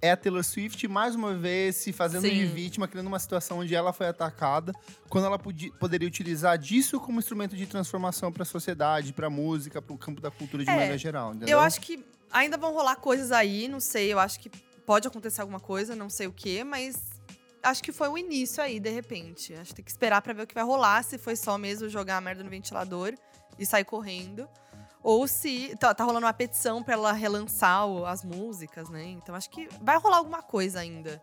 [SPEAKER 2] é a Taylor Swift mais uma vez se fazendo de
[SPEAKER 5] Sim.
[SPEAKER 2] vítima, criando uma situação onde ela foi atacada, quando ela podi- poderia utilizar disso como instrumento de transformação para a sociedade, para música, para o campo da cultura de
[SPEAKER 5] É,
[SPEAKER 2] maneira geral. Entendeu?
[SPEAKER 5] Eu acho que ainda vão rolar coisas aí, não sei, eu acho que pode acontecer alguma coisa, não sei o quê, mas acho que foi o início aí, de repente. Acho que tem que esperar pra ver o que vai rolar, se foi só mesmo jogar a merda no ventilador e sair correndo. Ou se tá, tá rolando uma petição pra ela relançar o- as músicas, né? Então acho que vai rolar alguma coisa ainda.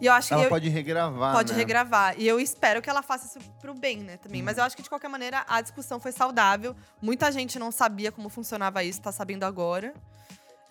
[SPEAKER 5] E eu acho que
[SPEAKER 2] Ela
[SPEAKER 5] eu-
[SPEAKER 2] pode regravar.
[SPEAKER 5] pode
[SPEAKER 2] né?
[SPEAKER 5] regravar. E eu espero que ela faça isso pro bem, né, também. Mas eu acho que, de qualquer maneira, a discussão foi saudável. Muita gente não sabia como funcionava isso, tá sabendo agora.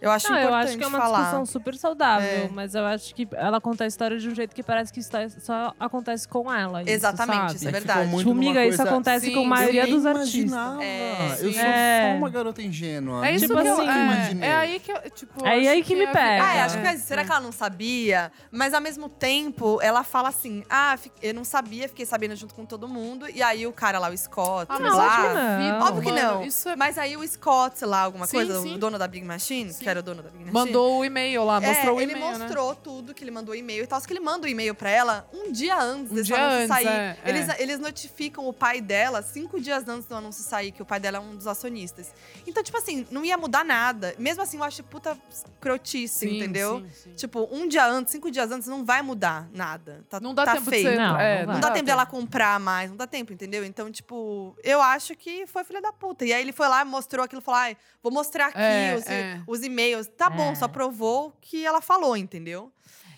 [SPEAKER 5] Eu acho
[SPEAKER 3] Não, eu
[SPEAKER 5] importante
[SPEAKER 3] acho que é uma
[SPEAKER 5] falar.
[SPEAKER 3] discussão super saudável,
[SPEAKER 5] É.
[SPEAKER 3] mas eu acho que ela conta a história de um jeito que parece que está- só acontece com ela. isso,
[SPEAKER 5] Exatamente,
[SPEAKER 3] sabe?
[SPEAKER 5] isso é
[SPEAKER 2] que ficou
[SPEAKER 5] verdade.
[SPEAKER 2] muito
[SPEAKER 3] Tipo,
[SPEAKER 2] numa
[SPEAKER 3] miga, isso
[SPEAKER 2] coisa-
[SPEAKER 3] acontece
[SPEAKER 1] Sim,
[SPEAKER 3] com a maioria
[SPEAKER 1] sim.
[SPEAKER 3] dos
[SPEAKER 2] Imaginava.
[SPEAKER 3] artistas.
[SPEAKER 5] É,
[SPEAKER 2] eu
[SPEAKER 1] sim.
[SPEAKER 2] sou
[SPEAKER 3] É.
[SPEAKER 2] só uma garota ingênua.
[SPEAKER 1] É isso
[SPEAKER 3] Tipo
[SPEAKER 1] que eu,
[SPEAKER 3] assim,
[SPEAKER 1] é,
[SPEAKER 2] imaginei.
[SPEAKER 1] é aí que eu, tipo,
[SPEAKER 3] É
[SPEAKER 1] acho
[SPEAKER 3] aí que me
[SPEAKER 1] a vida-
[SPEAKER 3] pega.
[SPEAKER 5] Ah, é, acho que
[SPEAKER 3] É,
[SPEAKER 5] será que ela não sabia? Mas ao mesmo tempo, ela fala assim: ah, fi- eu não sabia, fiquei sabendo junto com todo mundo. E aí o cara lá, o Scott,
[SPEAKER 1] Ah,
[SPEAKER 3] mas
[SPEAKER 5] lá.
[SPEAKER 3] óbvio que não.
[SPEAKER 5] Óbvio que não.
[SPEAKER 1] Mano, Isso é...
[SPEAKER 5] Mas aí o Scott lá, alguma
[SPEAKER 1] Sim,
[SPEAKER 5] coisa,
[SPEAKER 1] sim.
[SPEAKER 5] o dono da Big Machine,
[SPEAKER 1] Sim.
[SPEAKER 5] que era o dono da Big Machine.
[SPEAKER 1] Mandou o e-mail lá, mostrou
[SPEAKER 5] é,
[SPEAKER 1] o
[SPEAKER 5] ele
[SPEAKER 1] e-mail, né?
[SPEAKER 5] mostrou tudo, que ele mandou e-mail e tal. Só que ele manda o e-mail pra ela um dia antes
[SPEAKER 1] Um
[SPEAKER 5] desse
[SPEAKER 1] dia
[SPEAKER 5] anúncio
[SPEAKER 1] antes,
[SPEAKER 5] sair.
[SPEAKER 1] é, é.
[SPEAKER 5] Eles, eles notificam o pai dela cinco dias antes do anúncio sair, que o pai dela é um dos acionistas. Então, tipo assim, não ia mudar nada. Mesmo assim, eu acho puta crotice,
[SPEAKER 1] Sim,
[SPEAKER 5] assim, entendeu?
[SPEAKER 1] sim, sim.
[SPEAKER 5] Tipo, um dia antes, cinco dias antes, não vai mudar nada. Tá,
[SPEAKER 1] Não dá
[SPEAKER 5] tá
[SPEAKER 1] tempo
[SPEAKER 5] feio.
[SPEAKER 1] de ser.
[SPEAKER 3] Não,
[SPEAKER 1] é,
[SPEAKER 3] não
[SPEAKER 5] Não dá tempo dela comprar mais, não dá tempo, entendeu? Então, tipo, eu acho que foi filha da puta. E aí ele foi lá, mostrou aquilo, falou: ai, vou mostrar aqui
[SPEAKER 1] É,
[SPEAKER 5] os,
[SPEAKER 1] é.
[SPEAKER 5] os e-mails. Tá bom,
[SPEAKER 3] É.
[SPEAKER 5] só provou o que ela falou, entendeu?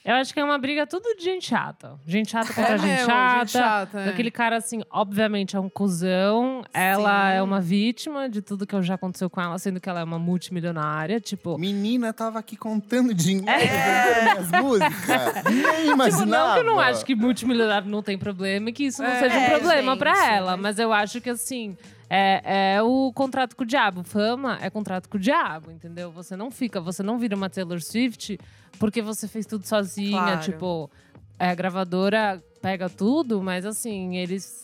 [SPEAKER 3] Eu acho que é uma briga tudo de gente chata. Gente chata contra
[SPEAKER 1] É
[SPEAKER 3] gente,
[SPEAKER 1] mesmo,
[SPEAKER 3] chata.
[SPEAKER 1] gente chata, é.
[SPEAKER 3] Aquele cara, assim, obviamente é um cuzão. Ela
[SPEAKER 5] Sim.
[SPEAKER 3] é uma vítima de tudo que já aconteceu com ela, sendo que ela é uma multimilionária. Tipo,
[SPEAKER 2] Menina tava aqui contando dinheiro (laughs) é. minhas músicas. Nem
[SPEAKER 3] Tipo, não
[SPEAKER 2] imaginava.
[SPEAKER 3] que eu não acho que multimilionário não tem problema e que isso não
[SPEAKER 1] É.
[SPEAKER 3] seja um
[SPEAKER 5] É,
[SPEAKER 3] problema
[SPEAKER 5] gente,
[SPEAKER 3] pra ela.
[SPEAKER 5] mas-
[SPEAKER 3] Mas eu acho que assim. É, é o contrato com o diabo. Fama é contrato com o diabo, entendeu? Você não fica, você não vira uma Taylor Swift porque você fez tudo sozinha.
[SPEAKER 5] Claro.
[SPEAKER 3] Tipo, é, a gravadora pega tudo, mas assim, eles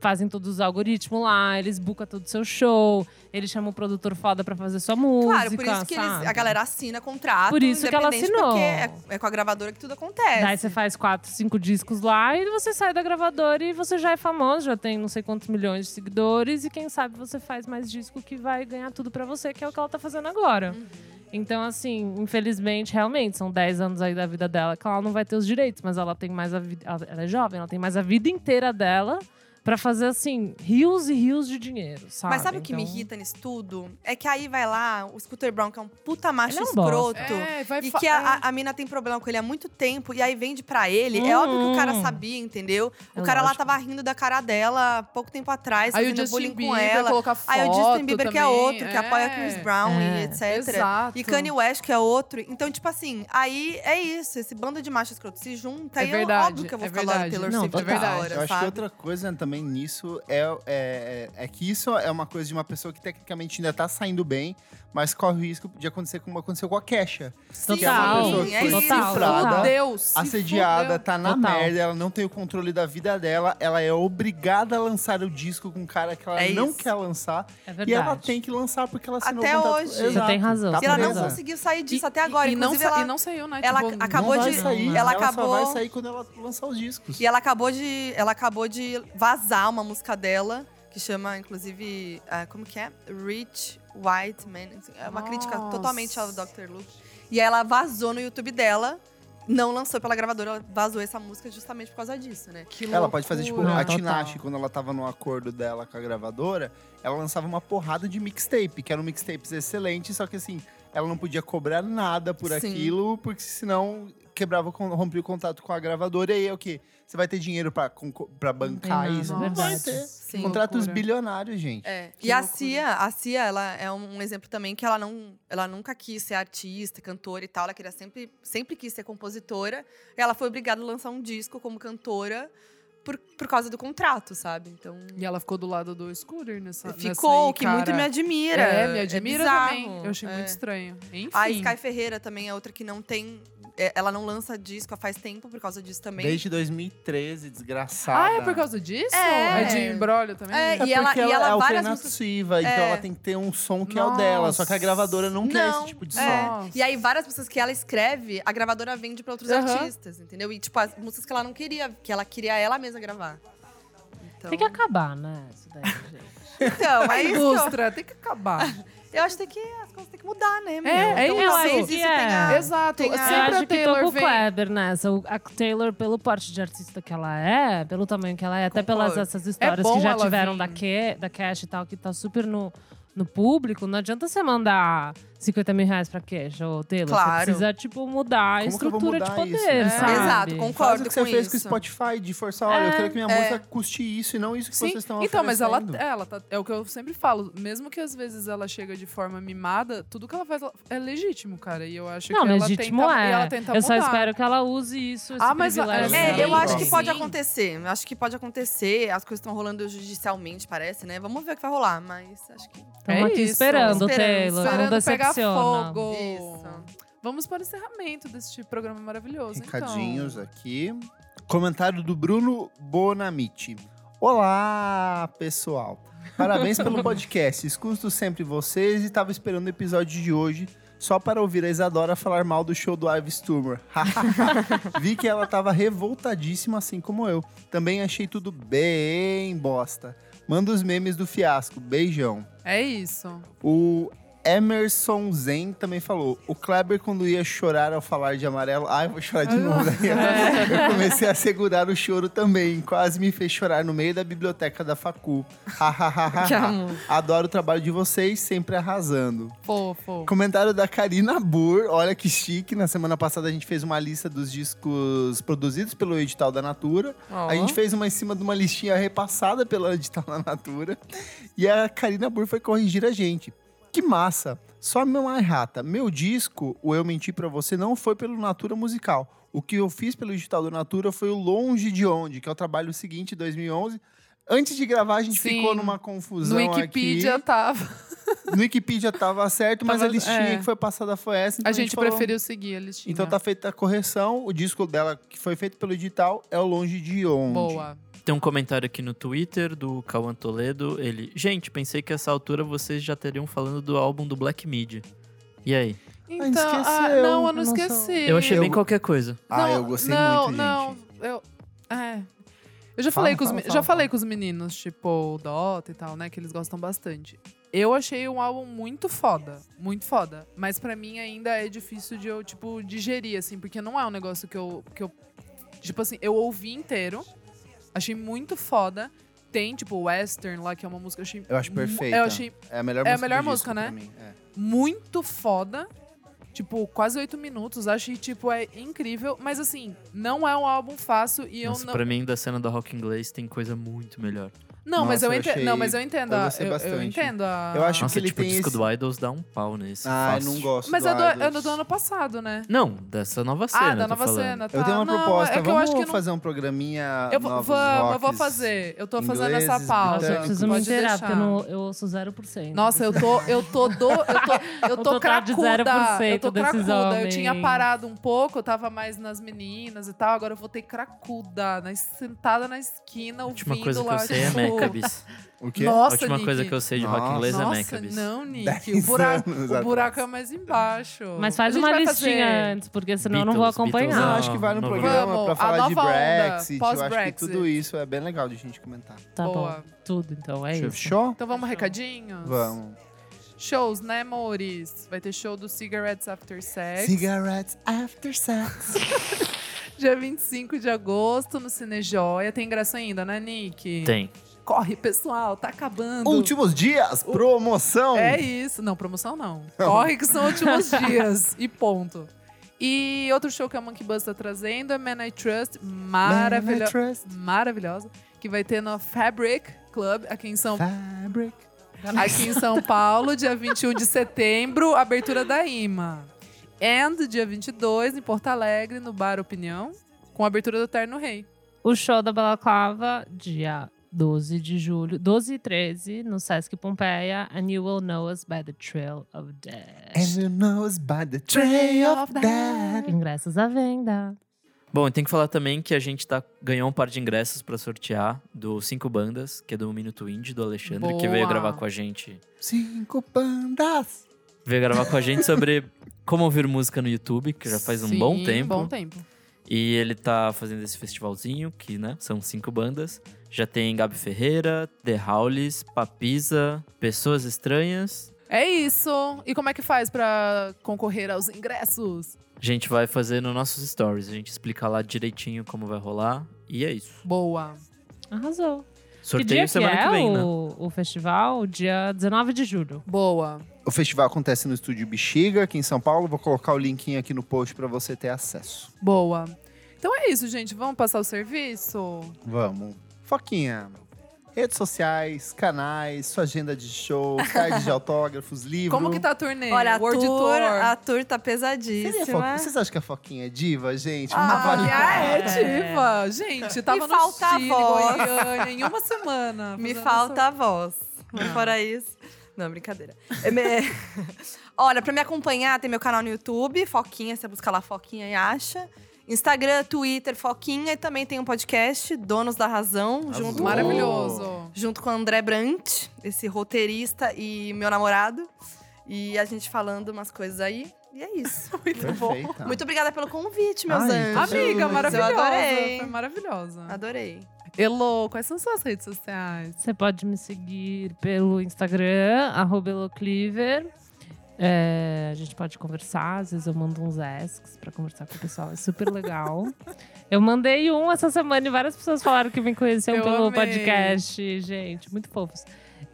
[SPEAKER 3] fazem todos os algoritmos lá, eles bucam todo o seu show, eles chamam o produtor foda pra fazer sua música.
[SPEAKER 5] claro, por isso que eles-
[SPEAKER 3] sabe?
[SPEAKER 5] a galera assina contrato.
[SPEAKER 3] Por isso que ela
[SPEAKER 5] independente,
[SPEAKER 3] assinou.
[SPEAKER 5] Porque é, é com a gravadora que tudo acontece.
[SPEAKER 3] Daí você faz quatro, cinco discos lá e você sai da gravadora e você já é famoso, já tem não sei quantos milhões de seguidores e quem sabe você faz mais disco que vai ganhar tudo pra você, que é o que ela tá fazendo agora.
[SPEAKER 5] Uhum.
[SPEAKER 3] Então, assim, infelizmente, realmente, são 10 anos aí da vida dela que ela não vai ter os direitos, mas ela tem mais a vida. Ela ela é jovem, ela tem mais a vida inteira dela pra fazer, assim, rios e rios de dinheiro, sabe?
[SPEAKER 5] Mas sabe o que me
[SPEAKER 3] Então,
[SPEAKER 5] irrita nisso tudo? É que aí vai lá o Scooter Brown, que é um puta macho
[SPEAKER 3] Ele é um
[SPEAKER 5] escroto.
[SPEAKER 1] É, vai
[SPEAKER 5] E
[SPEAKER 1] fa-
[SPEAKER 5] que a, a- a mina tem problema com ele há muito tempo e aí vende pra ele. É
[SPEAKER 3] Hum.
[SPEAKER 5] óbvio que o cara sabia, entendeu? O
[SPEAKER 3] É
[SPEAKER 5] cara
[SPEAKER 3] lógico.
[SPEAKER 5] lá tava rindo da cara dela há pouco tempo atrás,
[SPEAKER 1] Aí o
[SPEAKER 5] fazendo
[SPEAKER 1] Justin
[SPEAKER 5] bullying
[SPEAKER 1] Bieber
[SPEAKER 5] com ela.
[SPEAKER 1] coloca foto
[SPEAKER 5] Aí o Justin Bieber, que é
[SPEAKER 1] também,
[SPEAKER 5] outro, que apoia Chris Brown
[SPEAKER 3] É.
[SPEAKER 5] e etc.
[SPEAKER 1] Exato.
[SPEAKER 5] E Kanye West, que é outro. Então, tipo assim, aí é isso. Esse bando de macho escroto se junta.
[SPEAKER 1] É
[SPEAKER 5] e
[SPEAKER 1] verdade,
[SPEAKER 5] é óbvio que eu vou
[SPEAKER 1] é
[SPEAKER 5] ficar
[SPEAKER 1] verdade.
[SPEAKER 5] lá Taylor
[SPEAKER 3] Não,
[SPEAKER 5] Swift
[SPEAKER 3] total.
[SPEAKER 5] agora,
[SPEAKER 2] Eu acho
[SPEAKER 5] sabe?
[SPEAKER 2] que outra coisa também nisso é, é, é que isso é uma coisa de uma pessoa que tecnicamente ainda tá saindo bem, mas corre o risco de acontecer como aconteceu com a Kesha.
[SPEAKER 5] Sim,
[SPEAKER 2] que é uma
[SPEAKER 3] Total,
[SPEAKER 2] pessoa que foi
[SPEAKER 5] é isso.
[SPEAKER 3] total.
[SPEAKER 2] cifrada,
[SPEAKER 1] Deus.
[SPEAKER 2] assediada, tá na
[SPEAKER 3] Total.
[SPEAKER 2] merda, ela não tem o controle da vida dela, ela é obrigada a lançar o disco com um cara que ela
[SPEAKER 5] É
[SPEAKER 2] não
[SPEAKER 5] isso.
[SPEAKER 2] quer lançar,
[SPEAKER 3] É
[SPEAKER 2] e ela
[SPEAKER 3] verdade.
[SPEAKER 2] tem que lançar porque ela assinou
[SPEAKER 5] Até
[SPEAKER 2] o contrato.
[SPEAKER 5] hoje. Você
[SPEAKER 3] Você
[SPEAKER 2] Exato.
[SPEAKER 3] tem razão.
[SPEAKER 2] Tá
[SPEAKER 5] E ela não
[SPEAKER 2] presa.
[SPEAKER 3] preso.
[SPEAKER 5] conseguiu sair disso
[SPEAKER 1] E-
[SPEAKER 5] até agora.
[SPEAKER 1] E não,
[SPEAKER 5] Inclusive,
[SPEAKER 1] sa-
[SPEAKER 5] ela,
[SPEAKER 1] e não saiu, né?
[SPEAKER 5] ela
[SPEAKER 1] Tipo,
[SPEAKER 5] acabou
[SPEAKER 2] não vai
[SPEAKER 5] de-
[SPEAKER 2] sair,
[SPEAKER 5] ela
[SPEAKER 2] ela
[SPEAKER 5] acabou-
[SPEAKER 2] só vai sair quando ela lançar os discos.
[SPEAKER 5] E ela acabou de. Ela acabou de vazar uma música dela, que chama, inclusive, ah, como que é? Rich White Man. É uma crítica
[SPEAKER 1] Nossa.
[SPEAKER 5] totalmente ao Dr. Luke. E aí ela vazou no YouTube dela. Não lançou pela gravadora, ela vazou essa música justamente por causa disso, né?
[SPEAKER 1] Que
[SPEAKER 2] Ela pode fazer, tipo,
[SPEAKER 3] Não,
[SPEAKER 2] a
[SPEAKER 3] total.
[SPEAKER 2] Tinashe, quando ela tava no acordo dela com a gravadora, ela lançava uma porrada de mixtape, que eram mixtapes excelentes, só que assim, ela não podia cobrar nada por
[SPEAKER 5] Sim.
[SPEAKER 2] aquilo, porque senão quebrava, o con- rompia o contato com a gravadora, e aí é o quê? Você vai ter dinheiro pra, conco- pra bancar
[SPEAKER 3] nada,
[SPEAKER 2] isso?
[SPEAKER 3] é
[SPEAKER 2] Não vai
[SPEAKER 3] verdade.
[SPEAKER 2] ter.
[SPEAKER 5] Sim.
[SPEAKER 2] Contratos
[SPEAKER 1] loucura.
[SPEAKER 2] bilionários, gente.
[SPEAKER 5] É.
[SPEAKER 1] Que
[SPEAKER 5] E a
[SPEAKER 1] loucura.
[SPEAKER 5] Cia, a Cia, ela é um um exemplo também que ela não, ela nunca quis ser artista, cantora e tal. Ela queria sempre, sempre quis ser compositora. E ela foi obrigada a lançar um disco como cantora por, por causa do contrato, sabe? Então
[SPEAKER 1] E ela ficou do lado do Scooter nessa nessa
[SPEAKER 5] ficou,
[SPEAKER 1] é aí,
[SPEAKER 5] o que
[SPEAKER 1] cara.
[SPEAKER 5] muito me admira.
[SPEAKER 1] É, me admira
[SPEAKER 5] bizarro.
[SPEAKER 1] também. Eu achei
[SPEAKER 5] É.
[SPEAKER 1] muito estranho. Enfim.
[SPEAKER 5] A Sky Ferreira também é outra que não tem, é, ela não lança disco há faz tempo por causa disso também.
[SPEAKER 2] Desde 2013, desgraçada.
[SPEAKER 1] Ah, é por causa disso?
[SPEAKER 5] É.
[SPEAKER 1] É, de embrólio também?
[SPEAKER 5] É,
[SPEAKER 2] É
[SPEAKER 5] e ela-
[SPEAKER 2] porque
[SPEAKER 5] e ela
[SPEAKER 2] é
[SPEAKER 5] várias
[SPEAKER 2] alternativa, então
[SPEAKER 5] É.
[SPEAKER 2] ela tem que ter um som que é o dela, só que a gravadora não, quer esse tipo de som.
[SPEAKER 5] é.
[SPEAKER 1] Nossa.
[SPEAKER 5] E aí, várias músicas que ela escreve, a gravadora vende pra outros
[SPEAKER 1] Aham.
[SPEAKER 5] artistas, entendeu? E, tipo, as músicas que ela não queria, que ela queria ela mesma gravar. Então,
[SPEAKER 3] Tem que acabar, né? Isso daí,
[SPEAKER 2] (laughs)
[SPEAKER 3] gente.
[SPEAKER 5] então
[SPEAKER 1] A
[SPEAKER 5] é isso. que Eu,
[SPEAKER 1] indústria tem que acabar.
[SPEAKER 5] eu acho que, tem que- as coisas têm que mudar, né? meu?
[SPEAKER 1] é
[SPEAKER 5] então,
[SPEAKER 1] isso.
[SPEAKER 5] Talvez isso
[SPEAKER 3] É.
[SPEAKER 5] tenha...
[SPEAKER 1] Exato.
[SPEAKER 5] Tem a-
[SPEAKER 3] eu
[SPEAKER 1] Sempre
[SPEAKER 3] acho
[SPEAKER 1] a
[SPEAKER 3] que tô com
[SPEAKER 1] Taylor
[SPEAKER 3] o
[SPEAKER 1] vem.
[SPEAKER 3] Kleber nessa. O- A Taylor, pelo porte de artista que ela é, pelo tamanho que ela é, até
[SPEAKER 5] Concordo.
[SPEAKER 3] pelas essas histórias
[SPEAKER 1] bom
[SPEAKER 3] que já
[SPEAKER 1] ela
[SPEAKER 3] tiveram
[SPEAKER 1] vir.
[SPEAKER 3] da, Ke, da Cash e tal, que tá super no, no público, não adianta você mandar 50 mil reais pra queixa ou Taylor.
[SPEAKER 5] Claro.
[SPEAKER 3] Você precisa, tipo, mudar a
[SPEAKER 2] Como que eu vou
[SPEAKER 3] estrutura de
[SPEAKER 2] mudar
[SPEAKER 3] poder,
[SPEAKER 2] isso, né?
[SPEAKER 3] sabe?
[SPEAKER 5] Exato, concordo
[SPEAKER 2] Faz o que você
[SPEAKER 5] com
[SPEAKER 2] fez com o
[SPEAKER 5] isso.
[SPEAKER 2] Spotify, de forçar. Olha, eu quero que minha
[SPEAKER 5] é.
[SPEAKER 2] música custe isso e não isso que vocês estão
[SPEAKER 1] então, mas ela,
[SPEAKER 2] oferecendo.
[SPEAKER 1] ela tá- é o que eu sempre falo. Mesmo que às vezes ela chega de forma mimada, tudo que ela faz ela- é legítimo, cara. E eu acho
[SPEAKER 3] Não,
[SPEAKER 1] que ela
[SPEAKER 3] legítimo
[SPEAKER 1] tenta,
[SPEAKER 3] é.
[SPEAKER 1] e ela tenta
[SPEAKER 3] eu
[SPEAKER 1] mudar.
[SPEAKER 3] só espero que ela use isso. esse
[SPEAKER 1] Ah, mas a-
[SPEAKER 3] privilégio
[SPEAKER 2] é,
[SPEAKER 5] É, eu
[SPEAKER 2] Sim,
[SPEAKER 3] dela.
[SPEAKER 5] acho que
[SPEAKER 2] sim.
[SPEAKER 5] pode acontecer. Eu acho que pode acontecer. As coisas estão rolando judicialmente, parece, né? Vamos ver o que vai rolar, mas acho que.
[SPEAKER 3] Estamos
[SPEAKER 1] É
[SPEAKER 3] aqui
[SPEAKER 1] isso,
[SPEAKER 3] esperando,
[SPEAKER 5] esperando,
[SPEAKER 3] Taylor.
[SPEAKER 1] Esperando
[SPEAKER 3] não
[SPEAKER 1] pegar
[SPEAKER 3] decepciona.
[SPEAKER 1] fogo.
[SPEAKER 5] Isso.
[SPEAKER 1] Vamos para o encerramento deste programa maravilhoso.
[SPEAKER 2] Recadinhos
[SPEAKER 1] Então.
[SPEAKER 2] aqui. Comentário do Bruno Bonamici. Olá, pessoal. Parabéns (laughs) pelo podcast. Escuto sempre vocês e estava esperando o episódio de hoje só para ouvir a Isadora falar mal do show do Ives Tumor. (laughs) Vi que ela estava revoltadíssima, assim como eu. Também achei tudo bem bosta. Manda os memes do fiasco. Beijão.
[SPEAKER 1] É isso.
[SPEAKER 2] O Emerson Zen também falou: o Kleber, quando ia chorar ao falar de amarelo. Ai, eu vou chorar de
[SPEAKER 5] (laughs)
[SPEAKER 2] novo. Daniela.
[SPEAKER 5] É.
[SPEAKER 2] Eu comecei a segurar o choro também. Quase me fez chorar no meio da biblioteca da Facu.
[SPEAKER 5] Que amor.
[SPEAKER 2] Adoro o trabalho de vocês, sempre arrasando.
[SPEAKER 1] Fofo.
[SPEAKER 2] Comentário da Karina Burr, olha que chique. Na semana passada a gente fez uma lista dos discos produzidos pelo edital da Natura. A gente fez uma em cima de uma listinha repassada pela edital da Natura. E a Karina Burr foi corrigir a gente. Que massa! Só uma errata. Meu disco, o Eu Menti Pra Você, não foi pelo Natura Musical. O que eu fiz pelo edital da Natura foi o Longe de Onde, que é o trabalho seguinte, 2011. Antes de gravar, a gente
[SPEAKER 1] Sim.
[SPEAKER 2] ficou numa
[SPEAKER 1] No
[SPEAKER 2] confusão
[SPEAKER 1] Wikipedia
[SPEAKER 2] um aqui.
[SPEAKER 1] tava.
[SPEAKER 2] No Wikipedia tava certo, mas
[SPEAKER 1] Tava-
[SPEAKER 2] a listinha
[SPEAKER 1] é.
[SPEAKER 2] que foi passada foi essa. Então
[SPEAKER 1] A gente
[SPEAKER 2] falou,
[SPEAKER 1] preferiu né." seguir a listinha.
[SPEAKER 2] Então tá feita a correção. O disco dela, que foi feito pelo edital, é o Longe de Onde.
[SPEAKER 1] Boa.
[SPEAKER 4] Tem um comentário aqui no Twitter do Cauan Toledo. Ele, gente, pensei que essa altura vocês já teriam falando do álbum do Black Mid. E aí?
[SPEAKER 1] Então, ah,
[SPEAKER 2] esqueceu.
[SPEAKER 1] não, eu não
[SPEAKER 3] Nossa.
[SPEAKER 1] esqueci.
[SPEAKER 4] Eu achei
[SPEAKER 2] Eu-
[SPEAKER 4] bem qualquer coisa.
[SPEAKER 2] Ah,
[SPEAKER 1] Não,
[SPEAKER 2] eu gostei
[SPEAKER 1] não,
[SPEAKER 2] muito,
[SPEAKER 1] Não,
[SPEAKER 2] gente.
[SPEAKER 1] eu. É. Eu já
[SPEAKER 2] Fala,
[SPEAKER 1] falei, com os,
[SPEAKER 2] fala,
[SPEAKER 1] me-
[SPEAKER 2] fala,
[SPEAKER 1] já
[SPEAKER 2] fala.
[SPEAKER 1] falei com os meninos, tipo, o Dota e tal, né? Que eles gostam bastante. Eu achei um álbum muito foda. Muito foda. Mas pra mim ainda é difícil de eu, tipo, digerir, assim, porque não é um negócio que eu. Que eu tipo assim, eu ouvi inteiro. Achei muito foda. Tem, tipo, Western lá, que é uma música. Eu, achei
[SPEAKER 2] Eu acho
[SPEAKER 1] mu-
[SPEAKER 2] perfeita.
[SPEAKER 1] Eu achei
[SPEAKER 2] É a melhor
[SPEAKER 1] É a
[SPEAKER 2] música,
[SPEAKER 1] melhor
[SPEAKER 2] do
[SPEAKER 1] música,
[SPEAKER 2] disco
[SPEAKER 1] né?
[SPEAKER 2] pra mim, é.
[SPEAKER 1] muito foda. Tipo, quase oito minutos. Achei, tipo, é incrível. Mas, assim, não é um álbum fácil e eu
[SPEAKER 4] Nossa,
[SPEAKER 1] não...
[SPEAKER 4] pra mim, da cena da Rock Inglês tem coisa muito melhor.
[SPEAKER 1] Não, mas
[SPEAKER 2] Nossa,
[SPEAKER 1] eu
[SPEAKER 2] eu
[SPEAKER 1] entendo.
[SPEAKER 2] achei-
[SPEAKER 1] Não, mas eu entendo.
[SPEAKER 2] eu
[SPEAKER 1] a-
[SPEAKER 2] gostei
[SPEAKER 1] eu, eu
[SPEAKER 2] bastante.
[SPEAKER 1] entendo a...
[SPEAKER 2] Eu acho
[SPEAKER 4] Nossa,
[SPEAKER 2] que ele
[SPEAKER 4] tipo, o
[SPEAKER 2] tem
[SPEAKER 4] disco
[SPEAKER 2] esse...
[SPEAKER 4] do Idols dá um pau nesse.
[SPEAKER 2] Ah, eu
[SPEAKER 4] fácil.
[SPEAKER 2] não gosto
[SPEAKER 1] Mas
[SPEAKER 2] do
[SPEAKER 1] é do, é
[SPEAKER 2] Idols.
[SPEAKER 1] do ano passado, né?
[SPEAKER 4] Não, dessa nova cena.
[SPEAKER 1] ah, da
[SPEAKER 4] eu tô
[SPEAKER 1] nova
[SPEAKER 4] falando.
[SPEAKER 1] cena, tá?
[SPEAKER 2] Eu tenho uma
[SPEAKER 1] Não,
[SPEAKER 2] proposta.
[SPEAKER 1] É que eu
[SPEAKER 2] Vamos
[SPEAKER 1] acho que não...
[SPEAKER 2] fazer um programinha
[SPEAKER 1] Eu, vou-
[SPEAKER 2] novos
[SPEAKER 1] vamos, eu vou
[SPEAKER 2] rocks.
[SPEAKER 1] fazer. Eu tô fazendo essa
[SPEAKER 2] ingleses,
[SPEAKER 1] pausa.
[SPEAKER 3] Nossa, eu
[SPEAKER 2] Tanto,
[SPEAKER 3] preciso me
[SPEAKER 1] Pode
[SPEAKER 3] inteirar,
[SPEAKER 1] deixar.
[SPEAKER 3] porque eu, não, eu ouço 0%.
[SPEAKER 1] Nossa, eu tô, eu tô do, eu tô, eu tô
[SPEAKER 3] O total de
[SPEAKER 1] cracuda.
[SPEAKER 3] 0%
[SPEAKER 1] Eu tô
[SPEAKER 3] desses
[SPEAKER 1] cracuda. Eu
[SPEAKER 3] homens.
[SPEAKER 1] tinha parado um pouco, eu tava mais nas meninas e tal. Agora eu voltei cracuda, na- sentada na esquina,
[SPEAKER 4] A
[SPEAKER 1] ouvindo
[SPEAKER 4] última coisa que
[SPEAKER 1] lá.
[SPEAKER 4] eu sei é
[SPEAKER 1] tipo, (laughs)
[SPEAKER 4] Maccabees.
[SPEAKER 2] O quê?
[SPEAKER 4] A
[SPEAKER 1] Nossa,
[SPEAKER 4] última
[SPEAKER 1] Nick.
[SPEAKER 4] coisa que eu sei de Rock
[SPEAKER 2] Nossa.
[SPEAKER 4] Inglês é
[SPEAKER 1] Nossa,
[SPEAKER 4] Maccabees.
[SPEAKER 1] não, Nick. O
[SPEAKER 2] Dez
[SPEAKER 1] buraco,
[SPEAKER 2] anos
[SPEAKER 1] o
[SPEAKER 2] atrás.
[SPEAKER 1] buraco é mais embaixo.
[SPEAKER 3] Mas
[SPEAKER 1] A
[SPEAKER 3] faz
[SPEAKER 1] gente
[SPEAKER 3] uma
[SPEAKER 1] vai
[SPEAKER 3] listinha né?
[SPEAKER 1] fazer.
[SPEAKER 3] antes, porque senão eu não vou
[SPEAKER 4] Beatles, Beatles,
[SPEAKER 2] Não,
[SPEAKER 3] acompanhar.
[SPEAKER 2] acho que vai no
[SPEAKER 4] não
[SPEAKER 2] programa
[SPEAKER 1] vamos.
[SPEAKER 2] pra
[SPEAKER 1] A
[SPEAKER 2] falar de
[SPEAKER 1] nova onda,
[SPEAKER 2] Brexit. eu acho que
[SPEAKER 1] pós-Brexit. É
[SPEAKER 2] tudo isso é bem legal de a gente comentar.
[SPEAKER 4] ah.
[SPEAKER 3] Tá
[SPEAKER 1] Boa.
[SPEAKER 3] bom, tudo, então, é isso.
[SPEAKER 2] Fechou?
[SPEAKER 1] Então vamos recadinhos?
[SPEAKER 2] Vamos.
[SPEAKER 1] Shows, né, amores? Vai ter show do Cigarettes After Sex.
[SPEAKER 2] Cigarettes after sex.
[SPEAKER 1] Dia 25 de agosto no Cinejoia. Tem ingresso ainda, né, Nick?
[SPEAKER 4] Tem.
[SPEAKER 1] Corre, pessoal, tá acabando.
[SPEAKER 2] Últimos dias, promoção.
[SPEAKER 1] É isso. Não, promoção não.
[SPEAKER 2] Tá
[SPEAKER 1] Corre que são
[SPEAKER 2] (laughs)
[SPEAKER 1] últimos dias. E ponto. E outro show que a Monkey Bus tá trazendo é Man I Trust,
[SPEAKER 2] Man, I
[SPEAKER 1] maravilhosa,
[SPEAKER 2] trust
[SPEAKER 1] maravilhosa, que vai ter no Fabric Club, aqui em São
[SPEAKER 2] Fabric.
[SPEAKER 1] aqui em São Paulo,
[SPEAKER 2] (laughs)
[SPEAKER 1] dia 21 de setembro, abertura da IMA. And dia 22 em Porto Alegre, no Bar Opinião, com a abertura do Terno Rei.
[SPEAKER 3] O show da Balaclava, dia 12 de julho, 12 e 13, no Sesc Pompeia. And you will know us by the trail of
[SPEAKER 1] É.
[SPEAKER 3] death.
[SPEAKER 2] you know us by the trail of that.
[SPEAKER 3] Ingressos à venda.
[SPEAKER 4] Bom, tem que falar também que a gente tá, ganhou um par de ingressos pra sortear do Cinco Bandas, que é do Minuto Indie, do Alexandre, que veio
[SPEAKER 1] Boa.
[SPEAKER 4] gravar com a gente.
[SPEAKER 2] Cinco bandas.
[SPEAKER 4] Veio gravar com a gente sobre (laughs) como ouvir música no YouTube, que já faz um bom
[SPEAKER 1] Sim,
[SPEAKER 4] tempo.
[SPEAKER 1] bom tempo.
[SPEAKER 4] E ele tá fazendo esse festivalzinho, que, né, são cinco bandas. Já tem Gabi Ferreira, The Howlis, Papisa, Pessoas Estranhas.
[SPEAKER 1] É isso. E como é que faz pra concorrer aos ingressos?
[SPEAKER 4] A gente vai fazer nos nossos stories, a gente explica lá direitinho como vai rolar. E é isso.
[SPEAKER 1] Boa.
[SPEAKER 3] Arrasou. Que dia
[SPEAKER 4] Sorteio
[SPEAKER 3] que
[SPEAKER 4] semana
[SPEAKER 3] é
[SPEAKER 4] que vem, né?
[SPEAKER 3] o, o festival? Dia 19 de julho.
[SPEAKER 1] Boa.
[SPEAKER 2] O festival acontece no estúdio Bexiga, aqui em São Paulo. Vou colocar o linkinho aqui no post pra você ter acesso.
[SPEAKER 1] Boa. Então é isso, gente. Vamos passar o serviço?
[SPEAKER 2] Vamos. Foquinha. Redes sociais, canais, sua agenda de show,
[SPEAKER 1] (laughs)
[SPEAKER 2] cards de autógrafos, livro.
[SPEAKER 1] Como que tá a turnê?
[SPEAKER 5] Olha, a tour,
[SPEAKER 1] World Tour.
[SPEAKER 5] a tour
[SPEAKER 2] Seria
[SPEAKER 5] tá né? pesadíssima.
[SPEAKER 2] fo- Vocês acham que a Foquinha é diva, gente?
[SPEAKER 5] Ah,
[SPEAKER 2] Uma varinha.
[SPEAKER 1] né? Ah, é,
[SPEAKER 3] É.
[SPEAKER 1] diva. Gente, tava
[SPEAKER 5] Me
[SPEAKER 1] no
[SPEAKER 5] falta a
[SPEAKER 1] Chile,
[SPEAKER 5] voz.
[SPEAKER 1] Goiânia, em uma semana.
[SPEAKER 5] Me
[SPEAKER 1] fazendo
[SPEAKER 5] falta a voz. Mas
[SPEAKER 1] Ah.
[SPEAKER 5] fora isso. Não, brincadeira. É, me- (laughs) Olha, pra me acompanhar, tem meu canal no YouTube, Foquinha, você busca lá Foquinha e acha. Instagram, Twitter, Foquinha. E também tem um podcast, Donos da Razão,
[SPEAKER 2] Arrasou.
[SPEAKER 1] essa-
[SPEAKER 5] junto,
[SPEAKER 1] Maravilhoso.
[SPEAKER 5] junto com o André Brant, esse roteirista e meu namorado. E a gente falando umas coisas aí. E é isso.
[SPEAKER 1] (laughs) Muito bom. tá
[SPEAKER 2] Perfeita.
[SPEAKER 5] Muito obrigada pelo convite, meus
[SPEAKER 2] Ai,
[SPEAKER 5] anjos.
[SPEAKER 1] Amiga, maravilhosa.
[SPEAKER 5] Eu adorei.
[SPEAKER 1] Foi maravilhosa.
[SPEAKER 5] Adorei.
[SPEAKER 1] Elô, quais são suas redes sociais?
[SPEAKER 3] Você pode me seguir pelo Instagram, arroba elocliver. É, a gente pode conversar, às vezes eu mando uns asks pra conversar com o pessoal, é super legal. eu mandei um essa semana e várias pessoas falaram que me conheciam
[SPEAKER 1] Eu
[SPEAKER 3] pelo
[SPEAKER 1] amei.
[SPEAKER 3] podcast, gente, muito fofos.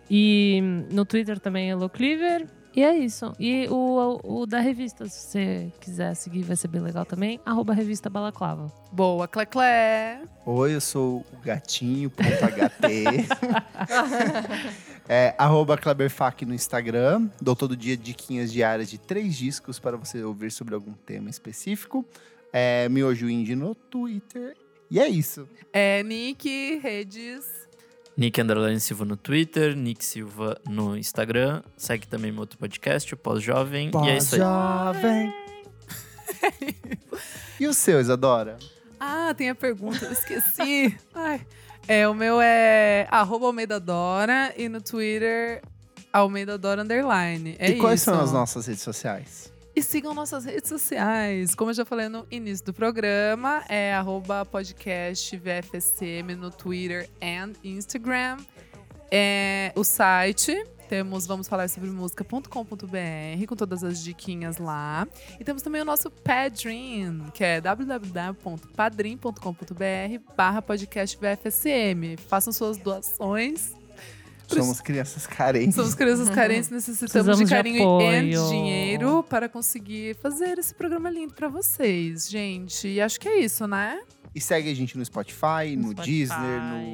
[SPEAKER 3] E no Twitter também é elocliver. E é isso. E o, o da revista, se você quiser seguir, vai ser bem legal também, arroba revista balaclava.
[SPEAKER 1] Boa, Cleclé.
[SPEAKER 2] Oi, eu sou o gatinho.ht. (laughs) é, arroba Kleberfac no Instagram. Dou todo dia diquinhas diárias de três discos para você ouvir sobre algum tema específico. É, Miojo Indie no Twitter. E é isso.
[SPEAKER 1] É, Nick, redes.
[SPEAKER 4] Nick Underline Silva no Twitter, Nick Silva no Instagram. Segue também meu outro podcast, o Pós-Jovem. e é isso aí.
[SPEAKER 2] Jovem. e o seu, Isadora?
[SPEAKER 1] Ah, tem a pergunta, eu esqueci. (laughs) Ai. É, o meu é arroba Almeida Dora e no Twitter Almeida Dora Underline. É
[SPEAKER 2] e quais
[SPEAKER 1] isso.
[SPEAKER 2] são as nossas redes sociais?
[SPEAKER 1] E sigam nossas redes sociais. Como eu já falei no início do programa, é arroba podcast VFSM no Twitter and Instagram. É, o site, temos vamos falar sobre música.com.br com todas as diquinhas lá. E temos também o nosso Padrim, que é www.padrim.com.br barra podcast VFSM. Façam suas doações. Pres-
[SPEAKER 2] Somos crianças carentes.
[SPEAKER 1] Somos crianças carentes, necessitamos
[SPEAKER 3] Uhum. Precisamos
[SPEAKER 1] de
[SPEAKER 3] de
[SPEAKER 1] carinho e
[SPEAKER 3] apoio.
[SPEAKER 1] dinheiro para conseguir fazer esse programa lindo para vocês, gente. E acho que é isso, né?
[SPEAKER 2] E segue a gente no Spotify, no,
[SPEAKER 3] No Spotify.
[SPEAKER 2] Disney,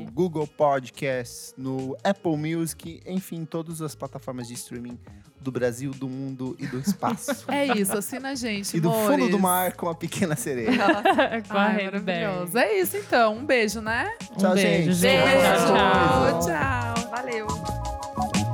[SPEAKER 2] no Google Podcasts, no Apple Music, enfim, em todas as plataformas de streaming do Brasil, do mundo e do
[SPEAKER 3] (laughs)
[SPEAKER 2] espaço.
[SPEAKER 1] É isso, assina a gente,
[SPEAKER 2] e do fundo
[SPEAKER 1] amores.
[SPEAKER 2] do mar com a pequena sereia.
[SPEAKER 3] com a
[SPEAKER 1] Ai,
[SPEAKER 3] Hailey Berry.
[SPEAKER 1] maravilhoso. É isso, então. Um beijo, né?
[SPEAKER 3] Um
[SPEAKER 2] Tchau,
[SPEAKER 3] beijo,
[SPEAKER 2] gente.
[SPEAKER 3] gente.
[SPEAKER 2] Beijo.
[SPEAKER 3] Tchau,
[SPEAKER 1] Tchau,
[SPEAKER 3] tchau.
[SPEAKER 1] tchau.
[SPEAKER 5] Valeu.